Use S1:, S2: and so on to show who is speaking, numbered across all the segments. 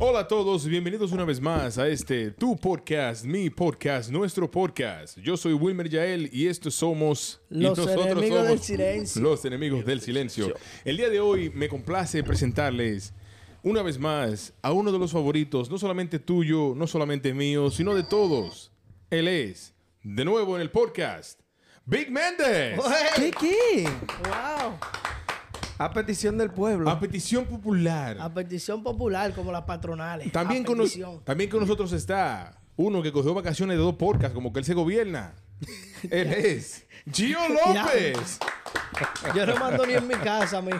S1: Hola a todos, bienvenidos una vez más a este Tu Podcast, mi podcast, nuestro podcast. Yo soy Wilmer Yael y estos somos y
S2: Los enemigos del
S1: somos
S2: silencio.
S1: Los enemigos del silencio. El día de hoy me complace presentarles una vez más a uno de los favoritos, no solamente tuyo, no solamente mío, sino de todos. Él es, de nuevo en el podcast, Big Mendes.
S2: ¿Qué, qué? Pues, ¡Wow!
S3: A petición del pueblo.
S1: A petición popular.
S2: A petición popular, como las patronales.
S1: También
S2: A
S1: con, nos-
S2: petición.
S1: también con nosotros está uno que cogió vacaciones de dos podcasts, como que él se gobierna. él es Gio López.
S2: Yo no mando ni en mi casa, mi.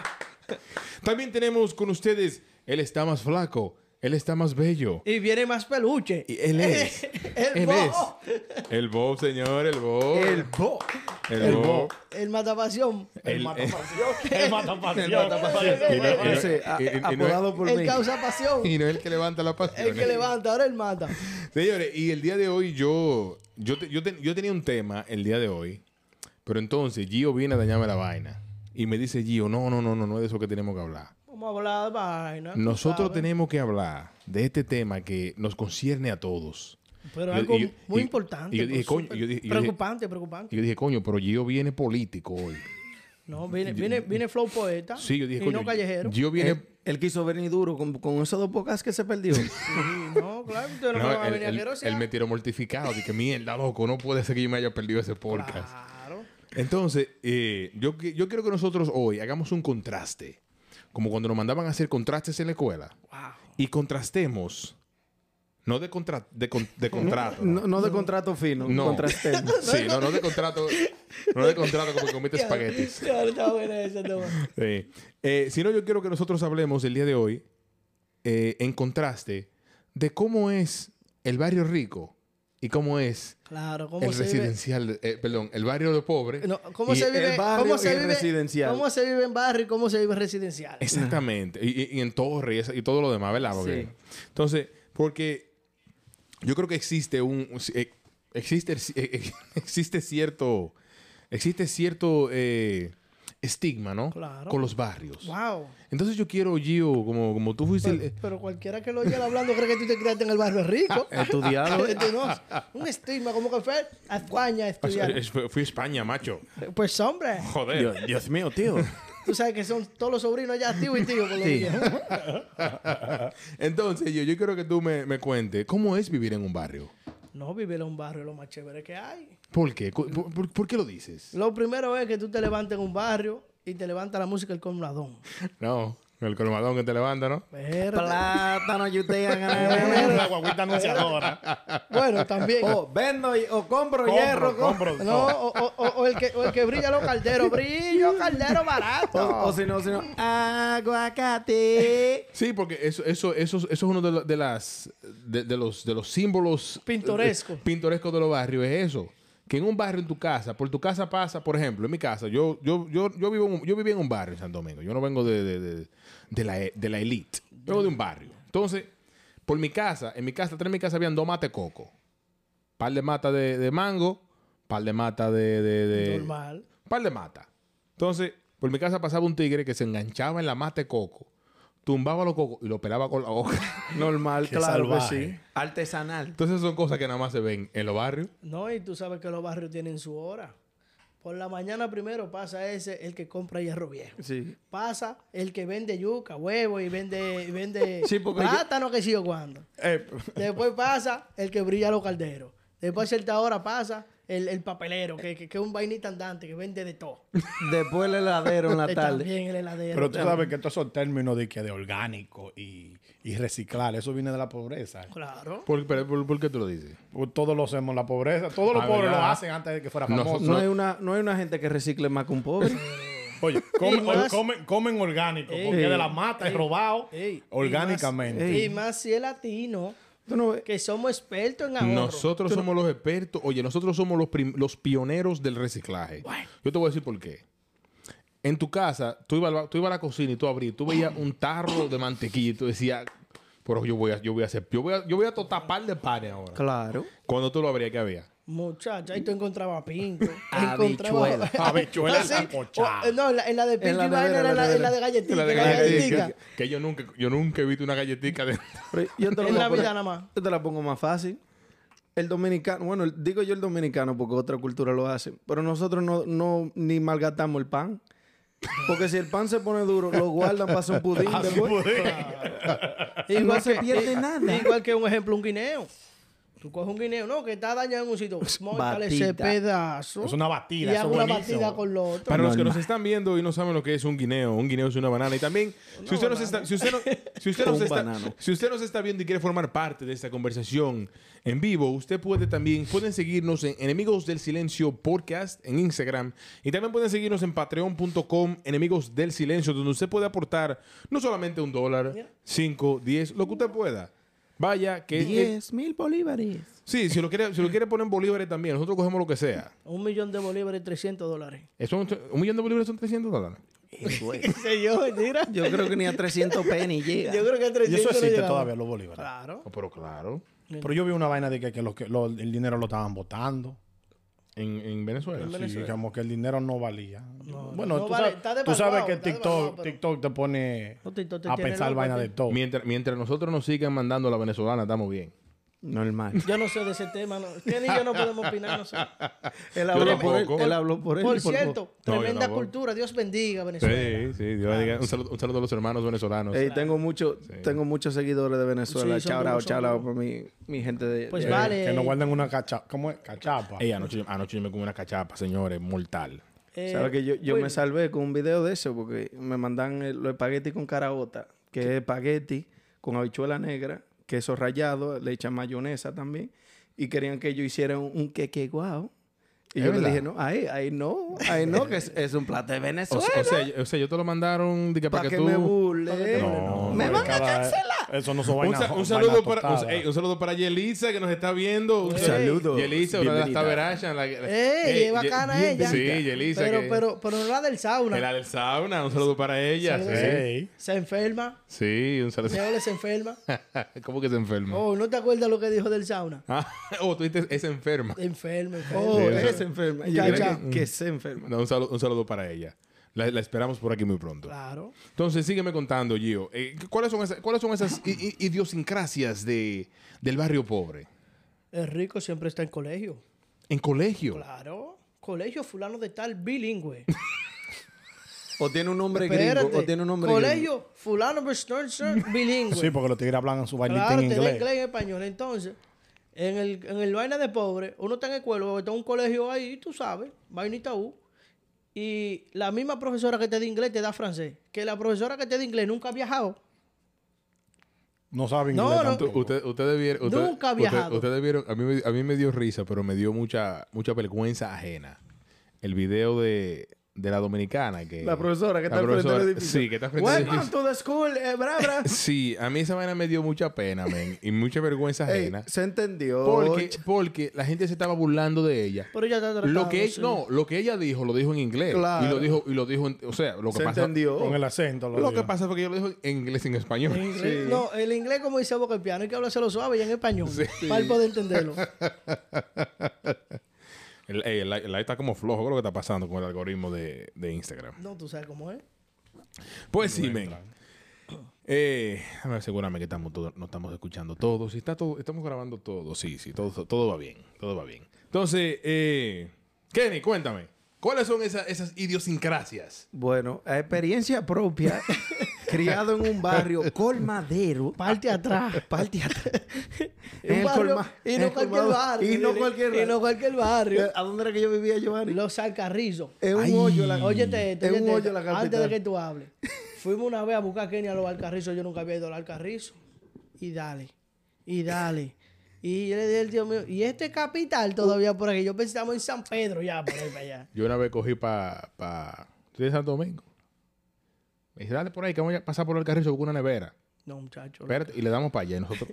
S1: también tenemos con ustedes, él está más flaco, él está más bello.
S2: Y viene más peluche.
S1: Y él es.
S2: El
S1: él
S2: bobo.
S1: es. El Bob, señor, el Bob.
S3: Ah, El bo.
S1: El
S2: El
S1: Bob.
S2: El matapasión.
S1: El-
S4: El matapasión.
S1: Y no- y no-
S3: Ese, a-
S1: y- y no-
S3: apodado por
S2: El
S3: mí.
S2: causa pasión.
S1: Y no es el que levanta la pasión.
S2: El que levanta, ahora el mata.
S1: Señores, y el día de hoy yo yo, te- yo, te- yo tenía un tema el día de hoy, pero entonces Gio viene a dañarme la vaina y me dice Gio, no, no, no, no, no es de eso que tenemos que hablar.
S2: Vamos a hablar de vaina. tú
S1: Nosotros
S2: sabes.
S1: tenemos que hablar de este tema que nos concierne a todos.
S2: Pero
S1: Yo-
S2: algo
S1: y-
S2: muy
S1: y-
S2: importante.
S1: y yo dije,
S2: pues,
S1: coño, yo dije- yo dije-
S2: preocupante, preocupante.
S1: Y yo dije, coño, pero Gio viene político hoy.
S2: no, viene, viene, viene flow poeta.
S1: Sí, yo dije,
S2: Y
S1: coño,
S2: no callejero. Eh,
S1: Gio viene...
S3: Él, él quiso venir duro con, con esos dos podcasts que se perdió.
S2: Sí, no, claro, usted no,
S1: No,
S2: me va a
S1: él,
S2: venir a
S1: él-
S2: querosear.
S1: él me tiró mortificado. Dije, mierda, loco, no puede ser que yo me haya perdido ese podcast.
S2: Claro.
S1: Entonces, eh, yo, qui- yo quiero que nosotros hoy hagamos un contraste. Como cuando nos mandaban a hacer contrastes en la escuela.
S2: Wow.
S1: Y contrastemos. No de, contra- de, con- de contrato.
S3: No, no de contrato fino, este.
S1: No.
S3: contrastemos.
S1: Sí, no, no de contrato. No de contrato como que comiste espaguetis.
S2: Claro, está buena esa, está buena.
S1: Sí. Eh, si no, yo quiero que nosotros hablemos el día de hoy, eh, en contraste, de cómo es el barrio rico y cómo es
S2: Claro, ¿cómo
S1: el
S2: se vive?
S1: residencial, eh, perdón, el barrio de pobre.
S2: No, ¿Cómo
S1: y
S2: se
S1: el
S2: vive?
S3: barrio
S2: ¿Cómo se
S3: y el
S2: vive?
S3: residencial.
S2: ¿Cómo se vive en barrio y cómo se vive en residencial?
S1: Exactamente. Y, y- y en torre y, esa- y todo lo demás, ¿verdad? Porque-
S3: Sí.
S1: Entonces, porque yo creo que existe un... un- eh, Existe, eh, existe cierto... Existe cierto eh, estigma, ¿no?
S2: Claro.
S1: Con los barrios.
S2: Wow.
S1: Entonces yo quiero, Gio, como, como tú fuiste... el- eh,
S2: Pero, pero cualquiera que lo oye hablando cree que tú te creaste en el barrio rico.
S3: Estudiado. eh,
S2: Tú no, un estigma como que fue a España a estudiar.
S1: Eh, fui fui a España, macho.
S2: Pues hombre,
S1: Joder.
S3: Dios, Dios mío, tío.
S2: tú sabes que son todos los sobrinos ya tío y tío por lo
S3: Sí.
S2: menos.
S1: Entonces, yo, yo quiero que tú me, me cuentes cómo es vivir en un barrio.
S2: No, vivir en un barrio es lo más chévere que hay.
S1: ¿Por qué? Cu- ¿Por, por- por qué lo dices?
S2: Lo primero es que tú te levantas en un barrio y te levanta la música del colmadón.
S1: No, el colmadón que te levanta, ¿no?
S2: Espérate.
S3: Plátano, yutea.
S4: La guaguita anunciadora.
S2: Bueno, también.
S3: O vendo y- o compro, hierro. com-
S4: Compro, compro.
S2: No, o, o- o- o el que, o el que brilla los calderos. Brillo, caldero barato.
S3: O, o si no, si no. Aguacate.
S1: Sí, porque eso, eso, eso, eso es uno de, lo- de las de, de los de los símbolos
S2: Pintoresco.
S1: eh, pintorescos de los barrios es eso. Que en un barrio en tu casa, por tu casa pasa, por ejemplo, en mi casa, yo, yo, yo, yo vivo en un- yo viví en un barrio en San Domingo. Yo no vengo de, de, de- de la e- de la elite. Yo vengo de un barrio. Entonces, por mi casa, en mi casa, atrás de mi casa habían dos mate coco. Par de mata de, de mango, par de mata de, de, de-
S2: Normal.
S1: par de mata. Entonces, por mi casa pasaba un tigre que se enganchaba en la mata de coco, tumbaba los cocos y lo pelaba con la boca.
S3: Normal,
S4: Qué
S3: claro que
S4: salvaje.
S3: sí. Artesanal.
S1: Entonces, son cosas que nada más se ven en los barrios.
S2: No, y tú sabes que los barrios tienen su hora. Por la mañana primero pasa ese, el que compra hierro viejo.
S3: Sí.
S2: Pasa el que vende yuca, huevo y vende, y vende
S3: Sí, porque yo-
S2: plátano, que sí o cuándo.
S3: Eh,
S2: Después pasa el que brilla los calderos. Después a cierta hora pasa el, el papelero, que, que, que es un vainita andante, que vende de todo.
S3: después el heladero en la
S2: Eh,
S3: tarde.
S2: También el heladero.
S4: Pero tú sabes que todos esos términos de que de orgánico y, y reciclar, eso viene de la pobreza.
S2: Claro.
S1: ¿Por, pero, por- por qué tú lo dices?
S4: Todos lo hacemos la pobreza. Todos los
S1: Ah,
S4: pobres lo
S1: ¿verdad?
S4: hacen antes de que fuera
S1: No,
S4: famoso.
S3: No hay, una, no hay una gente que recicle más que un pobre.
S4: Oye, comen,
S2: Y más-
S4: comen- comen orgánico,
S2: Ey.
S4: porque de la mata es robado
S2: Ey, y más-
S4: orgánicamente.
S2: Y más si es latino,
S3: Tú no ves.
S2: que somos expertos
S3: Ah,
S2: en ahorro.
S1: Nosotros somos los expertos. Oye, nosotros somos los, prim- los pioneros del reciclaje. Yo te voy a decir por qué. En tu casa, tú ibas al ba- tú ibas a la cocina y tú abrías, tú veías un tarro de mantequilla y tú decías, pero yo voy a, yo voy a hacer, yo voy a, yo voy a to- tapar de panes ahora.
S3: Claro.
S1: Cuando tú lo abrías, ¿qué había?
S2: Muchacha, ahí tú encontrabas pinto. Ah,
S3: Habichuela.
S4: Habichuela
S2: sí.
S4: sancochada.
S2: O- no, en la, en la de pinto
S3: la
S2: y vaina
S3: nevera,
S2: era
S3: en la
S2: la, en la de
S3: nevera.
S2: galletica.
S1: La de
S2: en la
S1: galletica.
S2: galletica.
S1: Que, yo nunca, yo nunca he visto una galletica de.
S3: Pero yo te lo
S2: En
S3: voy a
S2: la
S3: poner-
S2: vida nada más.
S3: Yo te la pongo más fácil. El dominicano, bueno, el- digo yo el dominicano porque otra cultura lo hace, pero nosotros no, no ni malgatamos el pan. Porque si el pan se pone duro, lo guardan para hacer un pudín después.
S2: Igual
S3: se
S2: que- eh,
S3: pierde nada.
S2: Igual que un ejemplo, un guineo. Tú coges un guineo, no, que está dañado en un sitio. Móntale ese
S3: Pues, Batida.
S2: pedazo.
S4: Es una batida,
S2: Y
S4: eso
S2: hago una
S4: buenísimo.
S2: batida con lo otro.
S1: Para los que nos
S3: Normal.
S1: están viendo y no saben lo que es un guineo, un guineo es una banana. Y también, si usted nos está, si usted no- si usted nos
S3: Un
S1: está-
S3: banano.
S1: si usted nos está viendo y quiere formar parte de esta conversación en vivo, usted puede también, pueden seguirnos en Enemigos del Silencio Podcast en Instagram. Y también pueden seguirnos en patreon.com Enemigos del Silencio, donde usted puede aportar no solamente un dólar, cinco, diez, lo que usted pueda. Vaya,
S2: eh,
S1: que
S3: Diez mil bolívares.
S1: sí, si lo quiere, si lo quiere poner en bolívares también, nosotros cogemos lo que sea.
S2: Un millón de bolívares, 300 dólares.
S1: Eso, un millón de bolívares son 300 dólares.
S2: eh, Señor, mira.
S3: Yo creo que ni a 300 pennies llega.
S2: Yo creo que
S4: Y eso
S2: 300 no
S4: existe
S2: llegamos.
S4: todavía, los bolívares.
S2: Claro.
S1: Oh, Pero claro.
S4: Pero yo vi una vaina de que, que los que- lo- el dinero lo estaban votando.
S1: En, en Venezuela.
S4: Sí, como que el dinero no valía. bueno,
S2: no
S4: tú,
S2: vale, está
S4: sabes, tú sabes
S2: devaluado,
S4: que
S2: está
S4: TikTok,
S2: devaluado, pero-
S4: TikTok te pone
S2: No, TikTok te
S4: a
S2: tiene
S4: pensar
S2: loco,
S4: vaina
S2: sí.
S4: de todo.
S1: Mientras, mientras nosotros nos sigan mandando a la venezolana, estamos bien.
S3: Normal.
S2: Yo no sé de ese tema. No. Kenny y yo no podemos opinar, no sé.
S3: Él
S1: habló
S3: habló
S1: por
S3: por él.
S1: él, él
S3: Él habló por él.
S2: Por cierto,
S1: No, yo
S2: tremenda
S1: tampoco.
S2: cultura. Dios bendiga, Venezuela.
S1: Sí, sí. Dios bendiga. un, saludo, un saludo a los hermanos venezolanos.
S3: tengo, mucho, tengo muchos seguidores de Venezuela.
S2: Sí, son
S3: chao
S2: duros,
S3: chao
S2: son
S3: chao
S2: duros.
S3: por mi, mi gente de...
S2: Pues
S3: de-
S2: va.
S4: Eh, Que
S2: Vale.
S4: no guardan una cachapa. ¿Cómo es? Cachapa.
S1: Ey, anoche, yo- anoche yo me comí una cachapa, señores, mortal.
S2: Eh,
S3: ¿Sabes que yo, yo
S2: Will,
S3: me salvé con un video de eso? Porque me mandan el- los espaguetis con caraota, que es espagueti con habichuela negra, queso rallado, le echan mayonesa también. Y querían que yo hiciera un, un queque guau. Y
S1: ¿Es
S3: yo
S1: verdad?
S3: le dije, no, ahí, ahí no, ahí no, que es, es un plato de
S1: O,
S3: Venezuela.
S1: sea- o sea, o sea, yo te lo mandaron de que
S3: para
S1: para que
S3: que
S1: tú.
S3: me
S1: Un,
S3: burle.
S4: Eh, No,
S3: me
S4: no,
S3: van a
S4: cada-
S3: cancelar.
S4: Eso no son
S1: sa-
S4: vainas.
S1: un saludo
S4: vainas
S1: para, un,
S4: tostadas.
S1: ey, un saludo para Yelitza que nos está viendo. Un
S3: saludo.
S1: Yelitza, una de las
S3: Bienvenida.
S1: taberachas. la- la-
S2: Ey,
S1: Ye-
S2: es bacana eh, ella.
S1: Sí, Yelitza.
S2: Pero,
S1: que-
S2: pero, pero no la del sauna.
S1: que la del sauna. Un saludo para ella.
S2: Sí.
S1: Sí,
S4: Ey.
S2: Se enferma.
S1: sí un saludo.
S2: Señores, se enferma.
S1: ¿Cómo que se enferma?
S2: Oh, ¿no te acuerdas lo que dijo del sauna?
S1: Ah, oh, tú dices, es enferma.
S2: Enferma, enferma.
S3: Oh,
S1: Sí,
S3: es
S1: eso-
S3: enferma.
S2: Ya,
S3: Yo creo
S2: ya.
S3: que, que se enferma.
S1: No, un, saludo, un saludo para ella. La, la esperamos por aquí muy pronto.
S2: Claro.
S1: Entonces, sígueme contando, Gio. Eh, ¿cuáles, son esas, ¿Cuáles son esas i- i- idiosincrasias de, del barrio pobre?
S2: El rico siempre está en colegio.
S1: En colegio.
S2: Claro. Colegio fulano de tal bilingüe.
S3: O tiene un nombre
S2: Espérate.
S3: gringo, o tiene un nombre gringo.
S2: Colegio fulano de Stern, Stern, bilingüe.
S4: Sí, porque los tigres hablan su vainita
S2: Claro,
S4: en
S2: te da
S4: inglés.
S2: inglés y español. Entonces, en el, en el vaina de pobre, uno está en el cuervo, está en un colegio ahí, tú sabes, vainita U. Y la misma profesora que te da inglés te da francés. Que la profesora que te da inglés nunca ha viajado.
S4: No saben
S2: No,
S4: inglés
S2: no.
S1: Tú-
S4: tampoco.
S1: Usted, ustedes vieron, usted-
S2: Nunca ha
S1: usted-
S2: viajado.
S1: ustedes vieron, a mí, me- a mí me dio risa, pero me dio mucha, mucha vergüenza ajena. El video de, de la dominicana que...
S3: La profesora que
S1: la
S3: está al frente del
S1: profesora-
S3: edificio.
S1: Sí, que está al frente del
S3: Welcome
S1: edificio.
S3: to the school, eh, bra, bra.
S1: Sí, a mí esa vaina me dio mucha pena, men. Y mucha vergüenza
S3: Ey,
S1: ajena.
S3: se entendió.
S1: Porque, porque la gente se estaba burlando de ella.
S2: Pero ella está tratando.
S1: Lo que,
S2: sí.
S1: no, lo que ella dijo, lo dijo en inglés.
S3: Claro.
S1: Y lo dijo, y lo dijo en- o sea, lo que
S3: se
S1: pasa.
S3: entendió.
S4: Con el acento.
S1: Lo
S4: digo.
S1: que pasa fue que yo lo dijo en inglés y en español.
S2: En inglés- No, el inglés, como dice Boca el Piano, hay que hablárselo suave y en español. Para él poder entenderlo.
S1: El, ey, el like- el like está como flojo con lo que está pasando con el algoritmo de, de Instagram.
S2: No, tú sabes cómo es.
S1: Pues sí, men. Eh, déjame asegurarme que estamos todos, no estamos escuchando todos. Si está todo, estamos grabando todo. Sí, sí, todo, todo va bien. Todo va bien. Entonces, eh, Kenny, cuéntame. ¿Cuáles son esas, esas idiosincrasias?
S3: Bueno, a experiencia propia, criado en un barrio colmadero.
S2: Parte atrás.
S3: Parte atrás.
S2: Un
S3: En el
S2: barrio-
S3: colma-
S2: y
S3: en
S2: no
S3: el
S2: cualquier
S3: colmado.
S2: barrio.
S3: Y no
S2: dile.
S3: cualquier
S2: Y no
S3: barrio.
S2: cualquier barrio.
S3: ¿A dónde era que yo vivía, Giovanni?
S2: Los Alcarrizos.
S3: En un
S1: Ay.
S3: hoyo. La...
S2: Óyete esto,
S3: Es un
S2: óyete
S3: hoyo
S2: esto.
S3: la capital.
S2: antes de que tú hables. Fuimos una vez a buscar a Kenny a los Alcarrizos. Yo nunca había ido al Alcarrizo. Y dale, y dale. Y yo le dije al tío mío, y este capital todavía por aquí. Yo pensamos en San Pedro ya, por ahí para allá.
S1: Yo una vez cogí para... Pa, estoy en Santo Domingo. Me dice, dale por ahí, que vamos a pasar por el carrizo con una nevera.
S2: No, muchacho.
S1: Espérate, y le damos para allá. Y nosotros...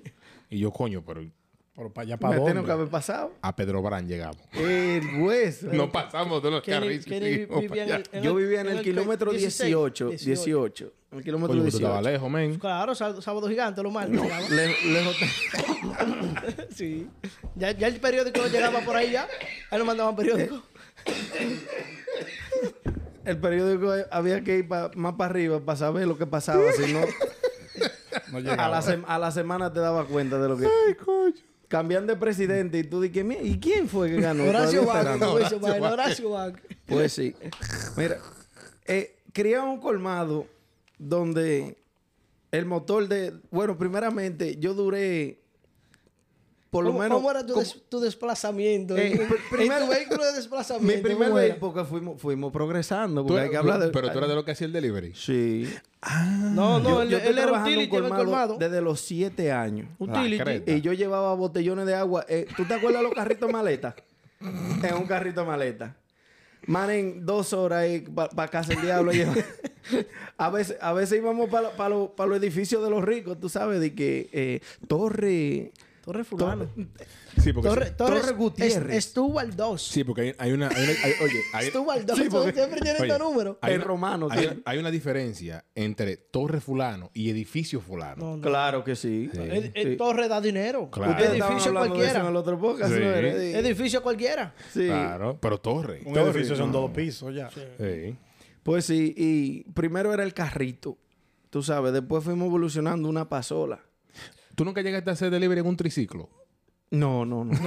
S1: y yo, coño, pero...
S4: Pero para allá
S3: Me
S4: para
S3: tiene que
S4: dónde.
S3: haber pasado.
S1: A Pedro Brán llegamos.
S3: El hueso.
S1: No pasamos de los
S2: Kenny-
S1: carriles.
S2: Kenny
S1: sí, vamos
S2: vivía en
S1: allá.
S2: el-
S3: Yo vivía en
S2: en
S3: el,
S2: el
S3: kilómetro
S2: 16,
S3: 18, 18.
S2: 18.
S3: En el
S1: Coño, pero
S3: kilómetro
S1: tú
S3: 18.
S1: estabas lejos, men.
S2: Claro, sá- sábado gigante, lo malo.
S3: Le- lejos te-
S2: sí. Ya, ya el periódico no llegaba por ahí ya. Ahí lo mandaban periódico.
S3: el periódico había que ir pa- más para arriba para saber lo que pasaba. Si no,
S4: No
S3: a
S4: llegaba.
S3: la, sem- a la semana te dabas cuenta de lo que. Cambian de presidente y tú dices, "Mira, ¿y quién fue que ganó?
S2: Horacio
S3: Todavía
S2: Banco,
S3: esperando".
S2: Horacio Banco, Horacio Banco.
S3: Pues sí. Mira, eh, criaba un colmado donde el motor de. Bueno, primeramente, yo duré. Por lo
S2: ¿Cómo,
S3: menos.
S2: ¿Cómo era tu,
S3: como-
S2: des- tu desplazamiento?
S3: Eh,
S2: En-
S3: pr-
S2: en
S3: primero-
S2: tu vehículo de desplazamiento.
S3: mi
S2: ¿cómo
S3: primera
S2: era?
S3: época fuimos, fuimos progresando.
S1: Tú
S3: Porque hay que hablar de.
S1: pero tú eras de lo que hacía el delivery.
S3: Sí.
S2: No, no, él,
S3: Yo estoy
S2: él era
S3: trabajando en
S2: utility, era el colmado.
S3: desde los siete años.
S1: La
S2: Utility.
S1: creta.
S3: Ah, Y yo llevaba botellones de agua. Eh, ¿Tú te acuerdas los carritos maleta? En un carrito maleta. Manen, dos horas ahí para casa el diablo. lleva- a, veces, a veces íbamos para los edificios de los ricos, tú sabes, de que eh, Torre.
S2: Torre Fulano.
S1: Sí, porque,
S2: Torre, Torre,
S3: Torre Gutiérrez.
S2: Es, Stuart 2.
S1: sí, porque hay, hay una. hay una- hay- oye, hay,
S2: Stuart 2. siempre tiene
S1: oye,
S2: este número.
S1: hay
S3: El
S1: una-
S3: romano,
S1: Hay,
S3: sí.
S1: hay una diferencia entre Torre Fulano y Edificio Fulano.
S2: No, no.
S3: Claro que sí.
S2: El- el
S3: Sí.
S2: Torre da dinero.
S1: Claro.
S3: Ustedes estaban
S2: Edificio
S3: hablando de eso en el
S2: cualquiera.
S3: otro podcast,
S1: Sí.
S3: ¿no era? Sí.
S2: Edificio cualquiera.
S3: Sí.
S1: Claro, pero Torre.
S4: Un
S3: Torre,
S4: edificio son
S3: no.
S4: dos pisos ya.
S1: Sí.
S3: Pues sí, y primero era el carrito, tú sabes. Después fuimos evolucionando una pasola.
S1: ¿Tú nunca llegaste a hacer delivery en un triciclo?
S3: No, no, no.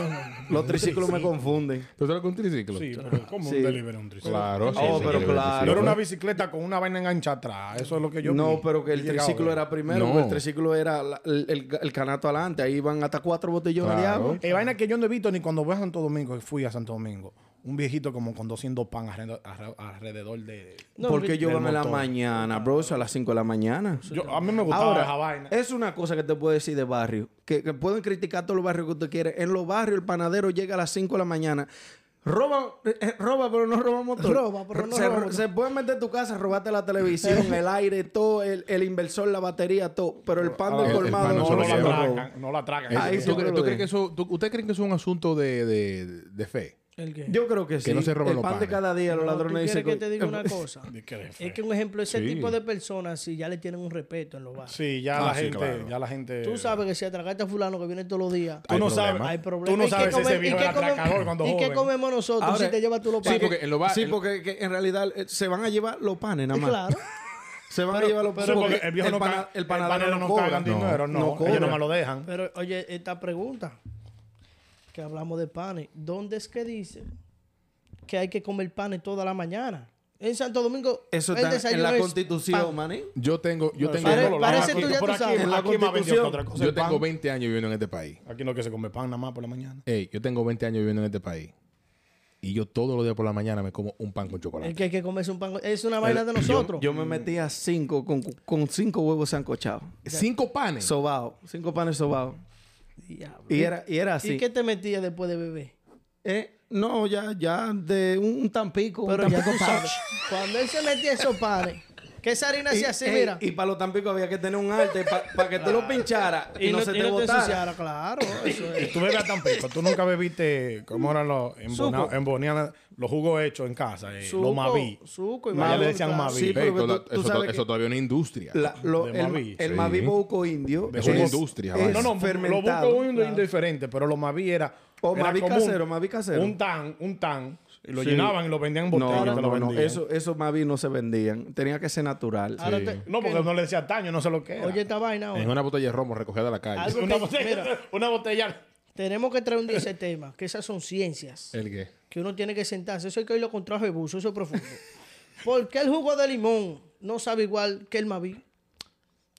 S3: Los triciclos me confunden.
S1: ¿Tú sabes lo que es un triciclo?
S4: Sí, pero como
S3: Sí.
S4: un delivery, un triciclo.
S1: Claro, sí,
S3: Oh,
S1: sí, Eh,
S3: pero
S1: delivery,
S3: claro.
S4: No era
S1: triciclo.
S4: una bicicleta con una vaina enganchada atrás. Eso es lo que yo
S3: no,
S4: vi.
S3: pero que el
S4: Yo he llegado
S3: triciclo
S4: a ver.
S3: era primero.
S1: No.
S3: porque El triciclo era la- el, el- el canato adelante. Ahí van hasta cuatro botellones de
S1: Claro.
S3: agua.
S4: Eh, vaina que yo no he visto ni cuando voy a Santo Domingo, que fui a Santo Domingo. Un viejito como con 200 pan alrededor, alre- alrededor de...
S2: No,
S3: porque
S2: vi-
S3: yo
S4: del
S3: van en la
S4: motor.
S3: mañana, bro. Eso a las cinco de la mañana.
S4: Yo- a mí me gustaba esa
S3: Ahora, eh,
S4: vaina.
S3: es una cosa que te puedo decir de barrio. Que, que pueden criticar todos los barrios que usted quiere. En los barrios, el panadero llega a las 5 de la mañana. Roba, eh, eh, roba, pero no roba motor.
S2: Roba, pero no
S3: se,
S2: roba motor.
S3: Se puede meter en tu casa, robarte la televisión, el aire, todo, el, el inversor, la batería, todo. Pero el pan
S1: El-
S3: del
S1: el
S3: colmado
S1: pan no
S3: no,
S1: se
S4: Ah, No
S1: lo
S3: lo
S4: la
S1: lleva.
S3: roba.
S4: atracan, no la atracan.
S1: Es-
S3: Ahí
S1: ¿tú
S3: sí.
S1: crees-
S3: lo
S1: tú crees
S3: de-
S1: que eso, tú- ¿Usted cree que eso es un asunto de, de, de fe?
S2: ¿El qué?
S3: Yo creo que sí.
S1: no se roben
S3: el
S1: los
S3: pan de
S1: panes.
S3: cada día, los
S2: No, ¿tú
S3: ladrones
S2: quieres
S3: dicen
S2: que
S3: que-
S2: te diga una cosa?
S4: De que de fe.
S2: es que un ejemplo, ese
S1: Sí.
S2: tipo de personas, si ya le tienen un respeto en los barrios.
S4: Sí, ya
S1: Ah,
S4: la
S1: sí,
S4: gente...
S1: claro.
S4: Ya la gente...
S2: Tú sabes que si atracaste a fulano que viene todos los días,
S4: Tú
S1: Hay
S4: no
S1: problema.
S4: sabes.
S2: hay problemas.
S4: Tú no
S2: ¿Y qué
S4: sabes si ese
S2: come-
S4: viejo
S2: y qué
S4: era
S2: come-
S4: atracador cuando
S2: ¿Y
S4: joven.
S2: qué comemos nosotros
S3: Ahora-
S2: si te llevas tú los
S1: Sí,
S2: panes?
S1: porque en los ba-
S3: Sí,
S1: en-
S3: porque que en realidad eh, se van a llevar los panes nada más.
S2: Claro.
S3: Se van a llevar los
S4: Sí,
S3: panes.
S4: porque el viejo no
S3: pana-
S4: paga, el
S3: panadero
S4: panadero no
S3: cobra.
S4: cagan
S1: No,
S4: dinero,
S3: no
S4: no.
S3: cobra.
S4: Ellos nomás lo dejan.
S2: Pero oye, esta pregunta que hablamos de panes, ¿dónde es que dice que hay que comer panes toda la mañana? En Santo Domingo,
S3: Eso
S2: el
S3: está en
S2: desayuno
S3: la
S2: es
S3: constitución,
S2: pan.
S3: maní.
S1: Yo tengo, yo tengo,
S2: Pare-
S4: Eso no lo
S2: parece
S4: lavan.
S2: tú ya
S4: Por
S2: tú
S4: aquí-
S2: sabes.
S4: aquí
S3: La
S4: más vendió que
S3: Constitución.
S4: otra cosa,
S1: yo
S4: el pan.
S1: tengo 20 años viviendo en este país.
S4: Aquí no que se come pan nada más por la mañana.
S1: Ey, yo tengo 20 años viviendo en este país. Y yo todos los días por la mañana me como un pan con chocolate.
S2: El que hay que comerse un pan. Es una vaina de nosotros.
S3: Yo me metía cinco con, con cinco huevos sancochados.
S1: Cinco panes.
S3: Sobao. Cinco panes sobados.
S2: Diablo.
S3: Y era, y era así.
S2: ¿Y qué te metías después de beber?
S3: Eh, no, ya, ya de un, un tampico. un
S2: Pero ya tú
S3: tampico
S2: sabes.
S3: pouch.
S2: Cuando él se metía esos panes, que esa harina
S3: Y,
S2: hacía así,
S3: eh,
S2: mira.
S3: y para los tampicos había que tener un arte para que tú lo pincharas y, no, se te botara.
S2: ensuciara, claro. Eso
S4: Y
S2: es.
S4: tú bebes a Tampico. Tú nunca bebiste, ¿cómo eran los en,
S2: Suco.
S4: Bona- en Boniana, los jugos hechos en casa? eh,
S2: Suco,
S4: los Maví.
S2: suco y
S4: Más
S2: vaina
S4: le decían
S2: con-
S4: Maví.
S3: Sí,
S1: Ey,
S3: pero que
S1: toda-
S3: tú- tú
S1: eso,
S3: sabes
S1: to-
S3: que-
S1: eso todavía es una industria.
S3: La- lo-
S4: De
S3: el
S4: Mavi.
S3: el
S1: Sí.
S3: Mavi Bouco indio.
S4: De
S1: Eso es
S4: jugos-
S1: industria,
S3: Es
S1: vaina.
S4: No, no, lo
S3: fermentado.
S4: busco uno indiferente, pero los Maví era.
S3: O
S4: era
S3: Maví
S4: como
S3: casero, Maví casero.
S4: Un tan, un tan. Y lo
S3: Sí.
S4: llenaban y lo vendían en botella.
S3: No,
S4: y te
S3: no,
S4: lo
S3: no, no.
S4: vendían.
S3: Eso, esos Mavi no se vendían. Tenía que ser natural.
S2: Ahora
S1: Sí.
S2: te-
S4: No, porque no le decía tan, yo no sé lo que era.
S2: Oye, esta vaina
S1: En
S2: ahora.
S1: una botella de romo recogida de la calle.
S2: Algo-
S4: una,
S2: que-
S4: botella, una botella.
S2: Tenemos que traer un día ese tema, que esas son ciencias.
S1: ¿El qué?
S2: que uno tiene que sentarse. Eso hay que oírlo con traje de buzo, eso es profundo. ¿Por qué el jugo de limón no sabe igual que el Maví?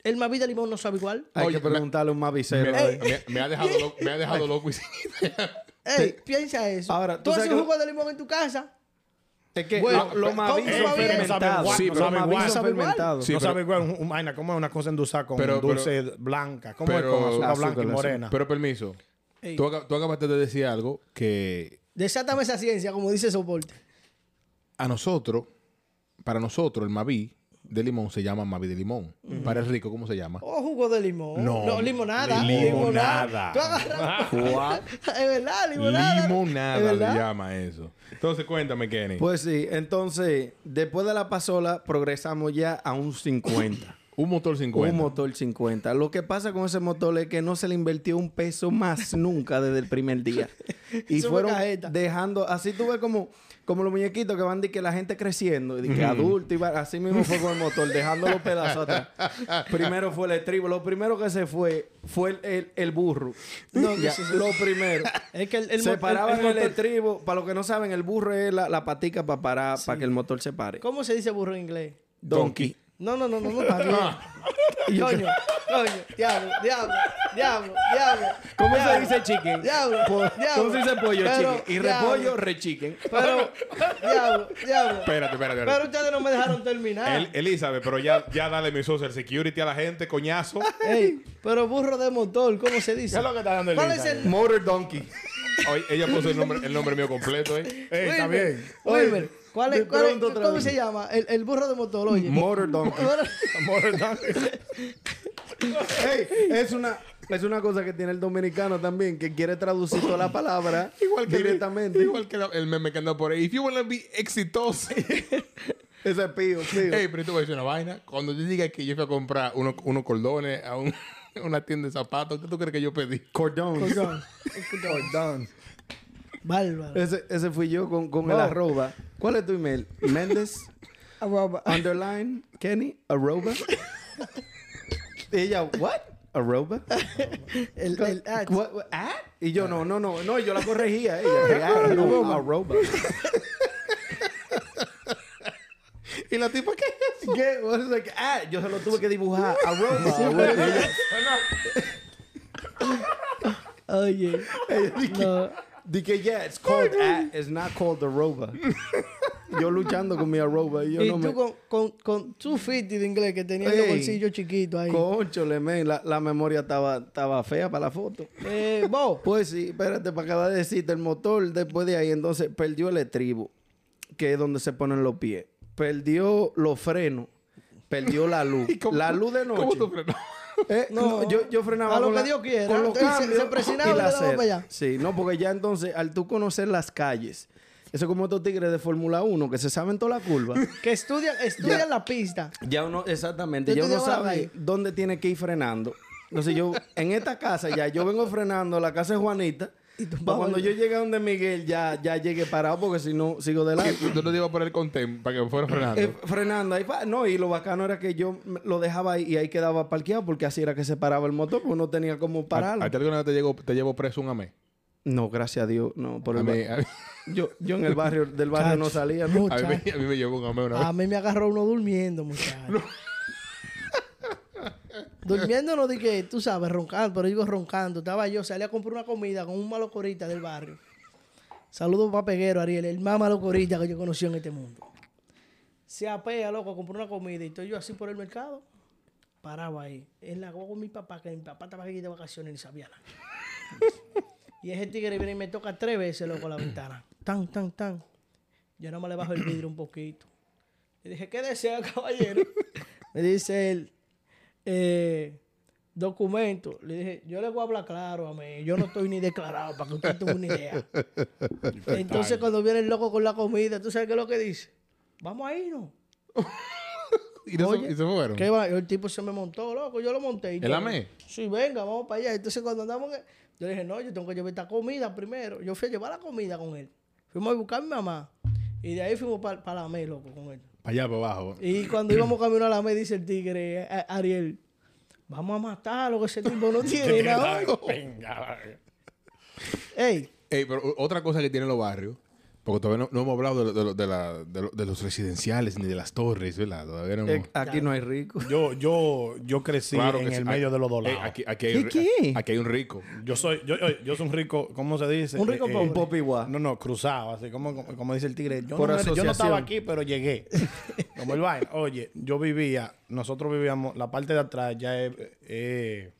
S2: ¿El Maví de limón no sabe igual?
S3: Hay
S1: Oye,
S3: que preguntarle a un
S1: Me,
S3: Mavicero. eh.
S1: me- me ha dejado loco, me ha dejado loco y sin idea.
S2: Ey, piensa eso.
S3: Ahora,
S2: tú,
S3: tú sabes
S2: haces un
S3: que-
S2: jugo de limón en tu casa.
S3: Es que
S2: Bueno,
S3: lo, lo
S2: ¿cómo
S3: Mavi
S2: tú
S3: son
S2: sabías?
S3: fermentados.
S4: Sí, pero
S3: Los
S4: saben
S3: Mavi
S4: igual.
S3: son
S2: Saben igual.
S3: fermentados.
S1: Sí,
S4: no
S1: pero-
S4: sabe igual un- un- vaina, ¿cómo es una cosa endulzada con
S1: Pero-
S4: dulce blanca? ¿Cómo
S1: pero-
S4: es con azúcar,
S3: Azúcar,
S4: blanca y
S3: azúcar.
S4: morena?
S1: Pero permiso.
S2: Ey.
S1: Tú, aca- tú acabaste de decir algo que
S2: Desátame esa ciencia, como dice Soporte.
S1: a nosotros, para nosotros, el Maví de limón se llama Mavi de limón. Para el rico, ¿cómo se llama?
S2: O Oh, jugo de limón.
S1: No.
S2: No, limonada.
S1: Limonada.
S2: Tú agarras- es verdad, limonada.
S1: Limonada
S2: Es
S1: le
S2: verdad.
S1: llama eso. Entonces, cuéntame, Kenny.
S3: Pues sí, entonces, después de la pasola, progresamos ya a un 50.
S1: un motor 50.
S3: Un motor 50. Lo que pasa con ese motor es que no se le invirtió un peso más nunca desde el primer día. Y
S2: Eso fue
S3: fueron
S2: cajeta.
S3: dejando, así tú ves como, como los muñequitos que van de que la gente creciendo, y de que adulto, y va- así mismo fue con el motor, dejando los pedazos atrás. Primero fue el estribo, lo primero que se fue fue el, el- el burro. Ya, lo primero.
S2: Es que el, el
S3: se
S2: mo-
S3: paraba
S2: el- el
S3: en el este.
S2: motor-
S3: estribo, para los que no saben, el burro es la, la patica para parar, para que el motor se pare.
S2: ¿Cómo se dice burro en inglés?
S3: Donkey.
S2: No, no, no, no, no está bien. coño, coño, diablo, diablo, diablo, diablo.
S3: ¿Cómo se
S2: diablo,
S3: dice chicken?
S2: Diablo,
S3: Po-
S2: diablo.
S3: ¿Cómo se dice pollo
S2: Pero,
S3: chicken? Y
S2: diablo.
S3: repollo rechicken.
S2: Pero, diablo, diablo.
S1: Espérate, espérate,
S2: Pero
S1: espérate.
S2: ustedes no me dejaron terminar.
S1: El- Elizabeth, pero ya, ya dale mi social security a la gente, coñazo.
S2: Ey, pero burro de motor, ¿cómo se dice?
S4: ¿Qué es lo que está dando el
S2: ¿Cuál es
S4: Instagram?
S2: el
S3: Motor donkey.
S1: Oye, ella puso el nombre, el nombre mío completo, ¿eh?
S4: Ey, está
S2: Wilmer,
S4: bien.
S2: Wilmer, ¿cuál es,
S3: de
S2: cuál es-
S3: pronto otra
S2: ¿cómo
S3: vez.
S2: se llama? El, el burro de motor, oye.
S3: Motor donkey.
S4: Amor, dale.
S3: Ey, es una es una cosa que tiene el dominicano también que quiere traducir toda la palabra
S1: Igual que
S3: directamente.
S1: Igual que la- el meme que anda por ahí. If you wanna be exitoso.
S3: Ese es pío, pío.
S1: Ey, pero yo te voy a decir una vaina. Cuando yo diga que yo fui a comprar uno- unos cordones a un- una tienda de zapatos, ¿qué tú crees que yo pedí?
S3: Cordón.
S2: Cordón.
S3: Cordón.
S2: Bárbaro.
S3: Ese, ese fui yo con, con
S2: Oh.
S3: el arroba. ¿Cuál es tu email? Méndez
S2: Arroba.
S3: underline Kenny arroba. y ella, what? Arroba.
S2: El, el, ah,
S3: What- what- ah? Y yo, no, no, no, no, yo la corregía. Ella, ah, no, arroba.
S1: Y la tipa, ¿qué es eso?
S3: ¿Qué? O sea, que, ah, yo se lo tuve que dibujar. Arroba.
S2: oye. No.
S3: Dije que, yeah, it's called, ah, it's not called arroba. Yo luchando con mi arroba. Y yo
S2: Y
S3: no
S2: tú
S3: me...
S2: con, con, con tu fit de inglés que tenía en los
S3: Ey.
S2: bolsillos chiquitos ahí.
S3: Conchole, man, la, la memoria estaba, estaba fea para la foto.
S2: Eh, vos.
S3: Pues sí, espérate, para acabar de decirte, el motor después de ahí, entonces perdió el estribo, que es donde se ponen los pies. Perdió los frenos, perdió la luz.
S1: cómo-
S3: la luz de noche.
S1: ¿Cómo tú frenas?
S3: Eh,
S2: No.
S3: no, yo, yo frenaba
S2: A lo
S3: con
S2: que
S3: la-
S2: Dios quiera.
S3: Con los
S2: Él se-
S3: cambios
S2: se presionaba
S3: y
S2: y
S3: la
S2: le daba
S3: acera.
S2: para allá.
S3: Sí, no, porque ya entonces, al tú conocer las calles, eso es como estos tigres de Fórmula 1 que se saben toda la curva.
S2: Que estudian, estudian la pista.
S3: Ya uno, exactamente,
S2: Yo
S3: ya
S2: te
S3: uno
S2: llevo la
S3: sabe
S2: calle.
S3: dónde tiene que ir frenando. Entonces yo, en esta casa ya, yo vengo frenando a la casa de Juanita.
S2: Y tú
S3: pa'
S2: vas
S3: cuando yo llegue a donde Miguel, ya, ya llegué parado porque si no, sigo de lado.
S1: Yo no te iba a poner contento para que fuera frenando.
S3: Eh, frenando ahí, pa- no, y lo bacano era que yo me- lo dejaba ahí y ahí quedaba parqueado porque así era que se paraba el motor, porque no tenía como pararlo.
S1: ¿A, a ti alguna vez te, llegó- te llevo preso un amé?
S3: No, gracias a Dios, no, por
S1: A
S3: el
S1: mí,
S3: ba-
S1: a, mí,
S3: yo, yo en el barrio, del barrio no
S2: Chacho.
S3: salía, ¿no?
S1: a mí- a mí me llevó un amé una vez.
S3: Ah,
S2: A mí me agarró uno durmiendo, muchacho. Durmiendo no dije, tú sabes, roncando, pero digo roncando. Estaba yo, salí a comprar una comida con un malo corita del barrio. Saludos para Peguero, Ariel, el más malo corita que yo conocí en este mundo. Se apea, loco, a comprar una comida y estoy yo así por el mercado. Paraba ahí. En la guagua con mi papá, que mi papá estaba aquí de vacaciones y ni sabía nada. y ese tigre viene y me toca tres veces, loco, la ventana. Tan, tan, tan. Yo nada más le bajo el vidrio un poquito. Le dije, ¿qué desea, caballero? Me dice él, eh, documento. Le dije, yo le voy a hablar claro a mí. Yo no estoy ni declarado para que usted tenga una idea. Entonces, cuando viene el loco con la comida, ¿tú sabes qué es lo que dice? Vamos a irnos.
S1: y, no se-
S2: Oye,
S1: y se fueron.
S2: ¿Qué va? El tipo se me montó, loco. Yo lo monté. y
S1: ¿El
S2: todo.
S1: amé?
S2: Sí, venga, vamos para allá. Entonces, cuando andamos, en el- yo le dije, no, yo tengo que llevar esta comida primero. Yo fui a llevar la comida con él. Fuimos a buscar a mi mamá. Y de ahí fuimos para la amé, loco, con él.
S1: Para allá, para abajo.
S2: Y cuando íbamos camino a la mesa, dice el tigre, eh, a- Ariel, vamos a matarlo, que ese tipo no tiene nada.
S4: Venga.
S2: Ey,
S1: Ey, pero o- otra cosa que tienen los barrios, porque todavía no, no hemos hablado de, lo- de lo- de la- de lo- de los residenciales ni de las torres, ¿verdad? Todavía no
S3: Eh,
S1: hemos...
S3: aquí no hay rico.
S4: Yo, yo, yo crecí
S1: Claro
S4: en
S1: que
S4: el
S1: sí.
S4: medio
S1: Ay,
S4: de los dos
S1: ey,
S4: lados.
S1: aquí, aquí hay, un
S3: ¿Qué,
S1: ri-
S3: qué?
S1: aquí hay un rico.
S4: Yo soy, yo, yo, yo soy un rico, ¿cómo se dice? Eh,
S2: Un rico pobre.
S3: Un popiguá.
S4: No, no, cruzado, así como, como, como dice el tigre. Yo,
S3: Por
S4: no, era- yo no
S3: asociación.
S4: estaba aquí, pero llegué. Como el vaina. Oye, yo vivía, nosotros vivíamos, la parte de atrás ya es eh,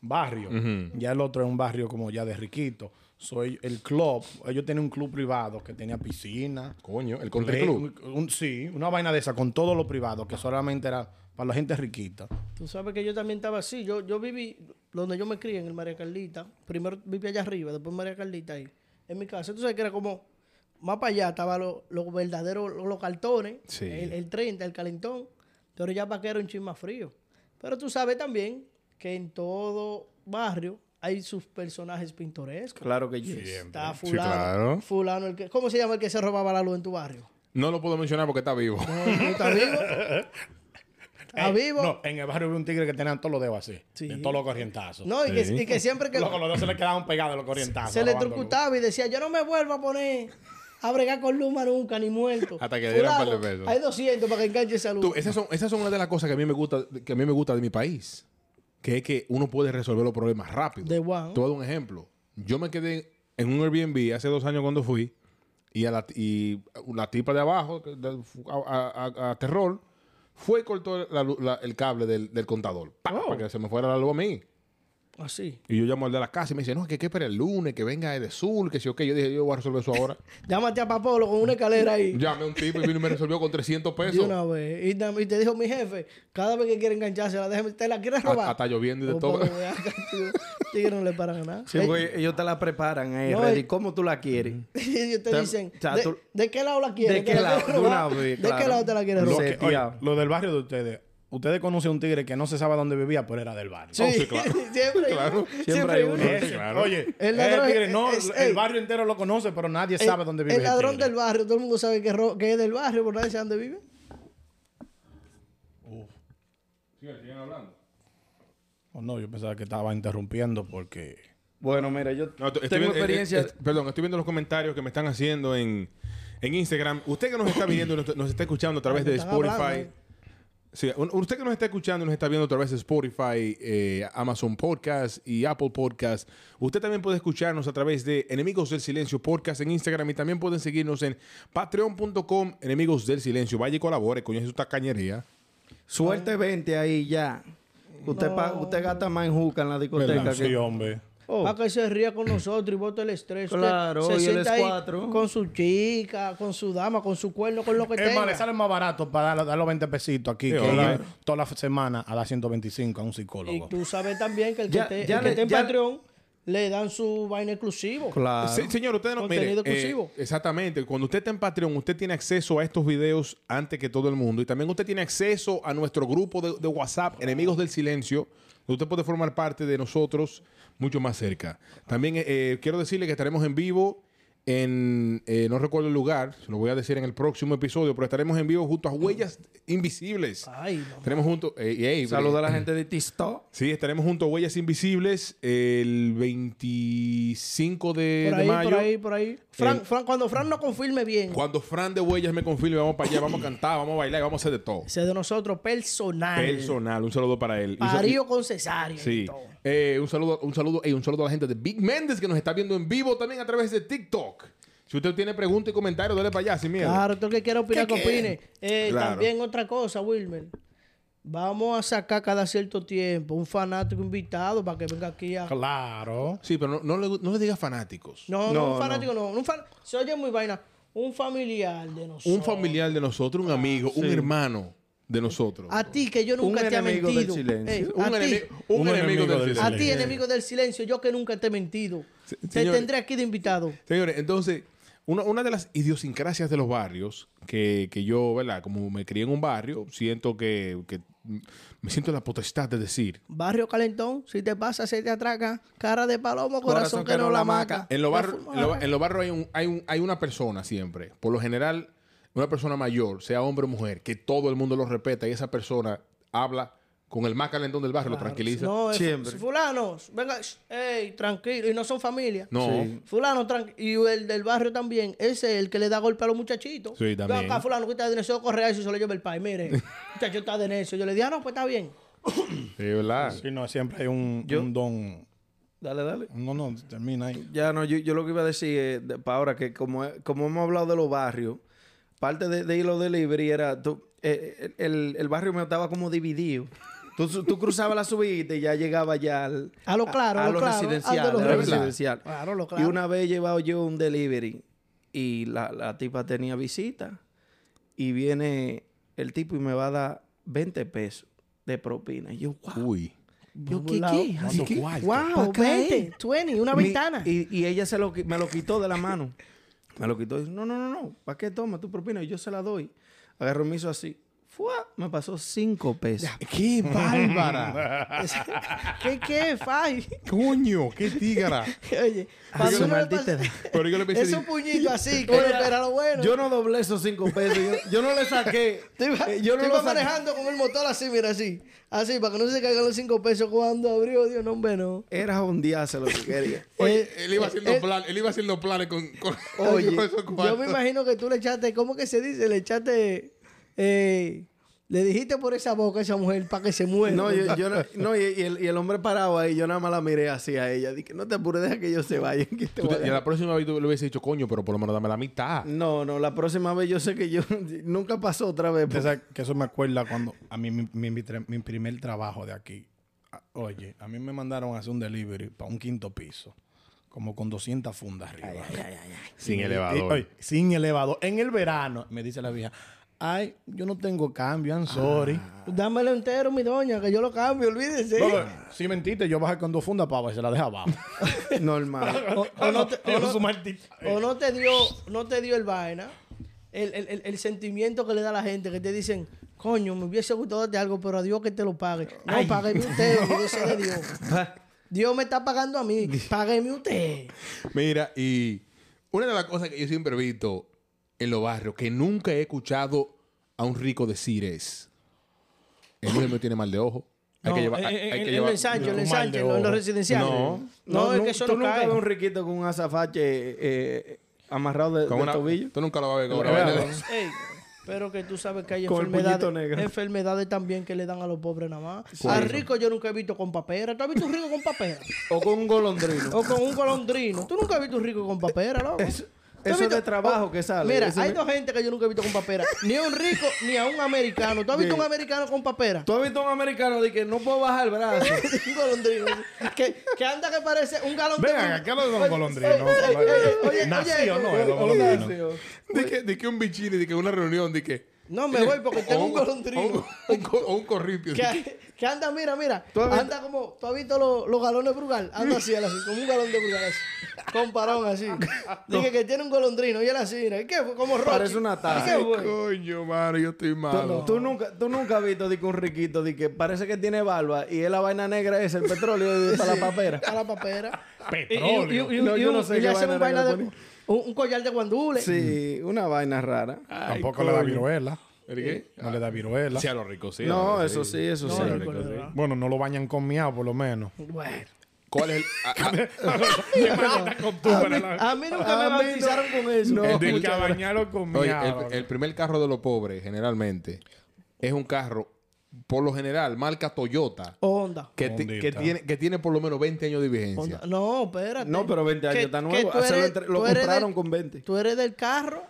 S4: barrio. Ya el otro es un barrio como ya de riquito. Soy el club. Ellos tenían un club privado que tenía piscina.
S1: Coño, el
S4: play-
S1: Country Club.
S4: un- un- sí, una vaina de esa con todo lo privado que solamente era para la gente riquita.
S2: Tú sabes que yo también estaba así. Yo, yo viví donde yo me crié, en el María Carlita. Primero viví allá arriba, después María Carlita ahí, en mi casa. Tú sabes que era como, más para allá estaban los verdaderos, los, los cartones,
S1: Sí.
S2: el, el 30, el calentón. Pero ya para que era un chin más frío. Pero tú sabes también que en todo barrio hay sus personajes pintorescos.
S3: Claro que yes.
S2: Está
S1: Sí,
S2: fulano,
S1: claro.
S2: fulano el que, ¿cómo se llama el que se robaba la luz en tu barrio?
S1: No lo puedo mencionar porque está vivo.
S2: No, tú ¿Estás vivo? ¿Estás
S1: Eh,
S4: Ey,
S2: Ah, vivo?
S4: Eh, No, en el barrio había un tigre que tenía todos los dedos así.
S2: Sí.
S4: De todos los corrientazos.
S2: No, y,
S1: Sí.
S2: que, y que siempre que...
S4: Loco, los dedos se le quedaban pegados los corrientazos.
S2: se le
S4: robando luz.
S2: trucutaba y decía, yo no me vuelvo a poner a bregar con Luma nunca, ni muerto.
S1: Hasta que dieran un par de
S2: Fulano,
S1: pesos.
S2: Hay 200 para que enganche esa luz.
S1: Tú, eh, esas, son, esas son una de las cosas que a mí me gusta, que a mí me gusta de mi país. Que es que uno puede resolver los problemas rápido.
S2: De one.
S1: Te voy a dar un ejemplo. Yo me quedé en un Airbnb hace dos años cuando fui y, a la, y la tipa de abajo, de- a, a- a- a terror, fue y cortó la lu- la- el cable del, del contador. ¡Pa! Para que se me fuera la luz a mí.
S2: Así.
S1: Y yo llamo al de la casa y me dice, no, que hay que espera el lunes, que venga el de sur, que si o qué. Yo dije, yo voy a resolver eso ahora.
S2: Llámate a Papolo con una escalera ahí.
S1: Llamé a un tipo y vino y me resolvió con 300
S2: De
S1: pesos.
S2: una vez. Y, dam- y te dijo mi jefe, cada vez que quiere engancharse, la déjame, te la quieres
S1: A-
S2: robar.
S1: hasta lloviendo y de
S2: Oh,
S1: todo.
S2: pero ve acá, tú. Tigre no le paran a nada.
S3: Sí, porque ellos te la preparan ahí,
S2: No,
S3: ready.
S2: el-
S3: ¿Cómo tú la quieres?
S2: Ellos te
S3: Te-
S2: dicen,
S3: o sea,
S2: ¿de,
S3: tú-
S2: de qué lado la quieres?
S3: ¿De
S2: ¿Te
S3: qué
S2: la quieres
S3: lado? De una
S2: robar?
S3: vez,
S2: ¿De qué
S3: claro.
S2: lado te la quieres
S3: Lo
S4: Lo,
S2: robar?
S4: que- oye,
S3: Seteado.
S4: lo del barrio de ustedes. Ustedes conocen un tigre que no se sabe dónde vivía, pero era del barrio.
S1: Oh, sí, claro.
S2: siempre, hay
S1: Claro.
S2: uno.
S3: Siempre hay uno.
S1: Sí,
S4: Ese,
S1: claro.
S4: Oye,
S2: El
S4: el,
S2: ladrón
S4: tigre,
S2: es-
S4: no,
S2: es-
S4: el
S2: ey.
S4: barrio entero lo conoce, pero nadie sabe dónde vive.
S2: El ladrón
S4: tigre.
S2: del barrio, todo el mundo sabe que, ro- que es del barrio, pero nadie sabe dónde vive.
S4: Oh, no, yo pensaba que estaba interrumpiendo porque.
S3: Bueno, mira, yo
S1: No, t-
S3: tengo
S1: viendo- eh,
S3: experiencia.
S1: eh, est- perdón, estoy viendo los comentarios que me están haciendo en, en Instagram. Usted que nos está viendo y nos, nos está escuchando a través
S2: Ay,
S1: de
S2: me están
S1: Spotify.
S2: hablando, eh.
S1: Sí, un- usted que nos está escuchando, y nos está viendo a través de Spotify, eh, Amazon Podcast y Apple Podcast. Usted también puede escucharnos a través de Enemigos del Silencio Podcast en Instagram y también pueden seguirnos en patreon.com Enemigos del Silencio. Vaya y colabore, coño, eso está cañería.
S3: Suerte
S2: Ah.
S3: 20 ahí ya. Usted, pa- usted gasta más en juca en la discoteca
S4: ¿Verdad?
S3: Pues que.
S4: Sí, hombre.
S3: Oh,
S2: Para que se ría con nosotros y bote el estrés. Usted
S3: Claro, y el
S2: sienta ahí
S3: escuadro.
S2: Con su chica, con su dama, con su cuerno, con lo que
S4: Es más, le
S2: Pues tenga.
S4: sale más barato para dar, dar los 20 pesitos aquí
S1: Sí,
S4: que
S1: claro.
S4: ir toda la semana a dar 125 a un
S2: Y
S4: psicólogo.
S2: tú sabes también que el que
S3: Ya-
S2: esté el
S3: ya
S2: que
S3: le-
S2: esté en
S3: ya-
S2: Patreon le dan su vaina exclusivo.
S3: claro.
S1: Sí, señor, usted no mire,
S2: Contenido
S1: eh,
S2: exclusivo.
S1: exactamente. Cuando usted está en Patreon, usted tiene acceso a estos videos antes que todo el mundo. Y también usted tiene acceso a nuestro grupo de, de WhatsApp, Enemigos del Silencio. donde Usted puede formar parte de nosotros mucho más cerca. También eh, quiero decirle que estaremos en vivo en, eh, no recuerdo el lugar, se lo voy a decir en el próximo episodio, pero estaremos en vivo junto a Huellas Invisibles.
S2: Ay, no.
S1: Estaremos juntos. eh, y, hey,
S3: Saluda a la gente de TikTok.
S1: Sí, estaremos junto a Huellas Invisibles el 25 de,
S2: Por
S1: de
S2: ahí,
S1: mayo.
S2: por ahí, por ahí. Fran,
S1: Eh,
S2: Fran, cuando Fran no confirme bien,
S1: Cuando Fran de Huellas me confirme, vamos para allá, vamos a cantar, vamos a bailar y vamos a hacer de todo.
S2: ese es de nosotros personal.
S1: Personal, un saludo para él. Y so-
S2: Parido con cesárea. y
S1: Sí.
S2: todo.
S1: Eh, un saludo, un saludo, ey, un saludo a la gente de Big Méndez que nos está viendo en vivo también a través de TikTok. Si usted tiene preguntas y comentarios, dale para allá, sin miedo.
S2: Claro, todo el que quiera opinar, que opine. Eh,
S1: Claro.
S2: También otra cosa, Wilmer. Vamos a sacar cada cierto tiempo un fanático invitado para que venga aquí a...
S4: Claro.
S1: Sí, pero no, no le, no le digas fanáticos.
S2: No, no,
S3: No,
S2: un fanático no. un fan- Se oye muy vaina. Un familiar de nosotros.
S1: Un familiar de nosotros, un amigo, un hermano de nosotros.
S2: A ti que yo nunca
S3: Un
S2: te he
S3: enemigo del
S2: mentido.
S3: silencio.
S2: Ey,
S1: un,
S2: a ti,
S1: enemi- un
S4: Un
S1: enemigo,
S4: enemigo
S1: del
S4: del
S2: a
S1: silencio.
S2: ti, enemigo del silencio, yo que nunca te he mentido.
S1: Se-
S2: te
S1: señores.
S2: tendré aquí de invitado.
S1: Señores, entonces, una, una de las idiosincrasias de los barrios, que, que yo, ¿verdad? Como me crié en un barrio, siento que, que me siento la potestad de decir.
S2: Barrio Calentón, si te pasa, se te atraca. Cara de palomo, corazón,
S3: Corazón
S2: que, no la maca. Ah,
S1: En los
S2: La
S1: barrios
S2: fuma-
S1: en los bar- en los barrios hay, un- hay, un- hay una persona siempre, por lo general, una persona mayor, sea hombre o mujer, que todo el mundo lo respeta y esa persona habla con el más calentón del barrio, lo tranquiliza. No.
S2: No, es
S3: Siempre.
S2: fulanos, venga, shh, ey, tranquilo, y no son familia.
S1: Sí.
S2: Fulano, tranquilo, y el del barrio también, ese es el que le da golpe a los muchachitos.
S1: Sí, también.
S2: Ven acá, fulano, que está de necio, corre a eso y se lo lleva el país. Mire, muchacho está de necio. Yo le dije, ah, no, pues está bien.
S1: ¿verdad?
S4: Sí, no, siempre hay un,
S3: Yo-
S4: un don.
S3: Dale, dale.
S4: No, no, termina ahí.
S3: Ya no, yo, yo lo que iba a decir es, de- para ahora, que como, eh, como hemos hablado de los barrios, parte de, de Hilo Delivery era, tú- eh, eh, el, el barrio me estaba como dividido. Tú, su- tú cruzabas la subida y ya llegaba ya al,
S2: A lo Oh, claro,
S3: a,
S2: lo
S3: lo
S2: claro,
S3: residencial.
S2: a lo
S3: a lo
S1: regular.
S3: residencial.
S2: Claro, lo
S3: Y
S2: claro.
S3: una vez llevado yo un delivery y la, la tipa tenía visita y viene el tipo y me va a dar 20 pesos de propina. Y yo, wow.
S1: Uy.
S3: Yo, ¿qué,
S2: Volado.
S3: qué? Así
S4: ¿Cuánto
S3: que-
S4: cuarto?
S2: Wow,
S3: Pa' caer.
S2: 20, 20, una
S3: Mi-
S2: ventana.
S3: Y, y ella se lo, qui- me lo quitó de la mano. Me lo quitó. Dice, no, no, no, no. ¿Para qué toma tu propina? Y yo se la doy. Agarró y me hizo así. ¡Fua! Me pasó cinco pesos.
S1: ¡Qué bárbara!
S2: ¿Qué, qué, Fai?
S1: ¡Coño! ¡Qué tígara!
S2: Oye,
S3: Ah,
S2: para
S3: su
S2: uno le
S3: maldita
S2: pasa-
S3: edad.
S1: Pero yo le pensé...
S2: Es un puñito así, que no espera lo bueno.
S3: Yo no doblé esos cinco pesos. Yo, yo no le saqué.
S2: Tú ibas-
S3: eh, yo
S2: tú
S3: no
S2: ibas
S3: lo saqué.
S2: manejando con el motor así, mira, así. Así, para que no se caigan los cinco pesos cuando abrió. Dios, no, hombre, no.
S3: Era ondearse lo que quería.
S1: Oye,
S2: Eh,
S1: él iba haciendo
S2: eh,
S1: planes, él iba haciendo planes con, con,
S2: Oye,
S1: con esos
S2: yo
S1: cuartos.
S2: me imagino que tú le echaste, ¿cómo que se dice? Le echaste, eh, le dijiste por esa boca a esa mujer para que se muera.
S3: No, yo, yo no, no, y, y el, y el hombre parado ahí, yo nada más la miré así a ella. Dije, no te apures, deja que ellos se vayan. que te
S1: Tú
S3: voy a
S1: te- y a la próxima vez tú le hubiese dicho, coño, pero por lo menos dame la mitad.
S2: Mm,
S3: No, no, la próxima vez yo sé que yo nunca pasó otra vez.
S4: Usted sabe que eso me acuerda cuando a mí mi, mi- mi tra- mi primer trabajo de aquí. a- Oye, a mí me mandaron a hacer un delivery para un quinto piso, como con 200 fundas arriba.
S1: Sin
S2: mm,
S4: Y-
S1: elevador.
S4: y- oye, sin elevador. En el verano, me dice la vieja, ay, yo no tengo cambio, I'm sorry.
S2: Dámelo entero, mi doña, que yo lo cambio, olvídese.
S4: No, no, si mentiste, yo bajé con dos fundas para abajo y se la deja abajo.
S3: Normal.
S2: O, o no te, o
S4: Yo
S2: no-
S4: su maldita-
S2: o no te dio, no te dio el vaina, el, el- el- el sentimiento que le da a la gente, que te dicen, coño, me hubiese gustado darte algo, pero a Dios que te lo pague. No, págueme usted, olvídese de Dios.
S3: Ah.
S2: Dios me está pagando a mí, págueme usted.
S1: Mira, y una de las cosas que yo siempre he visto en los barrios, que nunca he escuchado a un rico decir es, el niño mío tiene mal de ojo. Hay
S2: No,
S1: que llevar...
S2: eh,
S1: hay-
S2: eh,
S1: hay
S2: en,
S1: que
S2: en
S1: llevar-
S2: los ensanches, en los
S4: Un mal de
S2: ensanches, no en
S4: ojo.
S2: los residenciales.
S1: No.
S2: No, es
S3: nu-
S2: que eso
S3: tú
S2: no
S3: nunca
S2: cae.
S3: ves un riquito con un azafache eh, eh, amarrado de,
S1: con
S3: del
S1: una-
S3: tobillo.
S1: Tú nunca lo vas a ver con una
S3: Claro.
S1: vaina de-
S2: Ey, pero que tú sabes que hay
S3: Con el
S2: enfermedades,
S3: puñito negro.
S2: enfermedades también que le dan a los pobres nada más. Al rico yo nunca he visto con papera. ¿Tú has visto un rico con papera?
S3: O con un golondrino.
S2: o con un golondrino. Tú nunca has visto un rico con papera, loco.
S3: Eso-
S2: ¿Tú has
S3: eso
S2: visto-
S3: de trabajo que sale.
S2: Mira,
S3: Ese
S2: hay
S3: me-
S2: dos gente que yo nunca he visto con papera. Ni a un rico, ni a un americano. ¿Tú has visto
S3: Sí.
S2: un americano con papera?
S3: ¿Tú has visto un americano de que no puedo bajar el brazo?
S2: un golondrino. que, que anda que parece un galón de-
S4: Venga, ¿qué hablo de un golondrino?
S2: Oye, oye, oye,
S4: Nació, no,
S2: oye,
S4: es don golondrino.
S1: de que- de que un bichini, de que una reunión, de que...
S2: No me voy porque tengo
S1: o
S2: un golondrino.
S1: O un, co- o un corripio. de que-
S2: que, que anda, mira, mira.
S3: ¿Tú has visto?
S2: Anda como, tú has visto los, los galones Brugal. Anda así, él así, como un galón de Brugal así. Con parón así. Dije que tiene un golondrino y él así, mira. ¿Y qué fue? Como Rocky.
S3: Parece una taza.
S2: ¿Y qué fue?
S1: Coño, mano, yo estoy
S3: Tú,
S1: malo.
S3: tú nunca, tú nunca has visto de que un riquito de que parece que tiene barba y es la vaina negra esa, el petróleo de, para la papera.
S2: A la papera.
S4: Petróleo.
S2: Y, y- y- y-
S3: No,
S2: y
S3: yo
S2: un-
S3: no sé
S2: y le
S3: qué
S2: hacen un,
S3: vaina
S2: vaina
S3: era
S2: de,
S3: que
S2: un, un collar de guandules.
S3: Sí, una vaina rara.
S4: Tampoco le da viruela.
S1: ¿El qué?
S4: No le da viruela.
S1: Sí, a los ricos, sí. a los
S3: No,
S1: ricos,
S3: eso sí, eso
S2: No,
S3: sí.
S2: no,
S1: rico,
S2: no, no,
S1: sí.
S2: no.
S4: Bueno, no lo bañan con miau, por lo menos.
S2: Bueno.
S1: ¿Cuál es el...? a- a-
S2: A mí nunca
S3: A
S2: me
S3: mí no.
S2: bautizaron con eso.
S3: Ah, No.
S4: El de que
S1: Muchas
S4: bañarlo con
S1: Oye,
S4: miau.
S1: el, el primer carro de los pobres, generalmente, es un carro, por lo general, marca Toyota,
S2: Onda.
S1: que, ti-
S4: ¿Dónde
S1: que
S4: está?
S1: tiene, que tiene por lo menos 20 años de vigencia.
S2: Onda. No, espérate.
S3: No, pero 20 años
S2: Que-
S3: está
S2: que
S3: nuevo.
S2: tú
S3: Se lo
S2: eres-
S3: entre- lo
S2: tú eres
S3: compraron
S2: del-
S3: con 20.
S2: Tú eres del carro,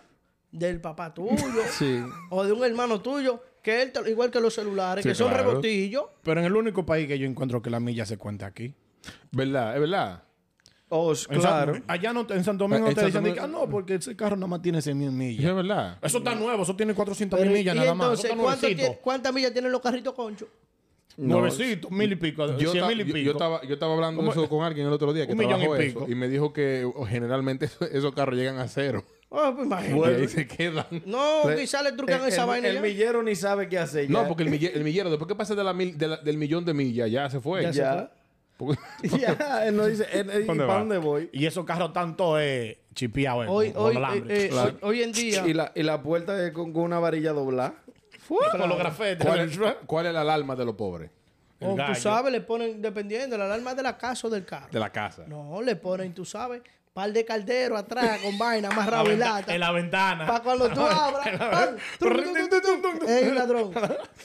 S2: del papá tuyo.
S3: Sí.
S2: o de un hermano tuyo, que él, te- igual que los celulares,
S1: Sí,
S2: que son
S1: claro.
S2: rebotillos.
S4: Pero en el único país que yo encuentro que la milla se cuenta aquí.
S1: ¿Verdad? ¿Es verdad?
S3: Oh,
S4: En
S3: claro.
S4: San- allá no, en San Domingo
S1: Eh, en
S4: te
S1: San
S4: dicen,
S1: Domingo-
S4: ah, no, porque ese carro nada más tiene 100 mil millas.
S1: ¿Es verdad?
S4: Eso está nuevo, eso tiene 400
S2: Pero,
S4: mil millas
S2: y
S4: nada más. Eso
S2: entonces,
S4: está
S2: ¿cuánto
S4: nuevecito.
S2: tie- ¿cuántas millas tienen los carritos concho?
S3: No,
S4: Nuevecito, mil y pico,
S1: Yo,
S4: cien
S1: ta-
S4: mil y
S1: yo-
S4: pico.
S1: yo estaba, yo estaba hablando de
S4: ¿Cómo?
S1: eso con alguien el otro día que
S4: Un millón y
S1: trabajó
S4: pico.
S1: eso y me dijo que oh, generalmente eso- esos carros llegan a cero.
S2: Oh, pues imagínate.
S1: Y ahí se quedan.
S2: No,
S3: Pues,
S2: quizás le trucan
S3: el-
S2: esa
S3: el-
S2: vaina
S3: El
S2: ya.
S3: millero ni sabe qué hacer. ya.
S1: No, porque el, mille- el millero, después que pasa de la mil- de la- del millón de millas, ya se fue.
S2: Ya se
S3: Ya.
S1: Porque-
S3: Ya, él no dice, él- él- ¿y
S4: ¿Dónde
S3: para
S4: va?
S3: dónde voy?
S4: Y esos carros tanto eh, chipeados. eh,
S2: Hoy,
S4: con-
S2: hoy,
S4: con alambre.
S2: eh, eh,
S3: Claro.
S2: hoy- hoy en día,
S3: Y la, y la puerta es con, con una varilla doblada.
S2: eh,
S4: Con los grafetes.
S1: ¿Cuál, cuál es la alarma de los pobres?
S4: el
S2: o tú
S4: gallo.
S2: sabes, le ponen, dependiendo, la alarma de la casa o del carro.
S1: De la casa.
S2: No, le ponen, tú sabes, par de calderos atrás con vaina, amarrado y lata.
S4: En la ventana.
S2: Para cuando tú abras, ¡pam! ¡Tum, tum, tum, tum, tum! ¡Ey, un ladrón!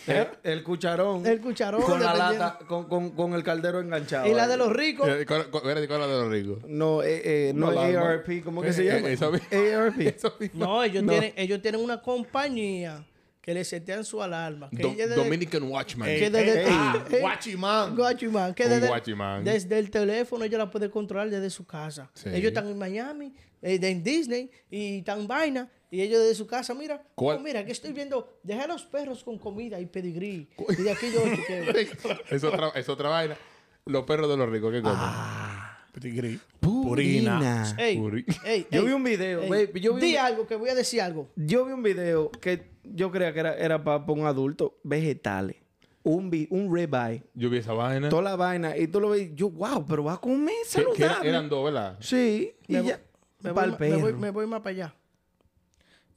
S3: El, el cucharón.
S2: El cucharón,
S3: Con la
S2: dependiendo.
S3: lata, con, con, con el caldero enganchado.
S2: Y la
S3: ahí.
S2: de los ricos,
S1: Eh, ¿Cuál, cuál- espérate, cuál es la de los ricos?
S3: No, eh, eh, no
S4: Una alarma.
S3: ARP, ¿cómo que se
S1: Eh,
S3: llama?
S1: eh, esa misma.
S3: ARP.
S1: Eso mismo.
S2: No, ellos, Tienen, ellos tienen una compañía que le setean su alarma. Que
S1: Do-
S2: ella Eh, desde-
S1: Dominican Watchman.
S2: que desde-
S4: Ah,
S2: Ey.
S4: Guachimán.
S2: Guachimán, que
S1: Un
S2: desde,
S1: guachimán.
S2: desde el teléfono ella la puede controlar desde su casa.
S1: Sí.
S2: Ellos están en Miami, eh, de- en Disney, y están vaina, y ellos desde su casa, mira,
S1: ¿Cuál?
S2: oh, mira, que estoy viendo, dejé a los perros con comida y pedigrí. Y de aquí yo chequeo.
S1: es, otra, es otra vaina. Los perros de los ricos, ¿qué comen?
S2: Ah.
S4: Petigrí. Purina.
S2: Ey,
S1: Puri.
S2: ey,
S3: Yo
S2: ey,
S3: vi un video,
S2: ey,
S3: baby, yo vi un
S2: di
S3: vi-
S2: algo, que voy a decir algo.
S3: Yo vi un video que yo creía que era, era para un adulto, vegetales. Un, vi- un ribeye.
S1: Yo vi esa vaina.
S3: Toda la vaina. Y tú lo ves, yo, wow, pero va a comer
S1: Que- que
S3: saludable.
S1: eran dos, ¿verdad?
S3: Sí, y
S2: Me voy-
S3: ya.
S2: me voy
S3: Pa'l
S2: ma- me voy-
S3: perro.
S2: me voy más para allá.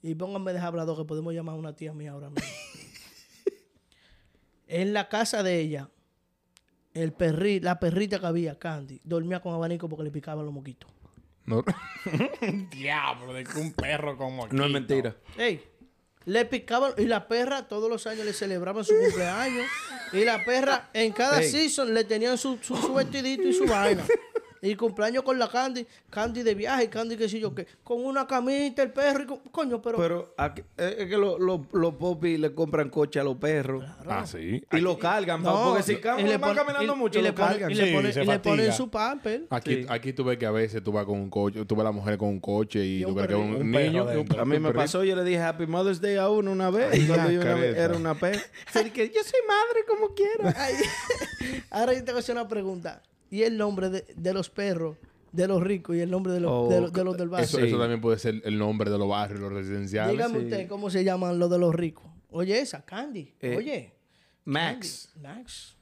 S2: Y pónganme de hablador que podemos llamar a una tía mía ahora mismo. en la casa de ella, el perri, la perrita que había, Candy, dormía con abanico porque le picaban los moquitos.
S1: No.
S2: Ah.
S4: Diablo, de que un perro como aquí.
S3: No es mentira.
S2: Ey, le picaban, y la perra todos los años le celebraban su cumpleaños. Y la perra en cada
S3: Ey.
S2: season le tenían su, su, su vestidito y su vaina. Y cumpleaños con la Candy, Candy de viaje, Candy qué sé yo qué, con una camita, el perro y con- coño,
S3: Pero aquí- es es que lo- lo- los popis le compran coche a los perros.
S1: Ah, sí.
S3: Y lo cargan, pa,
S2: No,
S3: porque si cam-
S2: y le
S3: van
S2: pon-
S3: caminando
S2: y-
S3: mucho,
S2: y le
S3: lo
S2: pon-
S3: cargan.
S2: Y le,
S4: Sí,
S2: pone-
S4: se
S2: y le ponen
S4: fatiga.
S2: su pamper.
S1: Aquí, aquí tú ves que a veces tú vas con un coche, tú ves a la mujer con un coche y,
S2: Y
S1: tú
S2: un
S1: ves que un,
S2: perrito.
S4: Un perro
S1: niño. y un
S4: adentro.
S1: perro,
S3: A mí
S1: un
S3: me
S1: perrito.
S3: pasó, yo le dije Happy Mother's Day a uno una vez. y cuando yo era-
S1: careta.
S3: era una perra. Así que yo soy madre como quiera.
S2: Ay, Ahora yo te voy a hacer una pregunta. ¿Y el nombre de, de los perros, de los ricos y el nombre de los,
S3: Oh,
S2: de los, de los del barrio?
S1: Eso,
S3: Sí.
S1: eso también puede ser el nombre de los barrios, los residenciales.
S2: Dígame
S3: sí.
S2: usted cómo se llaman los de los ricos. Oye, esa, Candy.
S3: Eh,
S2: Oye.
S3: Max.
S2: Candy, Max.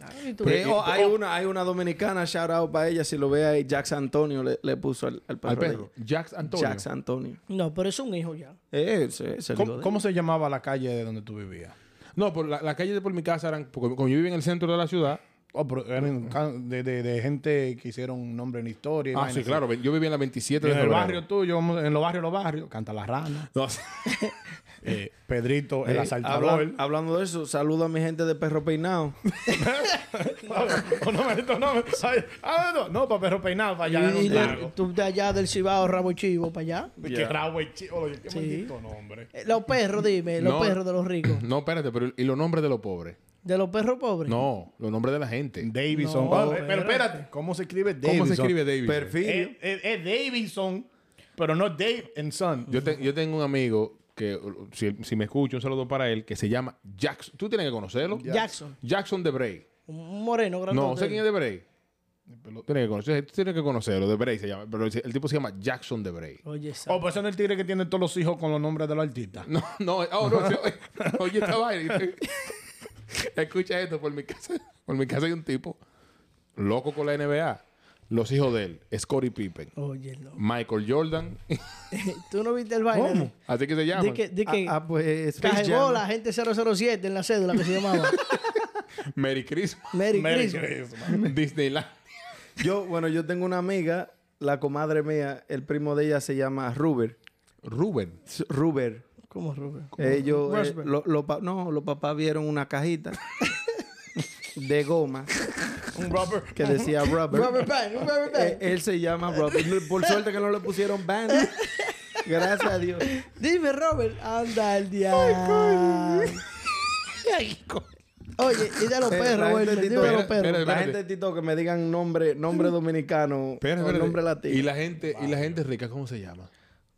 S2: Ah, y tú-
S3: Eh, oh, hay, una, hay una dominicana, shout out para ella. Si lo ve ahí, Jax Antonio le, le puso al, al perro.
S1: Al
S3: de
S1: perro.
S3: ella.
S1: Jax Antonio.
S3: Jax Antonio.
S2: "Oh, No, pero es un hijo ya.
S3: Eh, se- se
S4: ¿Cómo,
S3: ligó de-
S4: cómo se llamaba la calle de donde tú vivías?
S1: No, por la, la calle de por mi casa eran. Porque como yo vivía en el centro de la ciudad.
S4: Oh, pero eran can- de, de- de gente que hicieron nombre en historia. y
S1: Ah,
S4: vainas
S1: sí,
S4: así.
S1: claro. Yo vivía en la 27
S4: Y
S1: de
S4: En el
S1: febrero.
S4: barrio tuyo, vamos- en los barrios, los barrios, canta la rana.
S1: No,
S4: Eh, Pedrito, el
S3: Eh,
S4: asaltador.
S3: habla- hablando de eso, saludo a mi gente de Perro Peinado.
S4: Oh, no, no, no, no, no, ay, ah, no, no, para perro peinado, para allá dar
S2: y
S4: un
S2: de-
S4: trago.
S2: tú de allá del Cibao, Rabo Chivo, para allá.
S4: Y Qué rabo el chico, oye, qué
S2: Sí.
S4: maldito nombre.
S2: Eh, Los perros, dime, los
S1: No.
S2: perros de los ricos.
S1: no, espérate, pero ¿y los nombres de los pobres?
S2: De los perros pobres.
S1: No, los nombres de la gente.
S4: Davidson.
S2: No,
S4: Ah, eh, pero
S2: espérate.
S4: espérate, ¿cómo se escribe Davidson?
S1: ¿Cómo se escribe David?
S3: Perfil.
S4: Es es Davidson, pero no Dave and Son.
S1: Yo, te- yo tengo un amigo que, uh, si, si me escucho, un saludo para él, que se llama Jackson. Tú tienes que conocerlo.
S2: Jackson.
S1: Jackson de Bray.
S2: Un moreno grande.
S1: No, sé quién es de Bray. Tienes que conocer- tú tienes que conocerlo. De Bray se llama. Pero el, el tipo se llama Jackson de Bray.
S2: Oye, esa.
S4: Oh, pues son el tigre que tiene todos los hijos con los nombres de los artistas.
S1: No, no, oh, no, sí, oye, oye esta vaina. Escucha esto, por mi casa, por mi casa hay un tipo loco con la NBA. Los hijos de él, Scottie Pippen,
S2: Oye, no.
S1: Michael Jordan,
S2: ¿Tú no viste el baile?
S3: ¿Cómo?
S1: así que se llama.
S2: Di que, di que
S3: Ah, ah, pues Space
S2: Cajebol,
S3: Jam.
S2: la gente 007 en la cédula que se llamaba.
S1: Merry Christmas,
S2: Merry,
S4: Merry
S2: Christmas.
S4: Christmas.
S1: Disneyland.
S3: Yo, bueno, yo tengo una amiga, la comadre mía, el primo de ella se llama Ruber.
S1: Rubén.
S3: S- Ruber.
S2: ¿Cómo, Rubén?
S3: Ellos, eh,
S2: Ruber.
S3: lo- lo pa- no, los papás vieron una cajita de goma
S4: Un rubber.
S3: que decía Rubber.
S2: Robert Bang, Robert
S3: Eh,
S2: Bang.
S3: él se llama Rubber. No, Por suerte que no le pusieron band. Gracias a Dios.
S2: Dime, Robert. Anda el diablo. Oye, y de los
S3: Eh,
S2: perros,
S3: la
S2: bueno. Dime
S3: gente tito-
S2: de los
S1: Espera, espera.
S2: perros.
S3: La
S1: espérate.
S3: gente de TikTok que me digan nombre, nombre dominicano,
S1: Espera,
S3: o
S1: espérate.
S3: nombre latino.
S1: Y la gente, y la gente rica, ¿cómo se llama?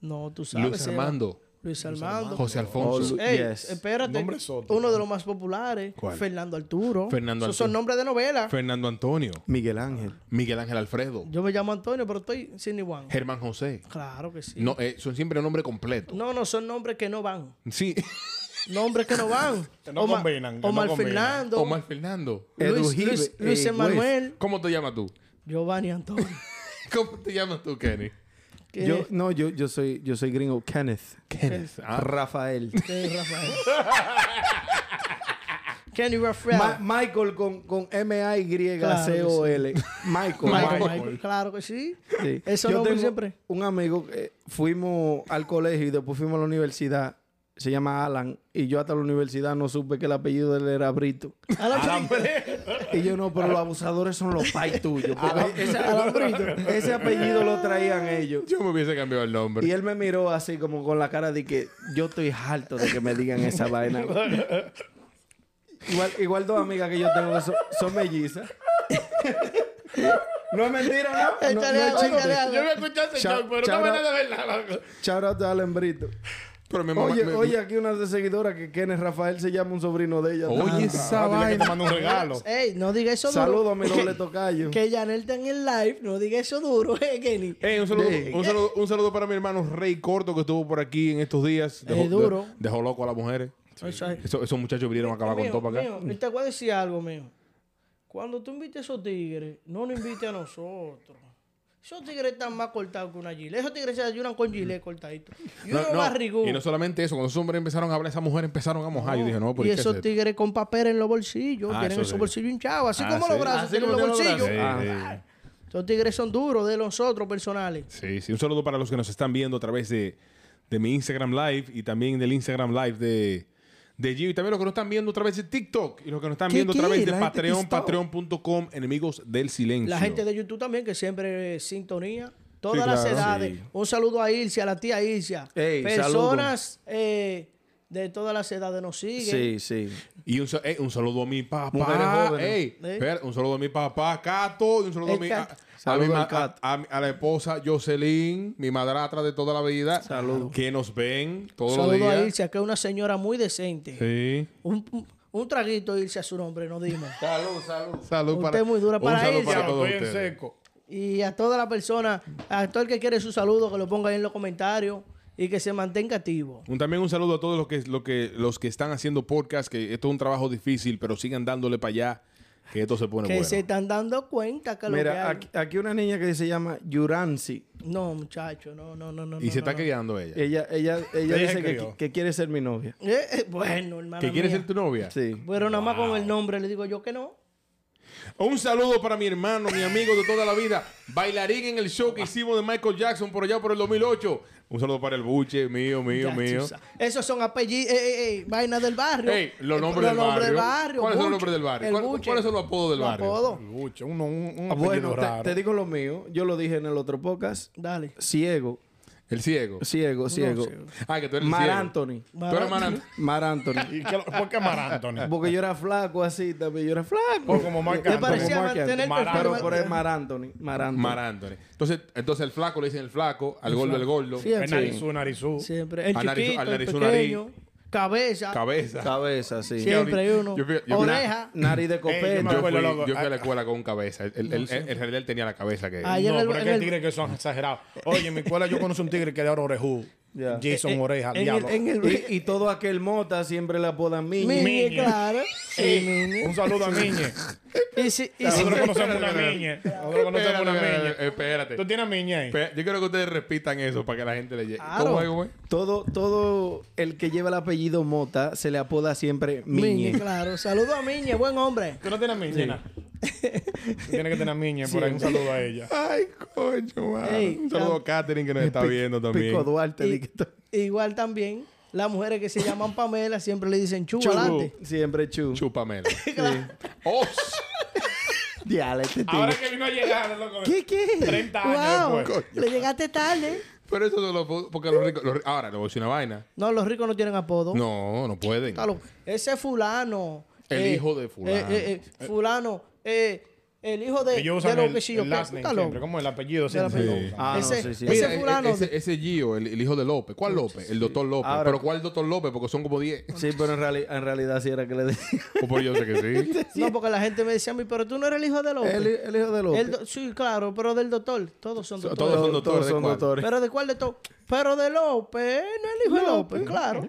S2: No, tú sabes.
S1: Luis
S2: Seba.
S1: Armando,
S2: Luis Armando.
S1: José Alfonso.
S3: Lu-
S2: Ey,
S3: Yes.
S2: espérate.
S4: Nombre exótico.
S2: Uno de los más populares.
S1: ¿Cuál?
S2: Fernando Arturo.
S1: Fernando
S2: Esos son
S1: Arturo.
S2: nombres de novela.
S1: Fernando Antonio,
S3: Miguel Ángel.
S1: Miguel Ángel Alfredo,
S2: Yo me llamo Antonio, pero estoy sin igual.
S1: Germán José.
S2: Claro que sí.
S1: No, eh, son siempre nombre completo.
S2: No, no, son nombres que no van.
S1: Sí.
S2: Nombres que no van.
S4: Que no
S2: Omar-
S4: combinan, que no
S2: Omar
S4: combinan.
S2: Fernando.
S1: Omar Fernando.
S2: Luis,
S3: Edujibe,
S2: Luis,
S3: eh,
S2: Luis
S3: West.
S2: Emanuel.
S1: ¿Cómo te llamas tú?
S2: Giovanni Antonio.
S1: ¿Cómo te llamas tú, Kenny?
S2: que-
S3: Yo, no, yo, yo soy, yo soy gringo Kenneth.
S1: Kenneth.
S2: Ah.
S3: Rafael.
S2: que Rafael. Kenny Rafael.
S3: Ma- Michael con, con M-A-Y-C-O-L. Michael.
S2: Michael,
S4: Michael.
S2: Michael, Claro que sí.
S3: Sí.
S2: Eso
S3: Yo
S2: nombre
S3: tengo
S2: siempre.
S3: Un amigo que fuimos al colegio y después fuimos a la universidad se llama Alan y yo hasta la universidad no supe que el apellido de él era Brito. Y yo no, pero los abusadores son los pais tuyos.
S2: Ah,
S3: porque ese, ese apellido lo traían ellos.
S1: Yo me hubiese cambiado el nombre.
S3: Y él me miró así como con la cara de que yo estoy harto de que me digan esa vaina. Igual, igual dos amigas que yo tengo son, son mellizas. No es mentira, ¿no? no, no
S2: Échale
S3: es
S2: algo,
S3: chiste.
S2: échale algo.
S1: Yo me escuchaste,
S3: Chao-
S1: Chuck, pero
S3: chao,
S1: no me
S3: no.
S1: nada de verdad.
S3: Shout out a Alan Brito.
S1: Pero mi mamá.
S3: Oye,
S1: me-
S3: oye, aquí una de seguidora que Kenneth Rafael se llama un sobrino de ella.
S1: Oye,
S4: Ah,
S1: esa vaina.
S4: mando un regalo.
S2: Ey, no diga eso
S3: Saludos
S2: duro.
S3: a mi doble tocayo.
S2: Que Yanel está en el live. No diga eso duro, eh, Kenny.
S1: Ey, un, saludo,
S3: de-
S1: un, saludo, un saludo para mi hermano Rey Corto que estuvo por aquí en estos días. Dejó,
S2: Eh, duro.
S1: de- dejó loco a las mujeres.
S2: Eso es.
S1: Eso- esos muchachos vinieron a acabar con
S2: Mío,
S1: todo para acá.
S2: mío, y te voy a decir algo, mío. Cuando tú invites a esos tigres, no nos invites a nosotros. Esos tigres están más cortados que una gilet. Esos tigres se ayudan con gilet cortadito. Y uno
S1: No, no,
S2: barrigón.
S1: Y no solamente eso, cuando esos hombres empezaron a hablar, esas mujeres empezaron a mojar. Yo dije, no, pero
S2: y
S1: ¿y qué es
S2: esos
S1: esto?
S2: tigres con papel en los bolsillos,
S1: Ah,
S2: tienen
S1: eso
S2: esos
S1: sí.
S2: bolsillos hinchados, así
S1: Ah,
S2: como los
S1: sí.
S2: brazos
S3: Así
S2: tienen
S3: como
S2: los
S3: tienen los
S2: bolsillos.
S3: brazos.
S1: Sí,
S2: Ah. Esos tigres son duros de nosotros personales.
S1: Sí, sí. Un saludo para los que nos están viendo a través de, de mi Instagram Live y también del Instagram Live de, de Gio. Y también los que nos están viendo a través de TikTok y los que nos están
S3: ¿Qué,
S1: viendo
S3: qué?
S1: a través de
S3: La gente de
S1: Patreon,
S3: TikTok.
S1: patreon.com, enemigos del silencio.
S2: La gente de YouTube también, que siempre eh, sintonía. Todas
S1: Sí,
S2: las
S1: claro.
S2: edades.
S1: Sí.
S2: Un saludo a Ilcia, a la tía Ilcia.
S3: Ey,
S2: Personas eh, de todas las edades nos siguen.
S3: Sí, sí.
S1: Y un, sa- eh, un saludo a mi
S3: Mujeres
S1: papá.
S3: jóvenes.
S1: Ey,
S2: Eh.
S1: espera, un saludo a mi papá, Cato. Y un saludo a
S2: El
S1: mi, a,
S2: Cato.
S1: a mi
S3: Saludo al
S1: ma-
S3: Cato.
S1: a- a mi- a la esposa Jocelyn, mi madrastra de toda la vida.
S3: Saludo.
S1: Que nos ven todos los
S2: saludo a
S1: días.
S2: Ilcia, que es una señora muy decente.
S1: Oh, Sí.
S2: Un, un traguito, Ilcia, su nombre, nos dimos.
S1: Salud, salud. Salud
S2: Usted
S1: para,
S2: es muy dura para pues,
S1: un saludo
S2: ella.
S1: para todos
S4: Estoy en
S1: ustedes.
S4: seco.
S2: Y a toda la persona, a todo el que quiere su saludo, que lo ponga ahí en los comentarios y que se mantenga activo.
S1: Un- también un saludo a todos los que, lo que, los que están haciendo podcast, que esto es un trabajo difícil, pero sigan dándole para allá, que esto se pone
S2: que
S1: bueno.
S2: se están dando cuenta que lo que
S3: Mira,
S2: hay-
S3: aquí, aquí una niña que se llama Yuransi.
S2: No, muchacho, no, no, no, no.
S1: y
S2: no,
S1: se
S2: no,
S1: está
S2: no.
S1: criando ella.
S3: Ella, ella, ella
S4: Ella
S3: dice que,
S4: escribió.
S3: que quiere ser mi novia.
S2: Eh, eh, bueno, hermano.
S1: ¿Que quiere ser tu novia?
S3: Sí.
S2: Pero nada más con el nombre le digo yo que no.
S1: Un saludo para mi hermano, mi amigo de toda la vida, bailarín en el show que hicimos de Michael Jackson por allá por el 2008. Un saludo para el buche, mío, mío,
S2: Ya,
S1: mío.
S2: chusa. Esos son apellidos, eh, eh, eh, vainas del barrio.
S1: Ey, los
S2: Eh,
S1: nombres del barrio. ¿Cuáles son los nombres del barrio?
S2: el
S1: ¿Cuál-
S2: buche.
S1: cuáles son los apodos del
S2: Los
S1: barrio?
S2: apodos.
S4: Lucho, uno, un, un
S2: Ah,
S4: apellido
S3: Bueno, te,
S4: raro.
S3: te digo lo mío. Yo lo dije en el otro podcast.
S2: Dale.
S3: Ciego,
S1: El ciego.
S3: ciego, ciego.
S1: Ah, que tú eres el
S3: Mar
S1: ciego.
S3: Anthony.
S1: Tú eres Mar Anthony.
S3: Mar Anthony.
S4: ¿Y qué lo- ¿Por qué Mar Anthony?
S3: Porque yo era flaco así también. Yo era
S4: O
S2: Oh,
S3: flaco.
S4: como Marc
S2: Me
S4: Anthony.
S2: parecía
S3: Marc
S2: mantener el
S4: Anthony.
S2: perfil.
S3: Pero,
S4: Mar-
S3: pero es Mar Anthony. Mar Anthony.
S1: Mar Anthony. Entonces, entonces el flaco le dicen el flaco, al gordo el gordo.
S2: Sí,
S4: El narizú, narizú.
S2: Siempre. El
S1: Al nariz-
S2: chiquito,
S1: al
S2: el
S1: nariz, un nariz.
S2: pequeño. Cabeza.
S1: Cabeza.
S3: Cabeza, sí.
S2: Siempre hay uno.
S1: Yo fui- yo fui-
S2: Oreja.
S3: Nariz de
S4: Ey, yo me
S1: Yo
S3: copeta.
S1: fui,
S4: Bueno, loco,
S1: yo fui a la
S4: ah,
S1: escuela con cabeza. El, el, el- el- en realidad él tenía la cabeza que.
S2: Ay, Ayer
S4: no,
S2: en el-
S4: pero es
S2: en
S4: que hay
S2: el-
S4: tigres que son exagerados. Oye, en mi escuela yo conocí un tigre que era orejú.
S3: Ya.
S4: Jason
S2: Eh,
S4: Oreja,
S2: en el-
S4: diablo.
S2: en el-
S3: Y, y todo aquel mota siempre le apodan Miñi.
S2: Miñe,
S4: Miñe.
S2: claro. Sí, miñe.
S4: Un saludo a Miñe.
S2: Y si, y si-
S4: Nosotros conocemos una
S1: Espérate,
S4: Miñe. Nosotros conocemos
S1: Espérate,
S4: una Miñe.
S1: espérate, espérate.
S4: ¿Tú tienes Miñe ahí?
S1: Espera, Yo quiero que ustedes repitan eso para que la gente le llegue.
S2: Claro.
S1: ¿Cómo es, cómo es?
S3: Todo, todo el que lleva el apellido Mota se le apoda siempre
S2: Miñe,
S3: Miñe.
S2: claro. Saludo a Miñe, buen hombre.
S4: ¿Tú no tienes Miñe? na? Tú tienes que tener Miñe por ahí. Un saludo a ella.
S1: Ay, coño, mano.
S2: Ey,
S1: Un saludo
S2: ya-
S1: a Katherine que nos está viendo también.
S3: Pico Duarte. di
S2: Y-
S3: que to-
S2: igual también, las mujeres que se llaman Pamela siempre le dicen
S3: Chu.
S2: chubalate.
S3: Siempre Chu.
S1: Chúpamela. ¡Os!
S3: Diale, este
S4: Ahora
S3: tigre.
S4: que vino a llegar, loco.
S2: ¿Qué, qué?
S4: 30 años después.
S2: Le llegaste tarde.
S1: Pero eso no lo puedo. Porque los ricos. los ri- ahora, le voy a decir una vaina.
S2: No, los ricos no tienen apodo.
S1: No, no pueden.
S2: Está lo- Ese fulano.
S1: El hijo de fulano.
S2: eh, eh, fulano. eh, el hijo de,
S4: Ellos
S2: de
S4: usan
S2: lo que
S4: el,
S2: si yo
S4: el last
S2: qué.
S4: name
S2: Está loco.
S4: siempre. ¿Cómo el apellido?
S2: De la
S4: siempre lo
S2: pelota.
S4: usan.
S3: Ah, no,
S2: ese,
S3: sí, sí.
S2: ese
S1: Mira, e- e-
S2: fulano.
S1: ese, ese Gio, el, el hijo de López. ¿Cuál López? El doctor López.
S3: Ahora-
S1: Pero ¿cuál doctor López? Porque son como 10.
S3: Sí, pero en, reali- en realidad sí era que le decía.
S1: O por yo sé que sí.
S2: No, porque la gente me decía a mí, pero tú no eres el hijo de López.
S3: El, el hijo de
S2: El
S3: López.
S2: do- sí, claro, pero del doctor. Todos son doctores.
S1: Todos son
S3: Todos
S1: doctores. ¿de
S3: son
S1: cuál?
S3: doctores.
S2: Pero de cuál de todo. Pero de López, no el hijo de López, claro.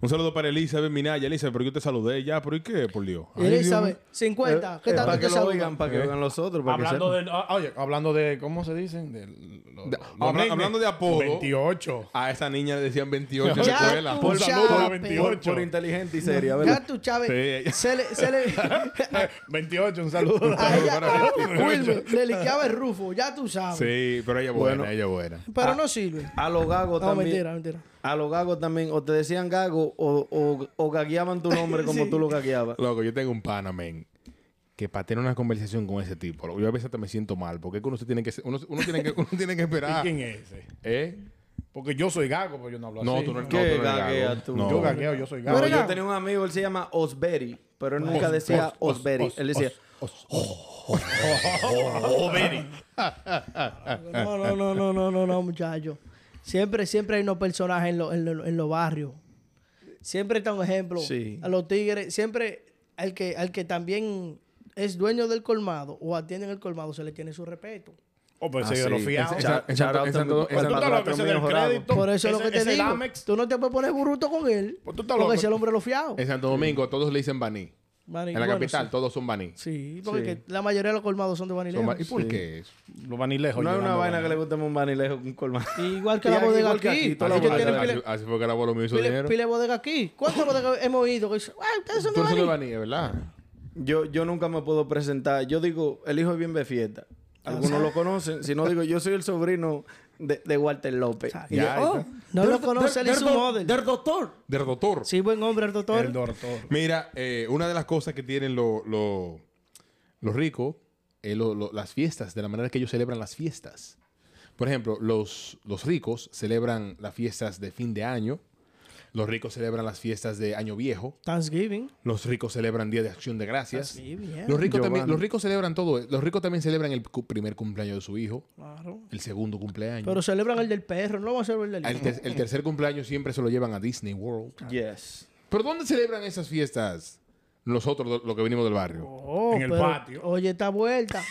S1: Un saludo para Elizabeth Minaya. Elizabeth, pero yo te saludé ya. ¿Pero y qué? Por Dios. Ay, Dios mío.
S2: Elizabeth, 50. ¿Qué
S3: Es
S2: tal
S3: Eh, para
S2: tú te
S3: que lo
S2: saludas?
S3: oigan, para que oigan los otros. para que
S4: Hablando
S3: sepan.
S4: de, ah, oye, hablando de, ¿cómo se dicen? De, lo-
S1: De-
S4: los
S1: habla-
S4: nicknames.
S1: hablando de apodo.
S4: 28.
S1: A esa niña le decían 28 en la
S2: Ya
S1: escuela.
S2: tú
S1: Por-
S2: sabes.
S4: saludo a
S3: Por,
S4: 28.
S3: por inteligente y seria,
S2: Ya
S3: ¿verdad?
S2: tú, Chávez.
S1: Sí.
S2: Se le, se le, a
S4: 28, un saludo.
S2: ella, Wilmer, le liqueaba el rufo, ya tú sabes.
S1: Sí, pero ella buena, ella buena.
S2: Pero no sirve.
S3: A los gagos
S2: No,
S3: también.
S2: mentira, mentira.
S3: A los gagos también. O te decían gago o, o, o gagueaban tu nombre como tú lo gagueabas.
S1: Loco, yo tengo un pana, men, que para tener una conversación con ese tipo, loco, yo a veces hasta me siento mal, porque es que uno se tiene que, uno, uno tiene que, uno tiene que
S4: ¿Y
S1: esperar.
S4: quién es ese?
S1: ¿Eh?
S4: Porque yo soy gago, pero yo
S2: ¿Ah,
S4: no hablo
S1: No,
S4: así.
S1: tú no, no, tú no
S3: ¿Qué
S1: eres
S3: gaguea
S1: gago.
S3: tú?
S1: No.
S4: Yo gagueo, yo soy gago.
S2: Pero
S3: No,
S2: gago.
S3: yo tenía un amigo, él se llama Osberry, pero él nunca decía
S4: os-
S3: Osberry.
S4: os-
S3: él decía,
S2: No, no, no, no, no, no, no, muchachos. Siempre, siempre hay unos personajes en, lo- en lo- en los barrios. Siempre está un ejemplo.
S3: Sí.
S2: A los tigres, siempre al que, al que también es dueño del colmado o atiende en el colmado, se le tiene su respeto.
S4: Oh, pues
S3: Ah,
S4: sí, de
S3: sí.
S4: los fiados.
S3: Ese-
S1: Esa-
S3: Cha-
S1: esa-
S3: shout out
S1: esa-
S3: a mi-
S1: esa-
S3: a mi
S4: tú estás
S3: patrón
S4: loco, ese
S3: mío
S4: del
S3: jorado.
S4: crédito.
S2: Por eso es lo
S4: Ese-
S2: que te
S4: ese
S2: digo.
S4: Lamex.
S2: Tú no te puedes poner bruto con él.
S4: Pues tú estás
S2: porque
S4: loco.
S2: es el hombre lo fiado.
S1: En Santo Domingo todos le dicen baní.
S2: Mani-
S1: En la
S2: bueno,
S1: capital
S2: sí.
S1: todos son baní.
S2: Sí, porque
S3: Sí.
S2: es que la mayoría de los colmados son de
S1: Son
S2: Vanilejos.
S1: baní. ¿Y por qué eso?
S4: Los vanilejos.
S3: No hay una
S4: llegando
S3: vaina
S4: a-
S3: que le guste más un vanilejo que un colmado.
S2: Igual que
S3: Y
S2: la
S3: aquí,
S2: bodega
S3: igual
S2: aquí.
S3: que aquí,
S1: Así,
S3: toda la
S2: Ellos
S1: fue-
S3: bodega.
S2: tienen
S1: así-
S2: pile-
S1: así fue que el abuelo me hizo
S2: pile,
S1: dinero.
S2: pile bodega aquí. ¿Cuántas bodegas hemos oído? Que dicen, "Ah, ustedes son
S1: Tú
S2: de
S1: eres de
S2: Baní".
S1: baní, ¿verdad?
S3: Yo, yo nunca me puedo presentar. Yo digo, el hijo de bien fiesta. Algunos lo conocen. Si no, digo, yo soy el sobrino de, de Walter López.
S2: Exacto.
S3: Y yo,
S1: Ya,
S3: "Oh,
S2: No lo conoce, él es su model.
S3: doctor.
S1: Del doctor.
S2: Sí, buen hombre, el doctor.
S4: El doctor.
S1: Mira, eh, una de las cosas que tienen los lo, los ricos es lo- lo- las fiestas, de la manera que ellos celebran las fiestas. Por ejemplo, los, los ricos celebran las fiestas de fin de año, los ricos celebran las fiestas de año viejo,
S2: Thanksgiving.
S1: los ricos celebran Día de Acción de Gracias.
S2: Ah, Sí, bien.
S1: Los ricos, también,
S3: Giovanni.
S1: los ricos celebran todo. Los ricos también celebran el cu- primer cumpleaños de su hijo,
S2: Claro.
S1: el segundo cumpleaños.
S2: Pero celebran el del perro, no lo van a celebrar el del
S1: el,
S2: hijo.
S1: ter- el tercer cumpleaños siempre se lo llevan a Disney World.
S3: Yes.
S1: ¿Pero dónde celebran esas fiestas? Nosotros, lo que venimos del barrio.
S2: Oh,
S4: En el
S2: pero,
S4: patio.
S2: Oye, esta vuelta.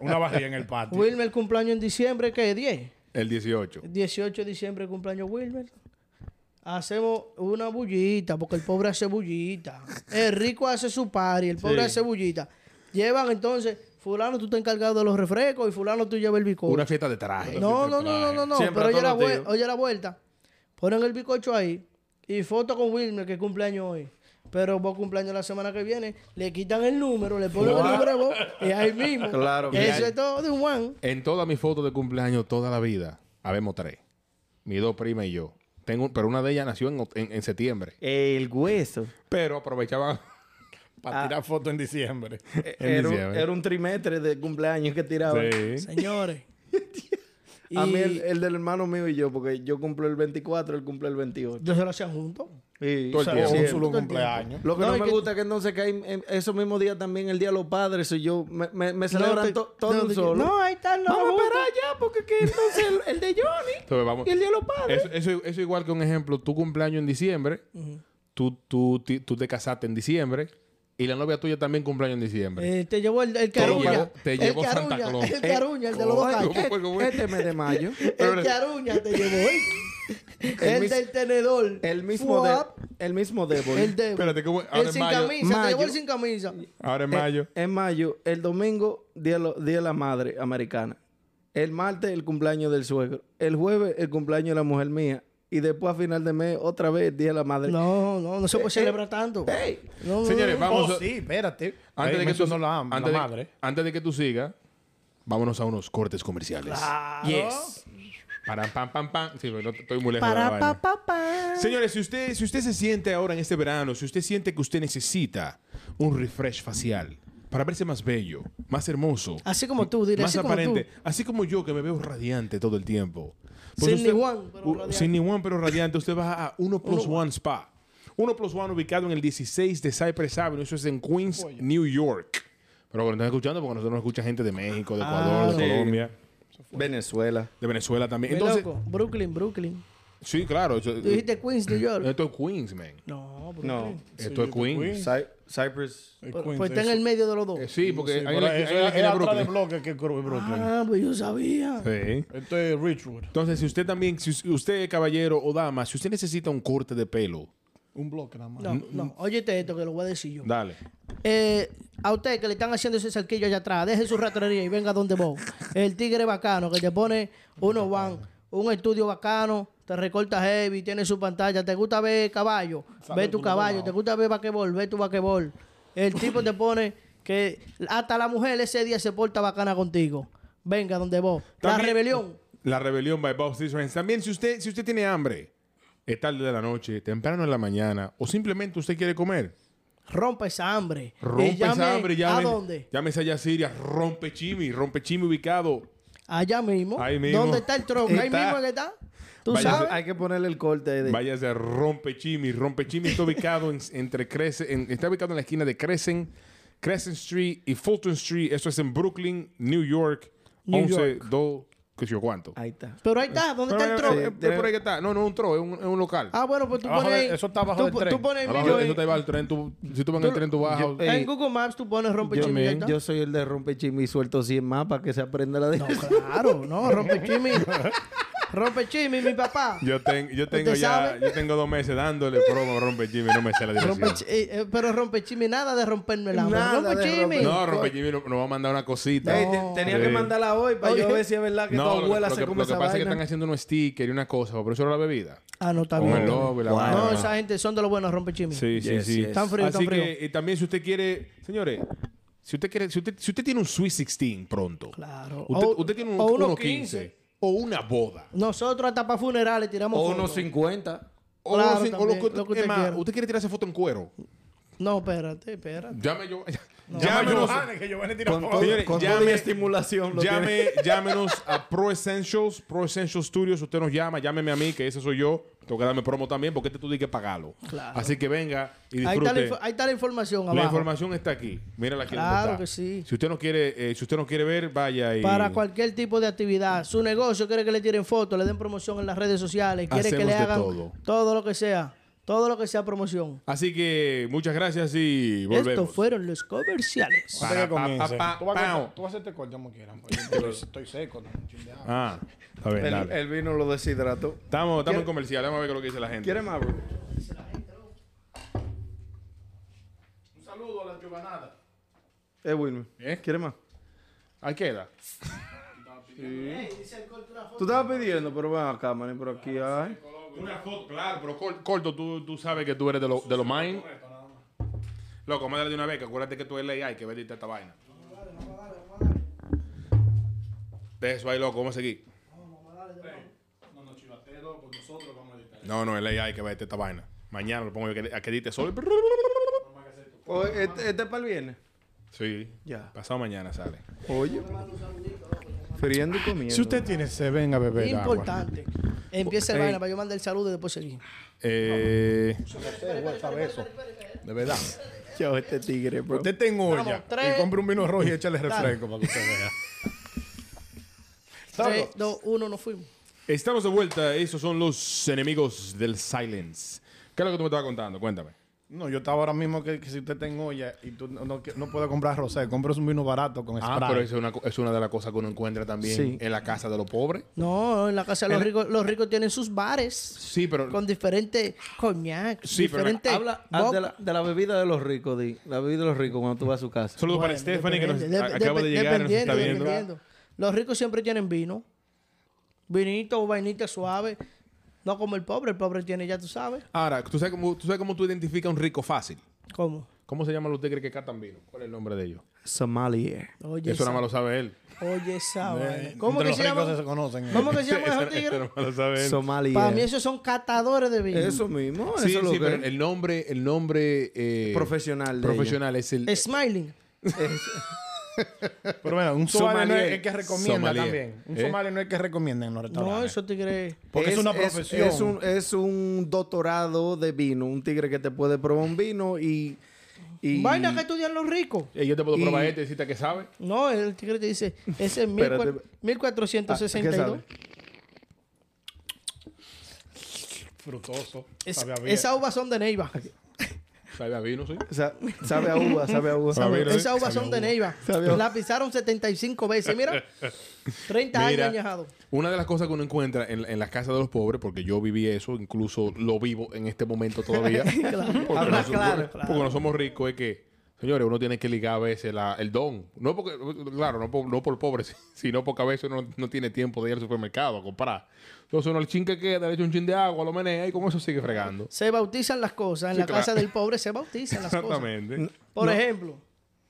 S4: Una barriga en el patio.
S2: Wilmer el cumpleaños en diciembre, ¿qué? ¿10?
S1: El 18.
S2: 18 de diciembre cumpleaños Wilmer. Hacemos una bullita, porque el pobre hace bullita. El rico hace su party, el pobre hace bullita. Llevan entonces, fulano tú te encargado de los refrescos y fulano tú llevas el bicocho.
S1: Una fiesta de traje.
S2: No, no, no, no, no, no.
S3: Siempre
S2: Pero
S3: a
S2: oye la,
S3: todos los
S2: vue-
S3: tíos.
S2: oye la vuelta. Ponen el bicocho ahí y foto con Wilmer que cumpleaños hoy. Pero vos cumpleaños la semana que viene, le quitan el número, le ponen el número a vos y ahí mismo.
S3: Claro,
S2: que
S3: que
S2: Eso
S3: hay.
S2: es todo de un Juan.
S1: En todas mis fotos de cumpleaños, toda la vida, habemos tres. Mis dos primas y yo. Tengo, pero una de ellas nació en, en- en septiembre.
S3: El hueso.
S1: Pero aprovechaban.
S4: Para
S2: Ah.
S4: tirar fotos en diciembre.
S3: Eh, Era un,
S1: diciembre.
S3: era un trimestre de cumpleaños que tiraba.
S2: Señores. y
S3: A mí, el,
S2: eh,
S3: el del hermano mío y yo, porque yo cumplo el 24, él cumple el 28.
S2: yo se lo hacían juntos.
S3: Y-
S1: Todo el
S3: o sea,
S1: tiempo.
S3: sí,
S4: Un
S3: el-
S4: solo cumpleaños.
S3: Lo que
S2: No,
S3: no,
S2: es
S3: me
S2: que-
S3: gusta es que entonces que hay en esos mismos días también el Día de los Padres. soy yo me, me, me celebran
S2: te-
S3: to- todo
S2: no,
S3: un
S2: te-
S3: solo.
S2: No, ahí están los
S3: Vamos a
S2: adultos.
S3: esperar ya, porque que entonces el, el de Johnny
S1: Entonces, vamos.
S3: y el Día de los Padres.
S1: Eso, eso, eso igual que un ejemplo. Tu cumpleaños en diciembre. tú, tú, ti- tú te casaste en diciembre. Y la novia tuya también cumpleaños en diciembre.
S2: Eh, te llevó el, el
S1: Te llevó-
S2: Caruña.
S1: te
S2: el
S1: llevó Santa
S2: Caruña,
S1: Claus.
S2: El Caruña, el de los dos
S1: ¿Cómo
S2: cachos.
S1: fue, cómo fue?
S3: Este mes de mayo.
S2: El que aruña te llevó ¿eh? El,
S3: mis-
S2: del tenedor.
S3: El mismo de,
S2: Fuap.
S3: el mismo de
S2: El de.
S1: Espérate, ¿cómo es? Ahora
S2: el
S1: en
S2: sin
S1: mayo.
S2: camisa. Te llevó el
S3: Mayo.
S2: sin camisa.
S1: Ahora
S3: eh,
S1: en mayo.
S3: En mayo, el domingo, día de, lo- día de la madre americana. El martes, el cumpleaños del suegro. El jueves, el cumpleaños de la mujer mía. Y después, a final de mes, otra vez, el día de la madre.
S2: No, no, no se puede celebrar tanto. No, no, no.
S1: Señores, Eh, vamos.
S4: Oh,
S1: a-
S4: sí, espérate.
S1: antes, de que tú,
S4: no la, la
S1: antes de-
S4: madre.
S1: antes de que tú sigas, vámonos a unos cortes comerciales.
S2: Ah.
S3: Ah, Yes.
S1: Para pam, pam, pam. Sí, no, estoy muy lejos de la
S2: Para
S1: vaina.
S2: pa pa pa.
S1: Señores, si usted, si usted se siente ahora en este verano, si usted siente que usted necesita un refresh facial para verse más bello, más hermoso,
S2: Así como tú, diré,
S1: más
S2: así como
S1: aparente, así como yo que me veo radiante todo el tiempo. Pues
S2: Sin
S1: usted-
S2: ni one, pero
S1: u-
S2: radiante.
S1: Sin ni one, pero radiante. Usted va a Uno Plus One Spa. Uno Plus One ubicado en el 16 de Cypress Avenue. Eso es en Queens, New York. Pero bueno, están escuchando porque nosotros nos escucha gente de México, de Ecuador, de
S3: sí.
S1: Colombia,
S2: pues,
S3: Venezuela.
S1: de Venezuela también.
S2: Ah, Ve
S1: Entonces,
S2: loco, Brooklyn, Brooklyn.
S1: sí, claro. eso- Eh,
S2: Tú dijiste Queens, New York.
S1: esto es Queens, man.
S2: No, Brooklyn.
S3: No.
S1: Esto es Queens.
S3: Cy- Cypress.
S4: El
S2: Por-
S4: Queens,
S2: pues está en
S4: eso.
S2: el medio de los dos.
S1: Eh, sí, porque
S4: Sí,
S1: hay
S4: por
S1: una
S4: ahí,
S1: hay
S4: eso
S1: una
S4: es, es
S1: esquina de
S4: atrás de
S1: Brooklyn.
S4: bloque que es Bro- Brooklyn.
S2: Ah, pues yo sabía.
S1: Sí.
S4: Esto es Richwood.
S1: Entonces, si usted también, si usted, caballero o dama, si usted necesita un corte de pelo,
S4: Un bloque nada más.
S2: No, no, óyete esto que lo voy a decir yo.
S1: dale.
S2: Eh, a usted que le están haciendo ese cerquillo allá atrás, deje su ratrería y venga donde vos. El tigre bacano que te pone uno van, un estudio bacano, te recorta heavy, tiene su pantalla. ¿Te gusta ver caballo? ve tu caballo. ¿Te gusta ver vaquebol? Ve tu vaquebol. El tipo te pone que hasta la mujer ese día se porta bacana contigo. Venga donde vos. La
S1: También-
S2: rebelión.
S1: La rebelión by Bob Scissorhands. También, si usted, si usted tiene hambre, es tarde de la noche, temprano en la mañana, o simplemente usted quiere comer,
S2: Rompa esa hambre. Y
S1: rompe
S2: llame
S1: esa hambre, llame,
S2: ¿A dónde?
S1: Llámese allá a Siria, rompe chimi, rompe chimi ubicado.
S2: Allá mismo.
S1: Ahí mismo.
S2: ¿Dónde está el tronco? Ahí
S1: Está.
S2: mismo que está. ¿Tú
S1: Vaya,
S2: sabes?
S3: Ah, Hay que ponerle el corte de.
S1: Váyase a rompe chimi, rompe chimi está ubicado en- entre Crece, en- está ubicado en la esquina de Crescent, Crescent Street y Fulton Street. Eso es en Brooklyn, New York,
S2: New
S1: 11, 2, qué sé yo cuánto.
S3: Ahí está.
S2: Pero ahí está, ¿dónde
S1: Pero eh,
S2: está el eh,
S1: no, no,
S2: tronco?
S1: es- es por ahí que está. No, no es un tro, es un, es un local.
S2: Ah, bueno, pues tú
S4: Abajo
S2: pones.
S4: de- eso está abajo
S2: tú,
S4: del
S2: po-
S4: tren.
S2: Tú pones
S1: Abajo,
S2: video
S1: eso
S2: en-
S1: te va al tren. tú- si tú vas en el tren, tú bajas.
S3: yo- eh,
S2: en Google Maps, tú pones rompe
S3: Yo,
S2: chimi. ya está.
S3: yo soy el de rompe chisme y suelto 100 más para que se aprenda la de.
S2: Claro, no, rompe chimi. rompe chimi, mi papá.
S1: Yo, ten- yo tengo
S2: ¿Usted
S1: ya,
S2: sabe?
S1: yo tengo dos meses dándole promo a Rompe Jimmy, no me sé la
S2: Rompe chi-
S1: dirección.
S2: eh, eh, pero rompe chimi, nada de romperme el hambre.
S3: Nada
S2: Rompe
S3: de
S2: chimi.
S3: romper-
S1: No, Rompe Jimmy nos va a mandar una cosita.
S3: Ey, te- tenía que
S1: Sí.
S3: mandarla hoy para yo
S2: Oye.
S3: ver si es verdad que
S1: No,
S3: tu
S1: lo-
S3: abuela
S1: lo,
S3: se
S1: que,
S3: come
S1: lo que
S3: esa
S1: pasa es que están
S3: vaina.
S1: haciendo un sticker y una cosa, pero eso era la bebida.
S2: Ah, no, está
S1: Con
S2: bien.
S1: el logo y la vaina.
S2: no, esa gente son de los buenos rompe chimi.
S1: Sí, sí,
S3: Yes,
S1: sí.
S3: yes.
S2: Tan frío,
S1: Así
S2: tan frío.
S1: que y también si usted quiere, señores, si usted quiere, si usted, si usted tiene un Sweet 16 pronto.
S2: Claro.
S1: Usted,
S2: O-
S1: usted tiene un,
S2: o unos
S1: 1.15 o una boda.
S2: Nosotros hasta para funerales tiramos.
S3: O
S2: fotos.
S3: unos 50.
S1: O,
S2: Claro,
S1: unos cin- o lo
S2: también,
S1: que usted,
S2: lo que usted
S1: es más,
S2: quiera.
S1: usted quiere tirarse foto en cuero.
S2: No, espérate, espérate.
S1: Llame yo.
S4: Llama
S1: llámenos-
S4: a Johannes, que Giovanni tira
S3: Con,
S4: fotos.
S3: todo-
S1: Señores,
S3: con
S1: llame-
S3: toda mi estimulación. lo tiene.
S1: Llame, llámenos a Pro Essentials, Pro Essentials Studios. Usted nos llama, llámeme a mí, que ese soy yo. Tengo que darme promo también, porque este tú di que pagarlo.
S2: Claro.
S1: Así que venga y
S2: Ahí está, la,
S1: disfrute.
S2: info- ahí está la información
S1: La
S2: abajo.
S1: información está aquí. Mírala aquí. donde
S2: Claro
S1: está.
S2: que sí.
S1: Si usted no quiere, eh, si usted no quiere ver, vaya y.
S2: Para cualquier tipo de actividad. Su negocio quiere que le tiren fotos, le den promoción en las redes sociales, quiere que
S1: Hacemos
S2: le
S1: de
S2: hagan
S1: todo.
S2: todo lo que sea. Todo lo que sea promoción.
S1: Así que muchas gracias y volvemos. Ah,
S2: Estos fueron los comerciales.
S4: Antes que
S1: Pa, pa,
S4: comience.
S1: pa, pa,
S4: Tú vas a
S1: pao.
S4: cortar- tú vas a hacerte corte como quieran. porque yo Estoy estoy seco. ¿no?
S1: Ah, está bien,
S3: El,
S1: dale.
S3: el vino lo deshidrató.
S1: Estamos, estamos en
S3: ¿Quiere-
S1: comercial. Vamos a ver qué es lo que dice la gente.
S3: ¿Quieres más, bro?
S4: Un saludo a la chubanada.
S3: Eh, Wilmer.
S1: ¿Eh?
S3: ¿Quieres más?
S1: Ahí queda.
S3: Tú estabas pidiendo, pero ven acá, man, por aquí hay.
S1: Una foto, claro, pero cor- corto, tú, tú sabes que tú eres de los de lo mine. Loco, mándale de una vez, que acuérdate que tú eres ley, que vendiste esta vaina. De eso ahí, loco, vamos a seguir.
S4: No, no, chivatero, con nosotros vamos a editar.
S1: No, no, es ley, que vendiste esta vaina. Mañana lo pongo yo que- a que edite solo.
S3: O, este, este es para el viernes.
S1: Sí,
S3: Ya.
S1: pasado mañana sale.
S3: Oye. Friendo y comiendo.
S4: Si usted tiene, se venga a beber agua.
S2: Importante. Empieza el vaina para yo mandar el saludo y después seguir.
S1: Eh,
S4: De verdad.
S3: Chao, este tigre, bro.
S4: Usted tenga olla
S2: Vamos, tres.
S4: y compre un vino rojo y échale refresco para que usted vea.
S2: 3, 2, 1, nos fuimos.
S1: estamos de vuelta. Esos son los enemigos del silence. ¿Qué es lo que tú me estabas contando? Cuéntame.
S4: No, yo estaba ahora mismo que, que si usted está en olla y tú no, no, no puedes comprar rosé, compras un vino barato con
S1: Ah,
S4: spray.
S1: pero eso es una, co- es una de las cosas que uno encuentra también
S3: Sí.
S1: en la casa de los pobres.
S2: No, en la casa de los ricos, los ricos tienen sus bares
S1: Sí, pero
S2: con diferentes coñac,
S1: Sí, pero
S2: diferentes.
S3: Habla ah, de la, de la bebida de los ricos, Di. La bebida de los ricos cuando tú vas a su casa.
S1: Saludos para
S2: Bueno,
S1: Stephanie que nos
S2: depende,
S1: a-
S2: dep-
S1: acaba de
S2: dep-
S1: llegar, nos está
S2: dependiendo,
S1: viendo.
S2: dependiendo. Los ricos siempre tienen vino. Vinito o vainita suave. No como el pobre, el pobre tiene ya, tú sabes.
S1: Ahora, ¿tú sabes, cómo, ¿tú sabes cómo tú identificas a un rico fácil?
S2: ¿Cómo?
S1: ¿Cómo se llaman los tigres que catan vino? ¿Cuál es el nombre de ellos?
S3: Somalia.
S2: Oye,
S1: Eso
S2: esa,
S1: nada más lo sabe él.
S2: oye, esa vaina.
S4: Eh,
S2: ¿Cómo
S4: entre
S2: que
S4: los
S2: se
S4: ricos
S2: llaman?
S4: se conocen. eh.
S2: ¿Cómo que se llaman
S1: Eso-
S2: esos
S1: eso
S2: tigres?
S1: nada más lo sabe él.
S3: Somalia.
S2: Para mí esos son catadores de vino.
S3: Eso mismo,
S1: Sí,
S3: eso es lo
S1: sí,
S3: que
S1: pero el nombre, el nombre eh,
S3: Profesional de
S1: profesional es el
S2: Smiling.
S4: Pero bueno, un somalí no es
S3: Sommelier.
S4: el que recomienda
S1: Sommelier.
S4: también. Un
S1: ¿Eh?
S4: somalí no es el que recomienda en los
S2: No,
S4: restaurantes.
S2: eso te crees.
S4: Porque es, una profesión.
S3: Es, un, es un doctorado de vino, un tigre que te puede probar un vino y. y
S2: Vaina que estudian los ricos.
S1: Eh, yo te puedo probar
S3: Y-
S1: este, decirte que sabe.
S2: No, el tigre te dice, ese es
S3: Espérate.
S2: 14- 1462.
S3: Ah, ¿qué
S4: Frutoso.
S2: Es-
S4: sabe a bien.
S2: esas uvas son de Neiva.
S1: ¿Sabe a vino, sí?
S3: Sa- sabe a uva, sabe a uva.
S1: Sabe Pero,
S2: Esas uvas
S4: sabe
S2: son de
S4: uva.
S2: Neiva.
S3: Sabe a-
S2: La pisaron 75 veces. Mira, 30
S1: Mira.
S2: años añejado.
S1: Una de las cosas que uno encuentra en, en las casas de los pobres, porque yo viví eso, incluso lo vivo en este momento todavía. porque,
S2: Habla
S1: no, somos-
S2: claro,
S1: porque-
S2: claro.
S1: porque no somos ricos, es que, señores, uno tiene que ligar a veces la- el don. No porque, claro, no por, no por pobre, si- sino porque a veces uno no, tiene tiempo de ir al supermercado a comprar. Entonces uno el chin que queda, le echa un chin de agua, lo menea y con eso sigue fregando.
S2: Se bautizan las cosas. En
S1: Sí,
S2: la
S1: claro.
S2: casa del pobre se bautizan las cosas.
S1: Exactamente.
S2: Por ejemplo.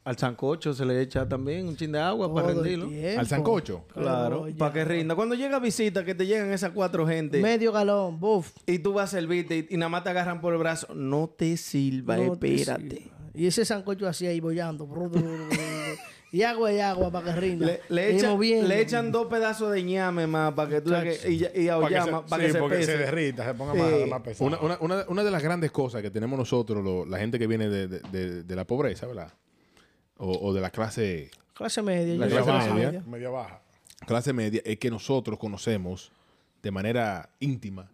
S3: Al sancocho se le echa también un chin de agua para
S2: todo el
S3: rendirlo.
S2: tiempo.
S1: Al sancocho.
S3: Claro,
S2: Pero
S3: para que
S2: ya.
S3: rinda. Cuando llega visita, que te llegan esas cuatro gente
S2: Medio galón, buf.
S3: y tú vas a servirte y, y nada más te agarran por el brazo, no te sirva,
S2: No te
S3: espérate.
S2: sirva. Y ese sancocho así ahí bollando. bru, bru, bru, bru, bru. y agua y agua para que rinda.
S3: Le, le
S2: Y
S3: echan,
S2: moviendo.
S3: le echan dos pedazos de ñame más para que tú que- y, ya- y a
S4: Para
S3: Oyama,
S4: que se,
S3: para
S4: sí,
S3: que se
S4: porque
S3: pese.
S4: se derrita, se ponga
S3: Sí.
S4: más, más pesado.
S1: Una, una- una- una de las grandes cosas que tenemos nosotros, lo- la gente que viene de, de- de- de la pobreza, ¿verdad? O, o de la clase,
S2: Clase media.
S1: La
S2: yo
S1: clase
S2: clase
S1: media.
S2: media.
S4: media baja.
S1: clase media, es que nosotros conocemos de manera íntima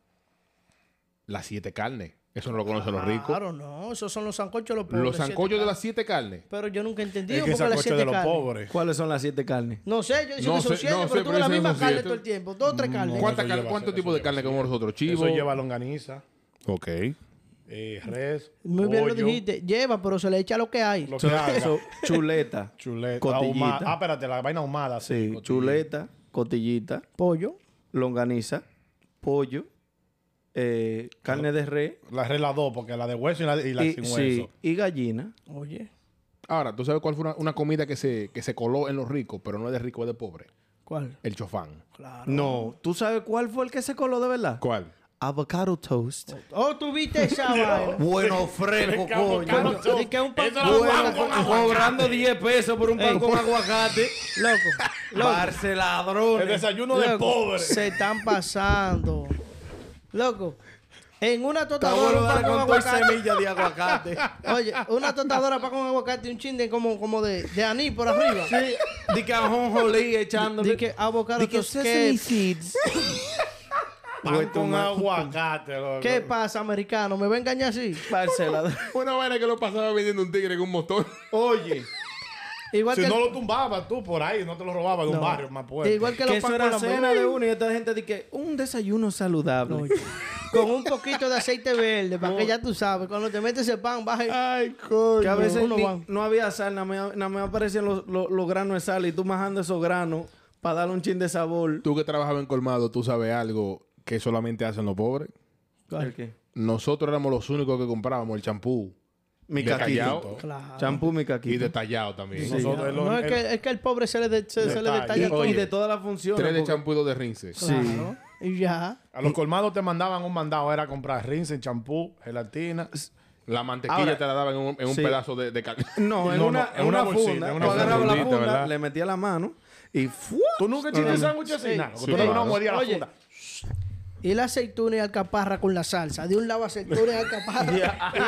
S1: las siete carnes. Eso no lo conocen los ricos.
S2: Claro, no. Esos son los sancochos de los pobres.
S1: Los
S2: siete
S1: sancochos de
S2: carnes.
S1: las siete carnes.
S2: Pero yo nunca entendí
S4: Es
S2: por
S4: que
S2: qué
S4: esa
S2: las
S4: coche de
S2: siete
S4: los
S2: carnes.
S4: pobres.
S3: ¿Cuáles son las siete carnes?
S2: No sé, yo dije
S1: No
S2: que son
S1: sé,
S2: siete,
S1: no sé,
S2: pero tuve
S1: pero
S2: la
S1: dicen
S2: misma
S1: son
S2: carne
S1: siete.
S2: todo el tiempo. Dos o tres carnes.
S1: ¿Cuántas
S4: eso
S1: car-
S4: lleva-
S1: ¿Cuántos
S4: eso
S1: tipos de
S4: lleva-
S1: carne comemos nosotros? Chivo.
S4: Eso lleva longaniza,
S1: Ok.
S4: eh, res,
S2: Muy bien lo
S4: pollo,
S2: dijiste. Lleva, pero se le echa lo que hay.
S4: lo que
S3: Eso-
S4: haga.
S3: eso, chuleta,
S4: Chuleta,
S3: cotillita.
S4: ahumada. Ah, espérate, la vaina ahumada.
S3: sí, chuleta, cotillita,
S2: Pollo.
S3: longaniza, pollo, eh, carne de res
S4: La res la dos, porque la de hueso y la, y la
S3: y,
S4: sin hueso.
S3: sí, y gallina.
S2: Oye,
S1: Ahora, ¿tú sabes cuál fue una, una comida que se, que se coló en los ricos, pero no es de rico, es de pobre?
S2: ¿cuál?
S1: El chofán.
S2: Claro.
S3: No, ¿tú sabes cuál fue el que se coló de verdad?
S1: ¿Cuál?
S3: Avocado toast.
S2: Oh, tú viste esa vaina.
S3: Bueno, fresco,
S2: Bueno,
S3: coño.
S2: di que un pan
S4: Eso
S2: con
S4: lo
S2: huevo
S4: pan
S2: con-
S4: con ajo.
S3: Cobrando 10 pesos por un pan
S2: Ey.
S3: con aguacate.
S2: Loco.
S3: Parce
S4: El
S3: ladrones.
S4: desayuno de
S2: Loco,
S4: pobre.
S2: Se están pasando. Loco. En una
S3: Está
S2: tostadora
S3: bueno
S2: un pan
S3: dar
S2: con
S3: con dos
S2: aguacate.
S3: semillas de aguacate.
S2: Oye, una tostadora para con aguacate y un chinde como, como de, de anís por arriba. Sí.
S3: Di que ajonjolí echándole.
S2: Di que avocado
S3: Di que
S2: toast,
S3: sesame
S2: ¿qué?
S3: seeds.
S4: Pan
S3: Hueto,
S4: con
S3: ma-
S4: aguacate, loco.
S2: ¿Qué pasa, americano? ¿Me va a engañar así?
S3: Parce ladrones.
S1: Una vaina que lo pasaba vendiendo un tigre con un motor.
S3: Oye,
S2: Igual
S4: Si
S2: que,
S4: no lo tumbabas tú por ahí, no te lo robabas de un barrio más puerto.
S2: igual que,
S3: que
S2: los pan
S3: eso
S2: con
S3: era
S2: la
S3: cena de uno y esta gente di que un desayuno saludable.
S2: Oye, Con un poquito de aceite verde, para que ya tú sabes, cuando te metes ese pan, baja.
S3: Ah.
S2: el-
S1: Ay, coño.
S3: Que a veces
S2: Uno
S3: ni-
S2: va.
S3: no había sal, nada más, nada más aparecían los, los- los granos de sal y tú majando esos granos para darle un chin de sabor.
S1: Tú que trabajabas en Colmado, tú sabes algo que solamente hacen los pobres.
S3: ¿El qué?
S1: Nosotros éramos los únicos que comprábamos el champú
S3: Mi
S1: De
S3: caquito.
S1: callao.
S2: Claro.
S3: Champú, mi
S1: y
S3: caquito.
S1: detallado también.
S3: Sí.
S4: Nosotros el-
S2: No, es
S4: el-
S2: que, es que el pobre se le, de- se, se le
S4: Detalle.
S2: detalla
S3: Y-
S2: todo.
S3: y de todas las funciones.
S1: Tres de
S3: porque-
S1: champú y dos de rince.
S2: Claro. Y ya.
S4: A los colmados te mandaban un mandado, era comprar rinse, champú, gelatina.
S1: La mantequilla
S3: Ahora-
S1: te la daban en un, en un
S3: Sí.
S1: pedazo de, de carne.
S3: No, en
S4: No,
S3: una,
S4: no,
S3: en
S4: en
S3: una
S4: una bolsita,
S3: funda.
S4: en una
S3: Yo agarraba la
S1: bolsita,
S3: funda,
S1: ¿verdad?
S3: le metía la mano y ¡fua!
S4: ¿Tú nunca echaste sándwich
S2: Sí.
S4: así? Nah,
S1: Sí,
S4: Tú no
S1: claro.
S4: una mordida a la
S2: Oye.
S4: funda.
S2: Y la aceituna y alcaparra con la salsa. De un lado aceituna y alcaparra. Y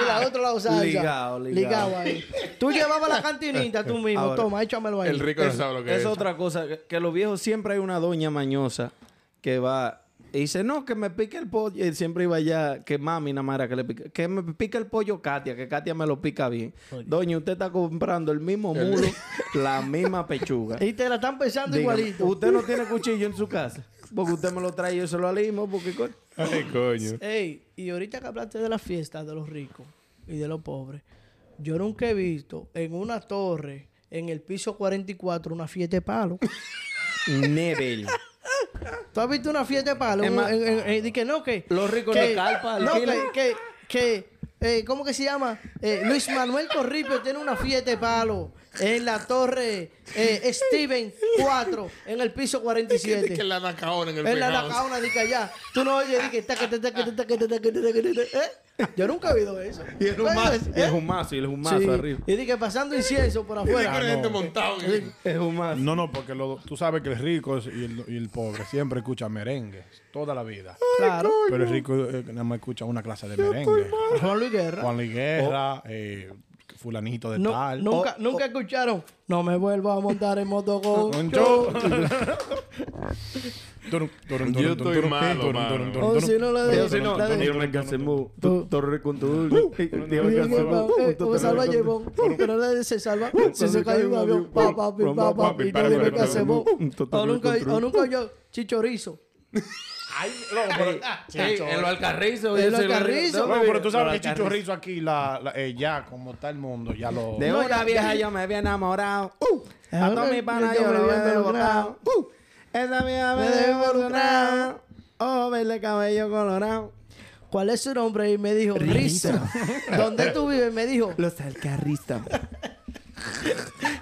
S2: la otro lado salsa.
S3: Ligao, ligao.
S2: ahí. Tú llevabas la cantinita tú mismo.
S3: Ahora,
S2: Toma, échamelo ahí.
S1: El rico no sabe lo que
S3: es,
S1: es.
S3: otra cosa, que, que los viejos siempre hay una doña mañosa que va y dice, no, que me pique el pollo. Y siempre iba allá, que mami, nada más era que le pique, que me pique el pollo Katia, que Katia me lo pica bien. Doña, usted está comprando el mismo mulo, la misma pechuga.
S2: Y te la están pensando
S3: Dígame,
S2: igualito.
S3: Usted no tiene cuchillo en su casa, porque usted me lo trae y yo se lo alimo, porque... co-
S1: Ay, coño.
S2: Ey, y ahorita que hablaste de las fiestas de los ricos y de los pobres, yo nunca he visto en una torre, en el piso 44, una fiesta de palo.
S3: Nebel.
S2: ¿Tú has visto una fiesta de palo?
S3: Es
S2: Un-
S3: más-
S2: en- en- en- di que no, que.
S3: Los ricos
S2: que-
S3: le calpa al
S2: No,
S3: kilo.
S2: que. que, que eh, ¿Cómo que se llama? Eh, Luis Manuel Corripio tiene una fiesta de palo en la torre eh, Steven 4, en el piso
S1: Es que
S2: 47.
S1: la nacaona en el
S2: En la
S1: penthouse.
S2: Nacaona, di que allá. Tú no oyes, di que. taca, taca, taca, taca, taca, taca, taca, taca, ¿eh? Yo nunca he oído eso.
S3: Y el
S2: ¿Tú has
S3: humazo,
S2: oído
S3: y el
S2: eso? ¿Eh?
S3: humazo, y el humazo
S2: Sí.
S3: arriba.
S2: Y di que pasando incienso por
S1: Y de que
S2: afuera.
S1: la gente montada en el-
S3: Es humazo.
S4: No, no, porque lo- tú sabes que el rico es- y el, y el pobre siempre escucha merengue, toda la vida.
S2: Claro.
S4: Pero el rico eh, nada más escucha una clase de merengue.
S2: Juan Luis Guerra.
S4: Juan Liguerra, eh, fulanito de
S2: No,
S4: tal.
S3: Oh,
S2: nunca, nunca Oh, escucharon. No me vuelvo a montar en moto con
S4: Un
S2: yo".
S4: show.
S1: Yo estoy malo, mano.
S2: O oh, si no la de...
S3: Eso sí no,
S2: la de-
S3: Daniel Mercasemú, tu- Torre con tu dulce. Eh, Daniel
S2: Oye,
S3: Mercasemú,
S2: eh,
S3: tu
S2: me
S3: Torre
S2: salva
S3: con tu-
S2: Yevon, pero nadie se salva. Si se
S3: Entonces,
S2: cae un avión, pa, pa, pi, pa, pa, pi,
S1: pa,
S2: nadie
S1: pa,
S2: ve
S1: pa,
S2: qué hacemos.
S3: pa, pa, pa,
S2: O nunca,
S3: pa, pa,
S2: o nunca yo, chichorizo.
S4: Ay, no, pero, Chicho,
S5: el Valcarrizo.
S2: El
S5: ese-
S2: Valcarrizo.
S4: no, pero tú
S5: No,
S4: sabes que
S5: Valcarrizo.
S4: Chicho Rizzo aquí, la, la- eh, ya, como está el mundo, ya lo...
S3: De
S2: No,
S3: una
S2: ya-
S3: vieja
S2: ya-
S3: yo me había enamorado. Uh, a
S2: Ahora
S3: todos mis panas
S2: yo
S3: yo
S2: me
S3: lo
S2: vi
S3: había
S2: involucrado.
S3: devorado. Uh, esa vieja me
S2: Me
S3: dejó
S2: dejó
S3: involucrado. Oh, verle cabello colorado.
S2: ¿Cuál es su nombre? Y me dijo, Rizo. ¿Dónde tú vives? Me dijo,
S3: Los alcarristas.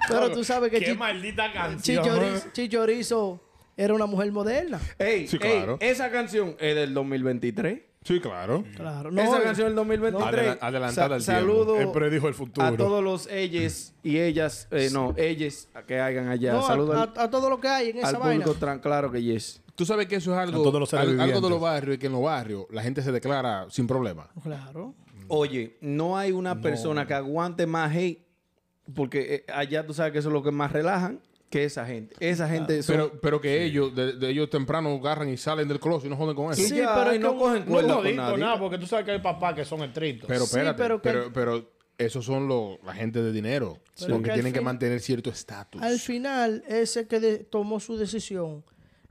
S2: pero tú sabes que
S4: Qué
S2: Chi-
S4: maldita canción.
S1: ¿eh?
S2: Chichorizo, Chichorizo era una mujer moderna.
S3: Ey,
S1: Sí,
S3: ey,
S1: claro.
S3: esa canción es del 2023.
S1: Sí, claro.
S2: Claro. No, eh,
S3: esa canción del 2023.
S1: Adela- adelantada al tiempo.
S3: saludo
S4: Él predijo el futuro.
S3: a todos los ellos y ellas, eh, no, ellas que hagan allá.
S2: no,
S3: saludo
S2: a,
S3: al,
S2: a- a todo lo que hay en esa
S3: al
S2: vaina.
S3: público tan claro que yes.
S1: Tú sabes que eso es algo,
S4: A todos los
S1: al- algo de
S4: sobrevivientes.
S1: los barrios y que en los barrios la gente se declara sin problema.
S2: Claro.
S3: Oye, no hay una persona que aguante más hate, porque eh, allá tú sabes que eso es lo que más relajan, que esa gente. Esa gente son...
S1: Pero, pero que ellos, de, de ellos temprano agarran y salen del closet y no joden con eso.
S3: Sí,
S2: Sí,
S3: ya,
S2: pero
S3: y
S2: es
S3: no
S2: que
S3: cogen
S4: No
S3: cuerda con
S4: jodito,
S3: nadie.
S4: nada, porque tú sabes que hay papás que son estrictos.
S1: Pero
S2: Sí,
S1: espérate,
S2: pero
S1: pero,
S2: que-
S1: pero, esos son los, la gente de dinero.
S2: Pero
S1: Porque
S2: que al
S1: tienen que
S2: fin-
S1: mantener cierto estatus.
S2: Al final, ese que de- tomó su decisión,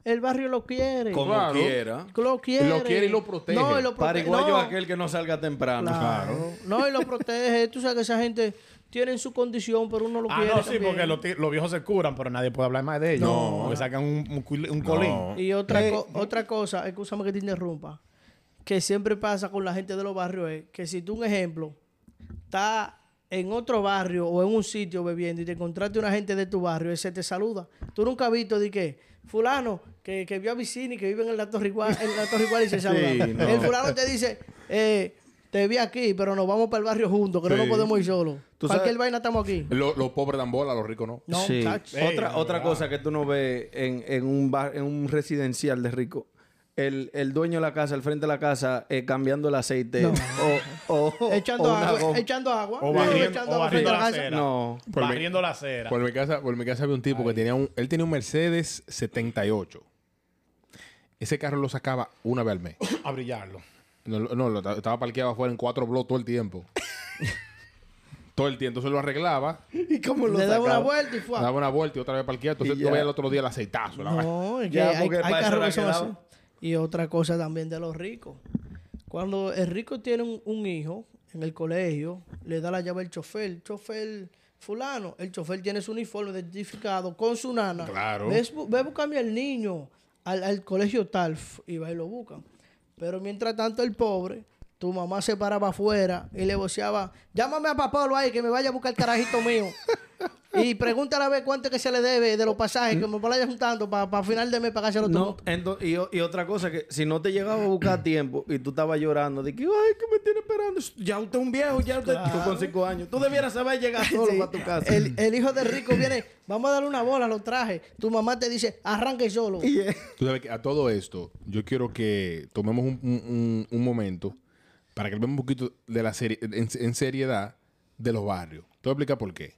S2: el barrio lo quiere.
S3: Como
S1: Claro.
S3: quiera.
S2: Lo quiere.
S1: Lo quiere y lo protege.
S2: No, y lo
S3: Para
S2: protege.
S3: igual
S2: no.
S3: aquel que no salga temprano.
S2: Claro. No, y lo protege. Tú sabes que esa gente tiene su condición, pero uno lo
S4: Ah,
S2: quiere.
S4: no, sí,
S2: también.
S4: porque los, ti- los viejos se curan, pero nadie puede hablar más de ellos. No. Porque sacan un, un, cuil- un colín.
S1: No.
S2: Y otra,
S3: Eh,
S2: co- otra cosa, escúchame que te interrumpa, que siempre pasa con la gente de los barrios es que si tú, un ejemplo, estás en otro barrio o en un sitio bebiendo y te encontraste una gente de tu barrio, ese te saluda. Tú nunca has visto de qué, fulano, que, que vio a Vicini, que vive en la Torre Igual, en la Torre Igual y se saluda.
S3: no.
S2: El fulano te dice, eh, te vi aquí, pero nos vamos para el barrio juntos, que no nos podemos ir solos.
S3: Tú
S2: Cualquier
S3: sabes-
S2: vaina estamos aquí.
S1: Lo- los pobres dan bola, los ricos no.
S2: No,
S3: Sí. Eh,
S2: chacho.
S4: Ey,
S3: otra
S4: no,
S3: otra
S4: verdad.
S3: cosa que tú no ves en, en un bar, en un residencial de rico. El, el dueño de la casa, el frente de la casa, eh, cambiando el aceite
S2: No.
S3: o, o-
S2: Echando
S3: o una
S2: agua,
S3: goma.
S2: echando agua.
S4: O
S2: Sí,
S4: barriendo-
S2: echando
S4: o
S2: agua frente a la
S4: barriendo la
S2: casa.
S4: acera.
S3: No.
S1: Por mi-
S4: barriendo la acera.
S1: Por mi casa, por mi casa había un tipo que tenía un, él tenía un Mercedes 78. Ese carro lo sacaba una vez al mes.
S4: A brillarlo.
S1: No, lo- no, lo- estaba parqueado afuera en cuatro bloques todo el tiempo. todo el tiempo. Entonces lo arreglaba,
S3: ¿Y cómo lo
S2: Le daba una
S3: sacaba?
S2: vuelta y fue.
S1: daba una vuelta y otra vez parqueado. Entonces
S3: Y
S1: lo
S3: ya.
S1: veía el otro día el aceitazo. la vaina.
S2: No, es que
S3: Ya,
S2: hay,
S3: porque
S2: hay
S3: para eso
S2: carros
S3: era
S2: que son
S3: que
S2: así.
S3: daba.
S2: Y otra cosa también de los ricos. Cuando el rico tiene un, un hijo en el colegio, le da la llave al chofer. El chofer fulano, el chofer tiene su uniforme identificado con su nana.
S1: Claro.
S2: Ves bu- Ve, a buscarme al niño al, al colegio tal f- y va y lo buscan. Pero mientras tanto el pobre, tu mamá se paraba afuera y le voceaba, llámame a papá ahí que me vaya a buscar el carajito mío. Y pregúntale a ver cuánto es que se le debe de los pasajes que me vaya juntando para final de mes pagárselo
S3: No,
S2: todo.
S3: ento- y, o- y otra cosa que si no te llegaba a buscar a tiempo y tú estabas llorando, de que, ay, que me tiene esperando. Ya usted es un viejo, ya usted Yo con cinco años. Tú debieras saber llegar solo
S2: Sí.
S3: para tu casa.
S2: El, el hijo del rico viene, vamos a darle una bola, lo traje. Tu mamá te dice, arranque solo.
S3: Y, eh,
S1: Tú sabes que a todo esto, yo quiero que tomemos un, un- un- un momento para que veamos un poquito de la serie, en, en seriedad de los barrios. Te voy a explicar por qué.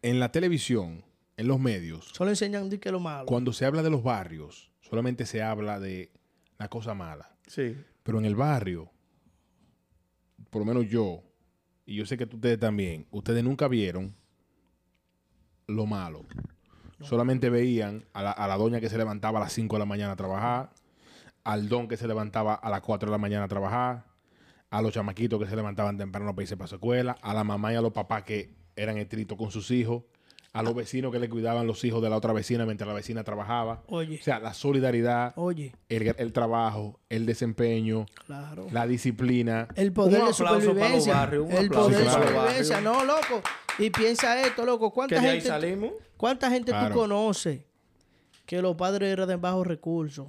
S1: En la televisión, en los medios,
S2: Solo enseñan di que lo malo.
S1: cuando se habla de los barrios, solamente se habla de la cosa mala.
S3: sí.
S1: Pero en el barrio, por lo menos yo, y yo sé que ustedes también, ustedes nunca vieron lo malo. Solamente veían a la, a la doña que se levantaba a las 5 de la mañana a trabajar, al don que se levantaba a las 4 de la mañana a trabajar, a los chamaquitos que se levantaban temprano para irse para su escuela, a la mamá y a los papás que eran estrictos con sus hijos, a los vecinos que le cuidaban los hijos de la otra vecina mientras la vecina trabajaba.
S2: Oye.
S1: O sea, la solidaridad,
S2: Oye,
S1: el, el trabajo, el desempeño,
S2: claro.
S1: la disciplina.
S2: El poder
S3: Un
S2: de
S3: aplauso para los
S2: supervivencia.
S3: barrios, un
S2: el
S3: aplauso
S2: poder de
S1: para los
S2: supervivencia.
S3: barrios.
S2: No, loco. Y piensa esto, loco.
S3: Que
S2: ¿Cuánta
S3: de ahí
S2: gente,
S3: salimos.
S2: cuánta gente
S1: Claro.
S2: tú conoces que los padres eran de bajos recursos?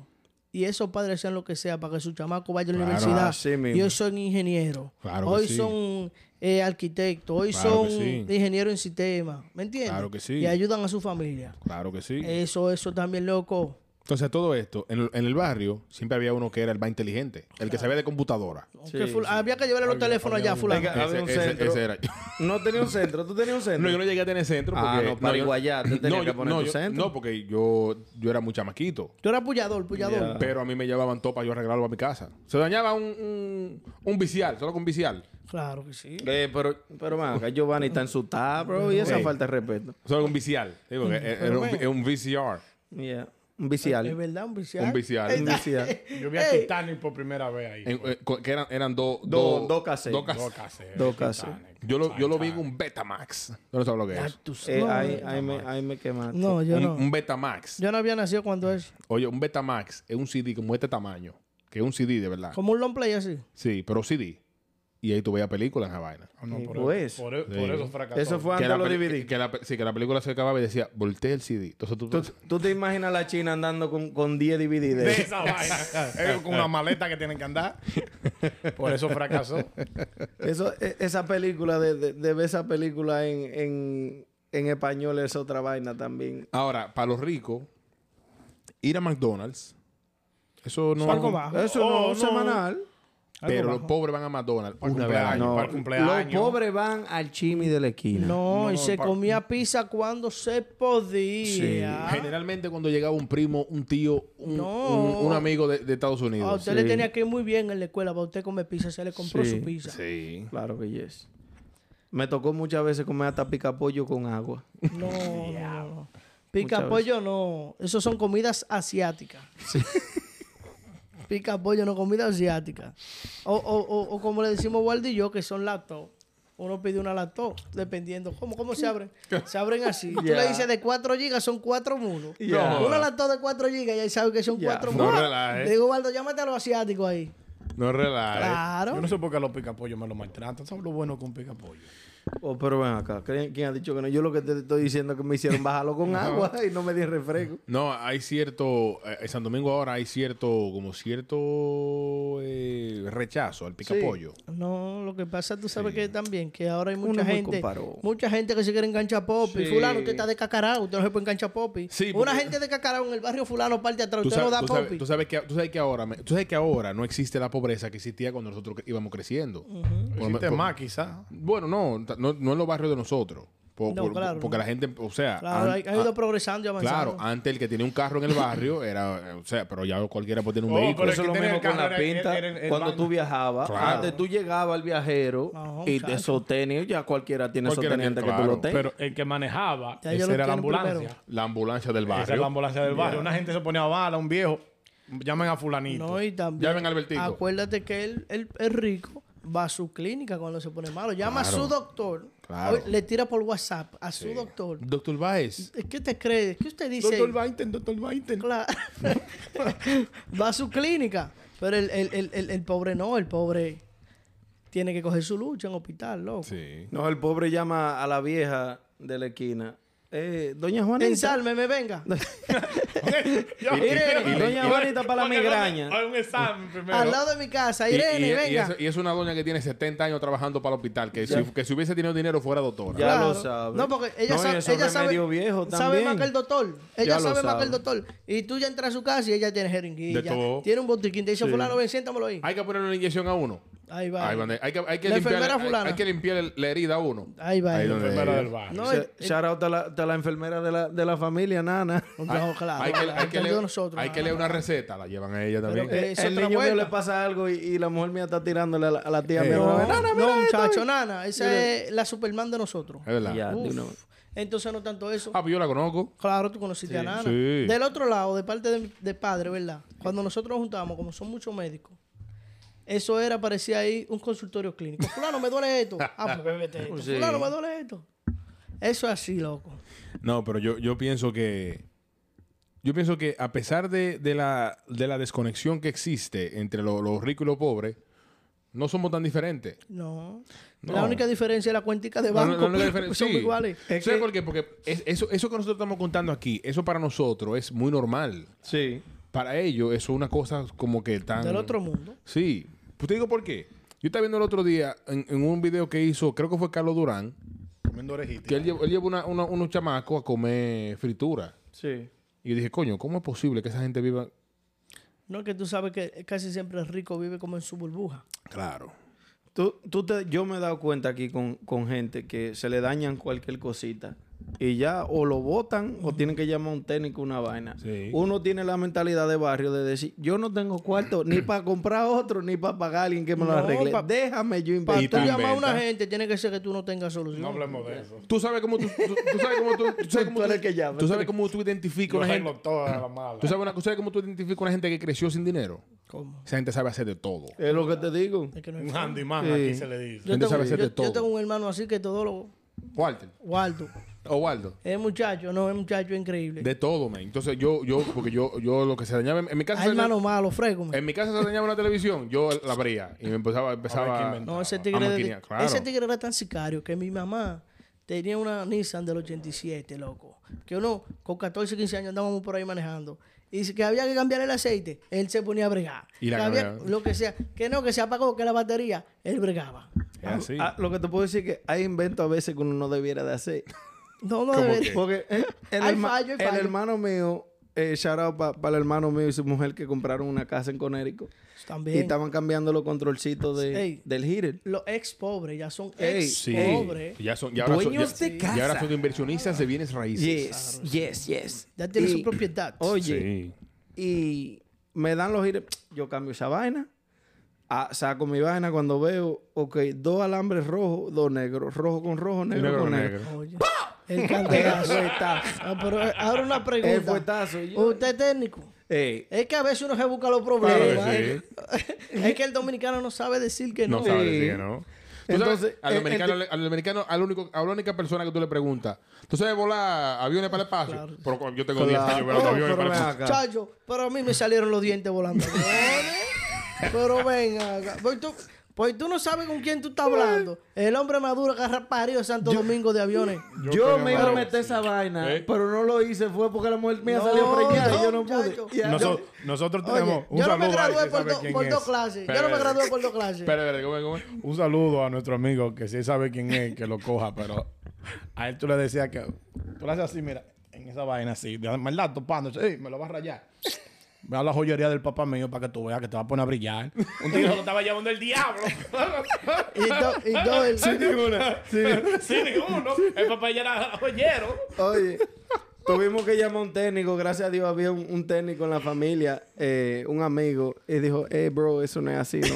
S2: Y esos padres sean lo que sea para que su chamaco vaya a la
S1: Claro.
S2: universidad.
S3: Así mismo.
S2: y hoy son ingenieros.
S1: Claro que
S2: hoy
S1: sí.
S2: son eh, arquitectos. Hoy
S1: Claro
S2: son
S1: que sí.
S2: ingenieros en sistemas. ¿Me entiendes?
S1: Claro que sí.
S2: Y ayudan a su familia.
S1: Claro que sí.
S2: Eso, eso también, loco.
S1: Entonces, todo esto, en, el- en el barrio siempre había uno que era el más inteligente, el que sabía de computadora.
S2: Aunque ful- Había que llevarle los teléfonos allá a fulano.
S3: Venga, había un
S1: Ese- ese-
S3: centro.
S1: ese era yo.
S3: No tenía un centro, tú tenías un centro.
S1: No, yo no llegué a tener centro porque...
S3: Ah, no, para
S1: yo-
S3: Iguayá, tú tenías que
S1: yo-
S3: poner
S1: no,
S3: tu
S1: yo-
S3: centro.
S1: No, porque yo, yo era muy chamaquito.
S2: Tú eras pullador, pullador.
S1: Pero a mí me llevaban todo para yo arreglarlo a mi casa. Se dañaba un, un, un vicial, solo con vicial.
S2: Claro que sí.
S3: Eh, pero, pero man, acá Giovanni está en su tab, bro, y esa
S1: Ey.
S3: falta de respeto.
S1: Solo con vicial. Sí, porque era, un, era un VCR.
S3: Yeah. Un
S2: Es
S3: vicial.
S2: verdad, un vicial.
S1: Un vicial.
S2: Es
S1: Un
S2: verdad.
S3: vicial.
S4: Yo vi a
S2: Ey.
S4: Titanic por primera vez ahí.
S1: En- eh, co- que eran, eran dos...
S3: Do-
S1: dos-
S3: dos cassettes.
S1: dos cassettes.
S4: Dos caseros.
S3: Dos caseros.
S4: Titanic.
S1: Yo lo, yo lo vi en
S4: Titanic.
S1: un Betamax. Yo no sabes lo que
S2: Ya
S1: es.
S2: tú
S3: Eh,
S2: sabes. no,
S3: ahí,
S2: yo-
S3: ahí me, ahí me quemaste.
S2: no, yo
S1: un,
S2: no.
S1: un Betamax.
S2: Yo no había nacido cuando es.
S1: Oye, un Betamax es un CD como este tamaño. Que es un CD, de verdad.
S2: Como un long play así.
S1: Sí, pero CD. Y ahí tú veías películas en esa vaina.
S4: Ah, no,
S3: Sí,
S4: por,
S3: pues.
S4: por, por eso fracasó.
S3: Eso fue
S1: que
S3: antes
S1: la,
S3: de los
S1: peli-
S3: DVD.
S1: que la pe- sí, que la película se acababa y decía, voltea el CD. Entonces tú...
S3: ¿Tú, tú te imaginas a la China andando con, con 10 DVD
S4: de
S3: de
S4: esa vaina. Ellos con una maleta que tienen que andar. Por eso fracasó.
S3: Eso, e- esa película, de, de, de ver esa película en, en, en español es otra vaina también.
S1: Ahora, para los ricos, ir a McDonald's, eso no...
S2: Algo bajo.
S3: Eso
S4: Oh,
S3: no,
S4: no.
S3: semanal.
S1: Pero los
S2: bajo.
S1: pobres van a McDonald's
S4: Para
S1: una vez al año.
S4: cumpleaños. para el cumpleaños.
S3: Los pobres van al chimi de la esquina.
S2: No, y
S4: No,
S2: se
S4: pa-
S2: comía pizza cuando se podía.
S1: Generalmente cuando llegaba un primo, un tío, un,
S2: No.
S1: un- un amigo de, de Estados
S2: A
S1: Unidos.
S2: Ah, usted le tenía que ir muy bien en la escuela para usted comer pizza. Se le compró
S3: Sí.
S2: su pizza.
S1: Sí.
S3: Claro que yes. Me tocó muchas veces comer hasta picapollo con agua.
S2: No, no, no, no. Pica pollo no. Eso son comidas asiáticas. Pica pollo no, comida asiática. O, o, o, o como le decimos Waldi y yo, que son latos. Uno pide una lato, dependiendo. ¿Cómo, cómo se abren? Se abren así. Tú le
S3: Ya.
S2: dices de 4 gigas, son 4 mulos.
S3: Ya.
S2: Una lato de 4 gigas, ya sabes que son
S3: Ya.
S2: 4
S1: No
S2: mulos.
S1: relajes.
S2: Digo, Waldo, llámate a los asiáticos ahí.
S1: No relajes.
S2: Claro.
S4: Yo no sé por qué los picapollos me lo maltratan. ¿Sabes lo bueno con picapollo?
S3: Oh, pero ven acá. ¿Creen- ¿Quién ha dicho que no? Yo lo que te estoy diciendo es que me hicieron bajarlo con agua y no me di refresco.
S1: No, hay cierto... eh, En San Domingo ahora hay cierto... Como cierto... eh, rechazo al picapollo.
S2: No, lo que pasa, tú sabes que también, que ahora hay
S3: Uno
S2: mucha
S3: es muy
S2: gente,
S3: comparó.
S2: mucha gente que se quiere enganchar a Poppy.
S3: Sí.
S2: Fulano, usted está de cacarao, usted no se puede enganchar a Poppy.
S1: Sí,
S2: Una
S1: porque-
S2: gente de cacarao en el barrio fulano parte de atrás, usted
S1: sabes,
S2: no da
S1: tú, sabes,
S2: Poppy.
S1: tú sabes que, tú sabes que ahora, me- tú sabes que ahora no existe la pobreza que existía cuando nosotros que- íbamos creciendo. Por-
S4: Existe
S1: por-
S4: más, quizás.
S1: Bueno, no, ta- no, no en los barrios de nosotros. Por-
S2: No,
S1: por-
S2: claro,
S1: porque
S2: no.
S1: la gente, o sea,
S2: Claro,
S1: an-
S2: hay- ha,
S1: a-
S2: ido progresando y avanzando.
S1: claro, antes el que tenía un carro en el barrio era, eh, o sea, pero ya cualquiera puede tener un
S4: Oh,
S1: vehículo.
S4: Pero
S3: Eso es
S4: es
S3: lo
S4: que
S3: mismo
S4: tener
S3: con
S4: carro
S3: la
S4: era-
S3: pinta.
S4: era- era el
S3: Cuando
S4: baño.
S3: tú viajabas,
S1: Claro.
S3: antes tú llegabas al viajero
S2: No,
S3: y
S2: muchacho.
S3: de esos tenis, ya cualquiera tiene esos
S1: Cualquiera
S3: tenis antes
S1: tiene,
S3: que tú
S1: claro,
S3: lo tengas.
S4: Pero el que manejaba,
S2: Ya yo
S4: esa
S2: lo
S4: era la
S2: quiero primero.
S4: ambulancia.
S1: La ambulancia del
S4: Esa es
S1: barrio.
S4: la ambulancia del barrio. Una gente se ponía mala, un viejo. Llamen a fulanito.
S2: No, y también,
S1: Llamen a Albertico.
S2: acuérdate que él, él es rico, va a su clínica cuando se pone malo, llama a su doctor,
S1: claro.
S2: Hoy le tira por WhatsApp a su doctor.
S1: Doctor Baez.
S2: ¿Qué te crees? ¿Qué usted dice?
S4: Biden, doctor Biden.
S2: Claro. Va a su clínica. Pero el, el- el- el- el pobre no, el pobre tiene que coger su lucha en hospital, loco.
S1: Sí.
S3: No, el pobre llama a la vieja de la esquina. Eh, Doña Juanita.
S2: Pensarme, me venga.
S1: Y- y-
S3: Irene,
S1: y-
S3: Doña
S1: y-
S3: Juanita para la
S4: Porque
S3: migraña.
S4: Hay un examen primero.
S2: Al lado de mi casa,
S1: Y, y-
S2: Irene,
S1: y- y
S2: venga.
S1: es, y es una doña que tiene 70 años trabajando para el hospital, que, si, que si hubiese tenido dinero fuera doctora.
S3: Ya
S2: Claro.
S3: lo sabe.
S2: No, porque ella
S3: No, y
S2: sabe,
S3: esos
S2: ella sabe,
S3: remedios viejos
S2: sabe más
S3: también.
S2: que el doctor.
S3: Ya
S2: Ella
S3: lo
S2: sabe, más
S3: sabe.
S2: que el doctor. Y tú ya entras a su casa y ella tiene jeringuilla.
S1: De todo.
S2: Tiene un botiquín. Te dice, fulano, ven, siéntamelo ahí.
S1: Hay que ponerle una inyección a uno.
S2: Ahí va.
S1: Ahí van de- Hay que, hay que
S2: La
S1: limpiar,
S2: enfermera
S1: hay-
S2: fulana.
S1: hay que limpiar el- la herida a uno.
S2: Ahí va.
S1: Ahí
S2: ella.
S1: donde-
S4: Enfermera del barrio.
S2: No,
S3: Se-
S2: el- el-
S3: Shout out a la, a la enfermera de la, de la familia, Nana.
S2: no, claro.
S1: Hay que, hay que
S2: Entendió
S1: leer,
S2: nosotros,
S1: hay que leer una receta, la llevan a ella también.
S2: Pero eh, que- Es
S3: el
S2: otra
S3: niño mío
S2: vuelta.
S3: le pasa algo y, y la mujer mía está tirándole a la, a la tía mía.
S2: No,
S3: Nana,
S2: no, muchacho, nana. Esa es la Superman de nosotros.
S1: Es verdad.
S3: Ya, de
S2: Uf.
S3: una vez.
S2: Entonces no tanto eso.
S1: Ah, pues yo la conozco.
S2: Claro, tú conociste a Nana.
S1: Sí.
S2: Del otro lado, de parte de, de padre, ¿verdad? Cuando nosotros nos juntábamos, como son muchos médicos, eso era, parecía ahí un consultorio clínico. Fulano, me duele esto. Ah, pues bébete esto.
S3: Sí.
S2: Fulano, me duele esto. Eso es así, loco.
S1: No, pero yo, yo pienso que. Yo pienso que a pesar de, de la, de la desconexión que existe entre lo- los ricos y los pobres, no somos tan diferentes.
S2: No.
S1: No.
S2: La única diferencia es la cuentica de
S1: No, no,
S2: banco.
S1: no, no, diferen-
S2: son
S1: sí.
S2: iguales.
S3: Es
S1: ¿Sabes
S3: que-
S1: por qué? Porque es- eso, eso que nosotros estamos contando aquí, eso para nosotros es muy normal.
S3: Sí.
S1: Para ellos, eso es una cosa como que tan.
S2: Del otro mundo.
S1: Sí. Pues te digo por qué. Yo estaba viendo el otro día en, en un video que hizo, creo que fue Carlos Durán,
S4: Comiendo orejitas.
S1: que él llevó, él llevó una- una- unos chamacos a comer fritura.
S3: Sí.
S1: Y yo dije, coño, ¿cómo es posible que esa gente viva?
S2: No, que tú sabes que casi siempre el rico vive como en su burbuja.
S1: Claro.
S3: Tú, tú te, yo me he dado cuenta aquí con, con gente que se le dañan cualquier cosita y ya o lo botan o tienen que llamar a un técnico una vaina.
S1: Sí.
S3: Uno tiene la mentalidad de barrio de decir, yo no tengo cuarto ni para comprar otro ni para pagar a alguien que me lo
S2: No,
S3: arregle.
S2: pa-
S3: Déjame yo
S2: Para
S1: Y
S2: tú
S1: tú
S3: inventar.
S1: ya-
S2: llamar a una
S1: inventas.
S2: gente, tiene que ser que tú no tengas solución.
S4: No hablemos de eso.
S1: Tú sabes cómo tú, tú, tú sabes cómo tú, tú sabes cómo
S3: Tú eres el que llama.
S1: tú sabes cómo tú identificas
S4: Yo
S1: una
S4: arreglo
S1: gente.
S4: todo a la mala.
S1: Tú sabes una cosa cómo tú identificas una gente que creció sin dinero.
S2: ¿Cómo?
S1: Esa gente sabe hacer de todo.
S3: Es lo que te digo.
S2: Es que no hay
S4: Un
S2: forma.
S4: handyman
S3: Sí.
S4: aquí se le dice.
S2: yo,
S1: gente sabe
S2: tengo,
S1: hacer
S2: yo-
S1: de
S2: yo
S1: todo.
S2: tengo un hermano así que todo lo
S1: Walter
S2: guardo.
S1: o Waldo.
S2: Es muchacho, no, es muchacho increíble.
S1: De todo, man. Entonces yo, yo, porque yo, yo lo que se dañaba en, en mi casa.
S2: Hay
S1: se-
S2: hermano malo, fresco.
S1: En mi casa se dañaba una televisión, yo la abría y me empezaba,
S4: A ver qué
S1: empezaba.
S4: inventaba.
S2: No, ese
S4: Ah,
S2: tigre, era-
S1: maquinilla, claro.
S2: ese tigre era tan sicario que mi mamá tenía una Nissan del 87, loco. Que uno con 14, 15 años andábamos por ahí manejando. Y si- que había que cambiar el aceite, él se ponía a bregar.
S1: Y la
S2: Que había-
S1: cambiaba.
S2: lo que sea, que no, que se apagó, que la batería, él bregaba.
S1: Es así.
S3: Ah, lo que te puedo decir es que hay inventos a veces que uno no debiera de hacer.
S2: No, no,
S1: ¿Cómo
S2: debe-
S1: qué?
S3: Porque eh, el,
S2: Hay
S3: herma-
S2: fallo, hay
S3: el
S2: fallo.
S3: hermano mío, eh, shout out pa- para el hermano mío y su mujer que compraron una casa en Conérico.
S2: también.
S3: Y estaban cambiando los controlcitos de,
S2: Ey.
S3: del heater.
S2: Los ex pobres ya son
S3: Ey,
S2: ex
S1: Sí.
S2: pobres.
S1: Ya son, ya ahora son,
S3: Dueños
S1: ya-
S3: de
S1: Y ahora
S3: casa.
S1: son inversionistas de bienes raíces.
S3: Yes, yes, yes.
S2: Ya tienen
S3: Y,
S2: su propiedad.
S3: Oye,
S1: Sí.
S3: y me dan los heaters. Yo cambio esa vaina. Ah, saco mi vaina cuando veo, ok, dos alambres rojos, dos negros, rojo con rojo, negro,
S1: Negro
S3: con
S1: con
S3: negro.
S1: negro.
S2: Oye, el candelazo. Ah, pero eh, ahora una
S3: El
S2: pregunta.
S3: fuetazo. yo-
S2: Usted es técnico.
S3: Ey,
S2: Es que a veces uno se busca los problemas.
S1: Claro que
S2: es que el dominicano no sabe decir que no.
S1: No sabe decir
S3: Sí.
S1: que no. Tú
S3: Entonces,
S1: sabes, al
S3: eh,
S1: dominicano, le- al dominicano, al único, a la única persona que tú le preguntas, ¿tú sabes volar aviones para el espacio?
S2: Claro.
S1: Pero cuando yo tengo
S3: Claro.
S1: 10 años volando
S3: Oh,
S1: aviones
S3: pero
S1: para el
S3: ven
S1: espacio.
S3: acá.
S2: Chacho, pero a mí me salieron los dientes volando. pero venga, acá. pues tú, pues tú no sabes con quién tú estás hablando. El hombre maduro que ha parido Santo Domingo de aviones.
S3: yo,
S4: creo
S3: me iba a
S4: que-
S3: meter esa vaina,
S1: ¿Eh?
S3: pero no lo hice. Fue porque la mujer mía
S2: No,
S3: salió preñada y yo no
S2: no,
S3: pude.
S2: chacho.
S3: Ya,
S4: Noso-
S3: yo-
S4: nosotros tenemos
S2: Oye,
S4: un
S2: yo no me
S4: saludo ahí,
S2: gradué
S4: que
S2: por,
S4: sabe
S2: do-
S4: quién
S2: por
S4: es.
S2: dos clases. Yo
S1: Pero,
S2: no me
S1: pero,
S2: gradué por dos clases.
S1: Espera, espera, ¿cómo es, cómo es?
S4: Un saludo a nuestro amigo que sí sabe quién es, que lo coja, pero a él tú le decías que tú le haces así, mira, en esa vaina así, de maldad topándose, "Ey, me lo vas a rayar. Ve a la joyería del papá mío para que tú veas que te va a poner a brillar. Un tío lo estaba llevando el diablo.
S2: Y do- y do- el-
S4: Sí, ninguno. El papá ya era joyero.
S3: Oye, tuvimos que llamar a un técnico. Gracias a Dios había un, un técnico en la familia, eh, un amigo, y dijo, eh, bro, eso no es así, ¿no?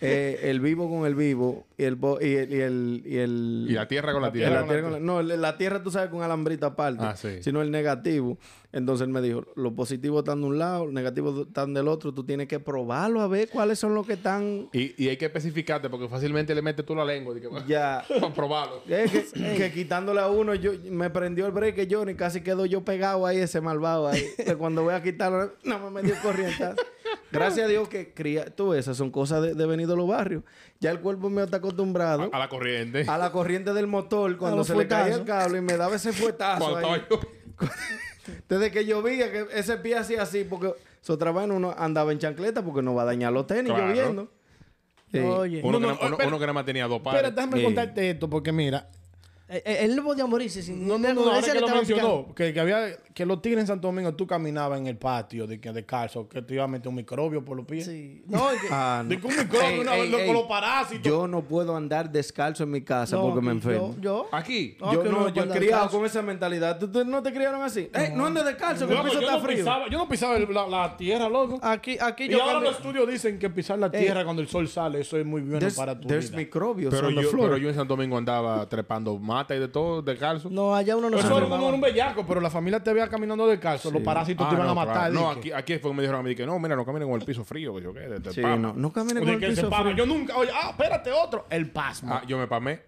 S3: Eh, el vivo con el vivo y el... bo- y, el, y, el, y, el-
S1: Y la tierra con la
S3: y la
S1: tierra.
S3: tierra con la- no, el- la tierra tú sabes con alambrita aparte,
S1: Ah, sí.
S3: sino el negativo. Entonces él me dijo, los positivos están de un lado, los negativos están del otro, tú tienes que probarlo a ver cuáles son los que están
S1: Y, y hay que especificarte porque fácilmente le metes tú la lengua. y que-
S3: ya.
S1: Para probarlo.
S3: Es que, que quitándole a uno, yo me prendió el break Johnny, casi quedó yo pegado ahí, ese malvado ahí. Que cuando voy a quitarlo, no me dio corriente. Gracias a Dios que cría, tú ves, esas son cosas de, de venir de los barrios. Ya el cuerpo mío está acostumbrado
S1: A la corriente.
S3: a la corriente del motor cuando
S2: los
S3: se le caía el
S2: fuetazos.
S3: cable y me daba ese fuetazo.
S1: Cuando
S3: ahí.
S1: estaba yo-
S3: Desde que llovía, que ese pie hacía así, porque su trabajo uno andaba en chancleta porque no va a dañar los tenis
S1: Claro.
S3: lloviendo. Sí.
S2: Oye,
S1: Uno,
S4: No,
S1: que
S4: no,
S1: na- uno-
S4: espera.
S1: uno que nada más tenía dos pares.
S4: Pero déjame
S3: Sí.
S4: contarte esto, porque mira,
S2: eh, eh, él no podía morirse. Sin,
S4: No, no, no,
S2: ese
S4: ahora
S2: le
S4: que lo
S2: estaba
S4: mencionó, que, que había, que los tigres en Santo Domingo, tú caminabas en el patio de que descalzo, que te iba a meter un microbio por los
S2: picando.
S4: pies.
S2: Sí. No, es que-
S3: Ah, no.
S4: De que un microbio,
S3: Ey,
S4: una
S3: ey,
S4: vez lo-
S3: ey.
S4: con los parásitos.
S3: Yo no puedo andar descalzo en mi casa
S2: no,
S3: porque me
S2: yo-
S3: enfermo. Yo,
S2: Yo,
S1: Aquí.
S2: No, que
S3: no,
S2: uno no
S3: yo he
S2: puede
S3: criado
S2: andar
S3: con esa mentalidad. ¿Tú, tú no te criaron así? Ey, no andes descalzo, que el
S4: Loco,
S3: piso
S4: yo,
S3: está
S4: no
S3: frío.
S4: pisaba, yo no pisaba el- la, la tierra, loco.
S2: Aquí, aquí
S4: y
S2: yo
S4: ahora
S2: cambié.
S4: los estudios dicen que pisar la tierra cuando el sol sale, eso es muy bueno
S3: There's,
S4: para tu
S3: there's
S4: vida.
S3: microbios
S1: Pero
S3: on the
S1: yo,
S3: floor.
S1: pero yo en Santo Domingo andaba trepando mata y de todo, de calzo.
S2: No, allá uno no
S4: Eso
S2: se
S4: era
S2: animaba.
S4: uno era un bellaco, pero la familia te veía caminando descalzo, los parásitos
S1: Ah,
S4: te iban
S1: no,
S4: a
S1: claro.
S4: matar.
S1: No,
S4: dije.
S1: aquí, aquí fue que me dijeron a mí, que no, mira, no caminen con el piso frío, que yo qué, te- te
S3: Sí,
S1: pama.
S3: no, no camines con
S4: De
S3: el
S4: que se
S3: piso
S4: pama.
S3: frío.
S4: Yo nunca, oye, ah, espérate otro. El pasmo.
S1: Ah, yo me pamé.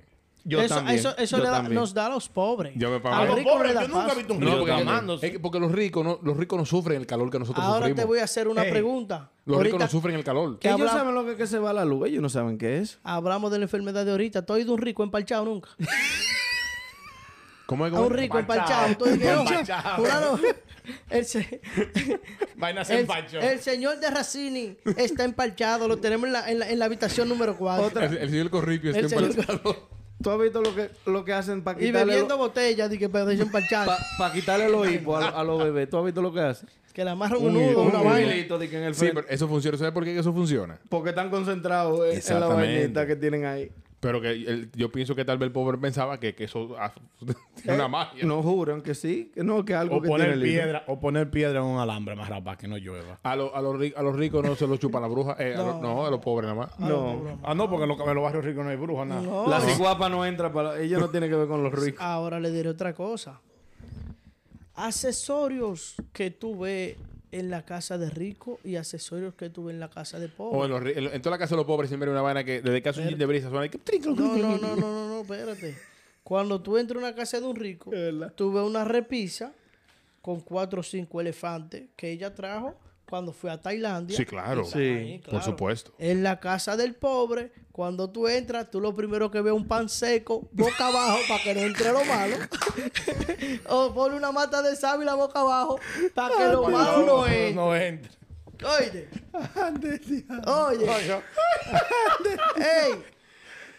S3: Yo
S2: eso
S3: también,
S2: eso, eso
S3: yo
S2: le da-
S3: también.
S2: nos da a los pobres.
S1: Yo me pago.
S2: A
S1: A
S2: los
S1: los
S2: ricos
S4: pobres,
S2: le da
S4: yo nunca
S2: paso.
S4: he visto un
S1: No,
S4: río
S1: porque,
S4: quemándose.
S1: es que porque los ricos no, los ricos no sufren el calor que nosotros
S2: Ahora
S1: sufrimos.
S2: te voy a hacer una
S4: Ey.
S2: pregunta.
S1: Los ricos
S2: Ahorita
S1: no sufren el calor.
S2: que
S3: Ellos
S2: habla-
S3: saben lo que, es que se va la luz. Ellos no saben qué es.
S2: Hablamos de la enfermedad de ahorita. Tú has ido a un rico empalchado nunca.
S1: ¿Cómo es?
S2: A
S1: cómo
S2: un
S1: es?
S2: rico empalchado. Tú
S4: Empalchado.
S2: dices, "No,
S4: Empalchado.
S2: fulano, el, se-
S4: Vaina se
S2: el,
S4: empachó.
S2: el señor de Racini está empalchado. Lo tenemos en la, en la, en la habitación número 4.
S1: El, el señor Corripio está
S2: El señor-
S1: empalchado.
S3: ¿Tú has visto lo que, lo que hacen para
S2: Y
S3: quitarle,
S2: bebiendo botellas de que protección para el chat.
S3: para quitarle los hipos a, a los bebés? ¿Tú has visto lo que hacen?
S2: Que la amarran un nudo,
S3: Un
S2: una vaina.
S3: hilito de que en el
S1: Sí,
S3: frente.
S1: pero eso funciona. ¿Sabes por qué que eso funciona?
S3: Porque están concentrados eh, en la
S4: Exactamente.
S3: vainita que tienen ahí.
S1: Pero que el- yo pienso que tal vez el pobre pensaba que, que eso ah, tiene
S2: Eh,
S1: una magia.
S3: No juran que sí, que no, que algo
S4: O
S3: que
S4: poner,
S3: tiene el hilo.
S4: piedra, o poner piedra en un alambre más rápido para que no llueva.
S1: A, lo- a los ri- a los ricos no se los chupan la bruja. eh, a los- no. a los pobres nada más.
S3: No.
S4: Ah, no, porque en los, en los barrios ricos no hay brujas, nada.
S2: No.
S3: La ciguapa no entra para... Ella no tiene que ver con los ricos.
S2: Ahora le diré otra cosa. Accesorios que tú ves en la casa de rico y accesorios que tú ves en la casa de
S1: O en,
S2: pobre.
S1: los ri- en lo- en toda la casa de los pobres siempre hay una vaina que desde que hace un de brisa suena. y que trin, trin,
S2: No,
S1: trin,
S2: no,
S1: trin.
S2: no, no, no, no, espérate. Cuando tú entras a una casa de un rico,
S3: verdad.
S2: tú ves una repisa con cuatro o cinco elefantes que ella trajo cuando fue a Tailandia.
S1: Sí, claro.
S2: Está ahí,
S3: Sí,
S1: por
S2: claro.
S1: supuesto.
S2: En la casa del pobre, cuando tú entras, tú lo primero que ves es un pan seco, boca abajo, para que no entre lo malo. o pone una mata de sábila boca abajo, para
S1: Ah,
S2: que lo malo no entre.
S4: No entra.
S2: Oye. Oye. Ey.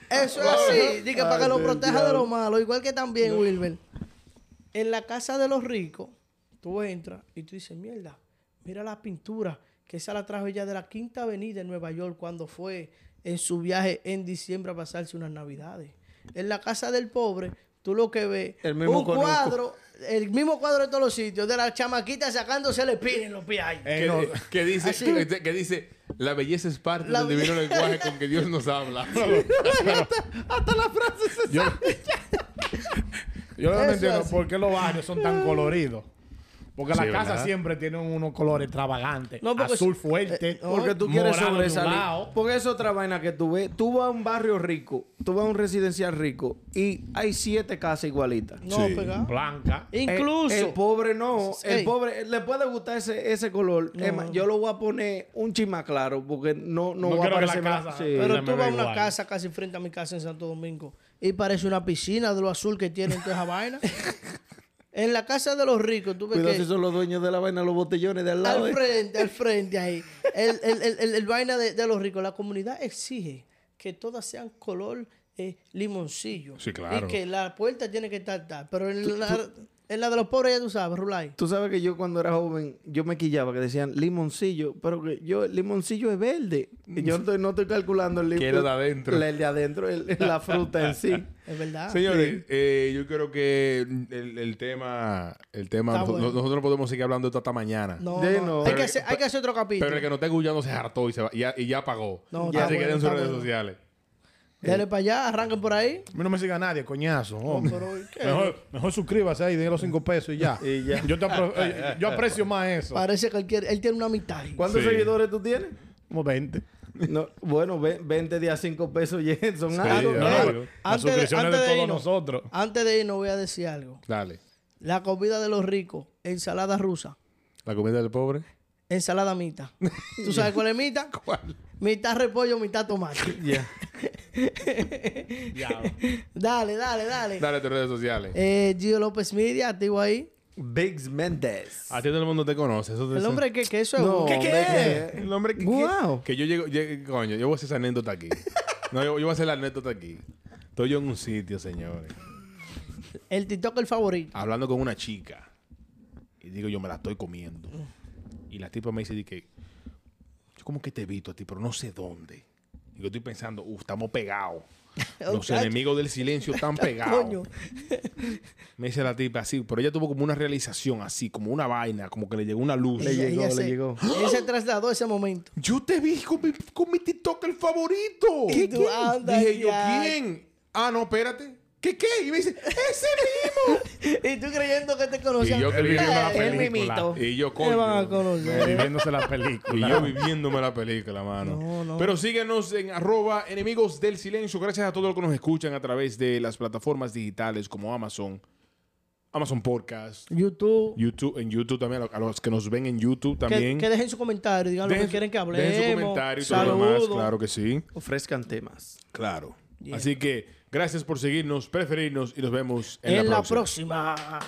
S2: Eso es así. Dice para que lo proteja de lo malo. Igual que también, Wilber. En la casa de los ricos, tú entras y tú dices, mierda, mira la pintura. Que esa la trajo ella de la Quinta Avenida en Nueva York cuando fue en su viaje en diciembre a pasarse unas navidades. En la casa del pobre, tú lo que ves,
S3: El mismo
S2: un
S3: conuco.
S2: cuadro, el mismo cuadro de todos los sitios, de la chamaquita sacándose el espíritu en los pies ahí.
S1: Que,
S4: Eh, no.
S1: que dice, este, que, que dice, la belleza es parte
S2: La
S1: del divino lenguaje con que Dios nos habla.
S2: Hasta la frase se
S4: Yo, yo
S2: Eso
S4: no entiendo
S2: es.
S4: por qué los barrios son tan coloridos. Porque
S1: Sí,
S4: las casas
S1: ¿verdad?
S4: siempre tienen unos colores extravagantes.
S2: No, porque
S4: azul
S2: si-
S4: fuerte.
S2: eh, no.
S3: Porque tú quieres
S4: morado de un
S3: sobresalir.
S4: lado.
S3: Porque es otra vaina que tú ves. Tú vas a un barrio rico, tú vas a un residencial rico y hay siete casas igualitas.
S2: No,
S1: Sí.
S2: pegado.
S4: Blanca.
S3: El-
S2: Incluso.
S3: Eh, El, pobre no.
S2: Ey.
S3: El pobre le puede gustar ese, ese color. Es más, yo lo voy a poner un chima claro porque no, no,
S4: No
S3: va a
S4: quiero que la
S3: parecer más-
S4: casa-
S3: Sí.
S4: Pero-
S2: pero
S4: me
S2: tú
S4: da
S2: vas a una
S4: igual.
S2: casa casi frente a mi casa en Santo Domingo y parece una piscina de lo azul que tiene toda esa vaina. En la casa de los ricos, tú ves
S3: Cuidado
S2: que
S3: si son los dueños de la vaina, los botellones de al lado.
S2: al
S3: eh.
S2: frente, al frente ahí, el, el- el- el- el vaina de, de los ricos, la comunidad exige que todas sean color eh, limoncillo.
S1: Sí, claro.
S2: Y que la puerta tiene que estar tal. Pero en, la, en la de los pobres ya tú sabes, Rulay.
S3: Tú sabes que yo cuando era joven, yo me quillaba que decían limoncillo, pero que yo, el limoncillo es verde. Y yo no estoy, no estoy calculando el limón.
S1: Que es lo de adentro.
S3: El de adentro, el- la fruta en sí.
S2: Es verdad.
S1: Señores, eh, yo creo que el, el tema, el tema
S2: Está
S1: noso-
S2: bueno.
S1: nosotros podemos seguir hablando esto hasta mañana.
S2: No,
S3: de
S2: no,
S3: no.
S2: Hay,
S1: Pero-
S2: que hacer, hay que hacer otro capítulo.
S1: Pero el que no está escuchando se hartó y, se va- y ya, y ya pagó.
S2: No,
S1: ya se
S2: está
S1: queda en
S2: bueno,
S1: sus
S2: está
S1: redes
S2: bueno.
S1: sociales.
S2: Dale para allá, arranquen por ahí.
S4: A mí no me siga nadie, coñazo. hombre.
S2: pero, ¿y qué?
S4: Mejor, mejor suscríbase ahí, déle los cinco pesos y ya.
S3: Y ya.
S4: Yo, te apro- eh, yo aprecio más eso.
S2: Parece que él, quiere- él tiene una mitad. ahí.
S3: ¿Cuántos
S1: Sí.
S3: seguidores tú tienes?
S4: Como 20.
S3: No, bueno, ve- 20 días, 5 pesos y son
S2: Claro,
S3: algo.
S2: no.
S4: ya, claro.
S2: Ey,
S4: Las
S2: antes de-
S4: suscripciones
S2: antes
S4: de
S2: de
S4: todos
S2: irnos.
S4: nosotros.
S2: Antes de irnos voy a decir algo.
S1: Dale.
S2: La comida de los ricos, ensalada rusa,
S1: La comida del pobre.
S2: ensalada mita. ¿Tú sabes cuál es mita?
S1: ¿Cuál?
S2: Mitad repollo, mitad tomate.
S3: Ya.
S2: Dale, dale, dale.
S1: Dale a tus redes sociales.
S2: Eh, Gio López Media, activo ahí.
S3: Biggs Mendes.
S1: A ti todo el mundo te conoce. Eso te-
S2: El hombre que, que eso es
S3: No,
S2: un-
S3: ¿Qué, qué?
S1: El hombre que,
S3: Guau.
S1: que, que yo llego, llego- coño, yo voy a hacer esa anécdota aquí. No, yo, yo voy a hacer la anécdota aquí. Estoy yo en un sitio, señores.
S2: el TikTok el favorito.
S1: hablando con una chica. Y digo, yo me la estoy comiendo. Y la tipa me dice, di que yo como que te he visto a ti, pero no sé dónde. Y yo estoy pensando, uff, estamos pegados. Los
S2: Muchacho.
S1: enemigos del silencio están
S2: Coño.
S1: pegados. Me dice la tipa así, pero ella tuvo como una realización así, como una vaina, como que le llegó una luz.
S3: Le llegó, le
S2: se,
S3: llegó.
S2: Él se trasladó a ese momento.
S1: Yo te vi con mi, con mi TikTok el favorito.
S2: Y tú, anda
S1: Dije yo,
S2: ya.
S1: ¿quién? Ah, no, espérate. ¿Qué qué? Y me dice, ese mismo.
S2: y tú creyendo que te conocían.
S1: Y yo que viviendo la
S2: Él
S1: película.
S2: mimito.
S1: Y yo,
S2: Te van a
S1: coño.
S2: conocer.
S4: Viviéndose la
S1: Y
S4: película.
S1: yo viviéndome la película, mano.
S2: No, no.
S1: Pero síguenos en arroba enemigos del silencio. Gracias a todos los que nos escuchan a través de las plataformas digitales como Amazon, Amazon Podcast,
S2: YouTube.
S1: YouTube, en YouTube también, a lo- a los que nos ven en YouTube
S2: Que-
S1: también.
S2: Que, dejen su comentario, digan lo que quieren que hablemos.
S1: Dejen su comentario y todo lo demás,
S2: saludos.
S1: claro que sí.
S3: Ofrezcan temas.
S1: Claro.
S2: Yeah.
S1: Así que gracias por seguirnos, preferirnos y nos vemos en,
S2: En
S1: la
S2: la próxima.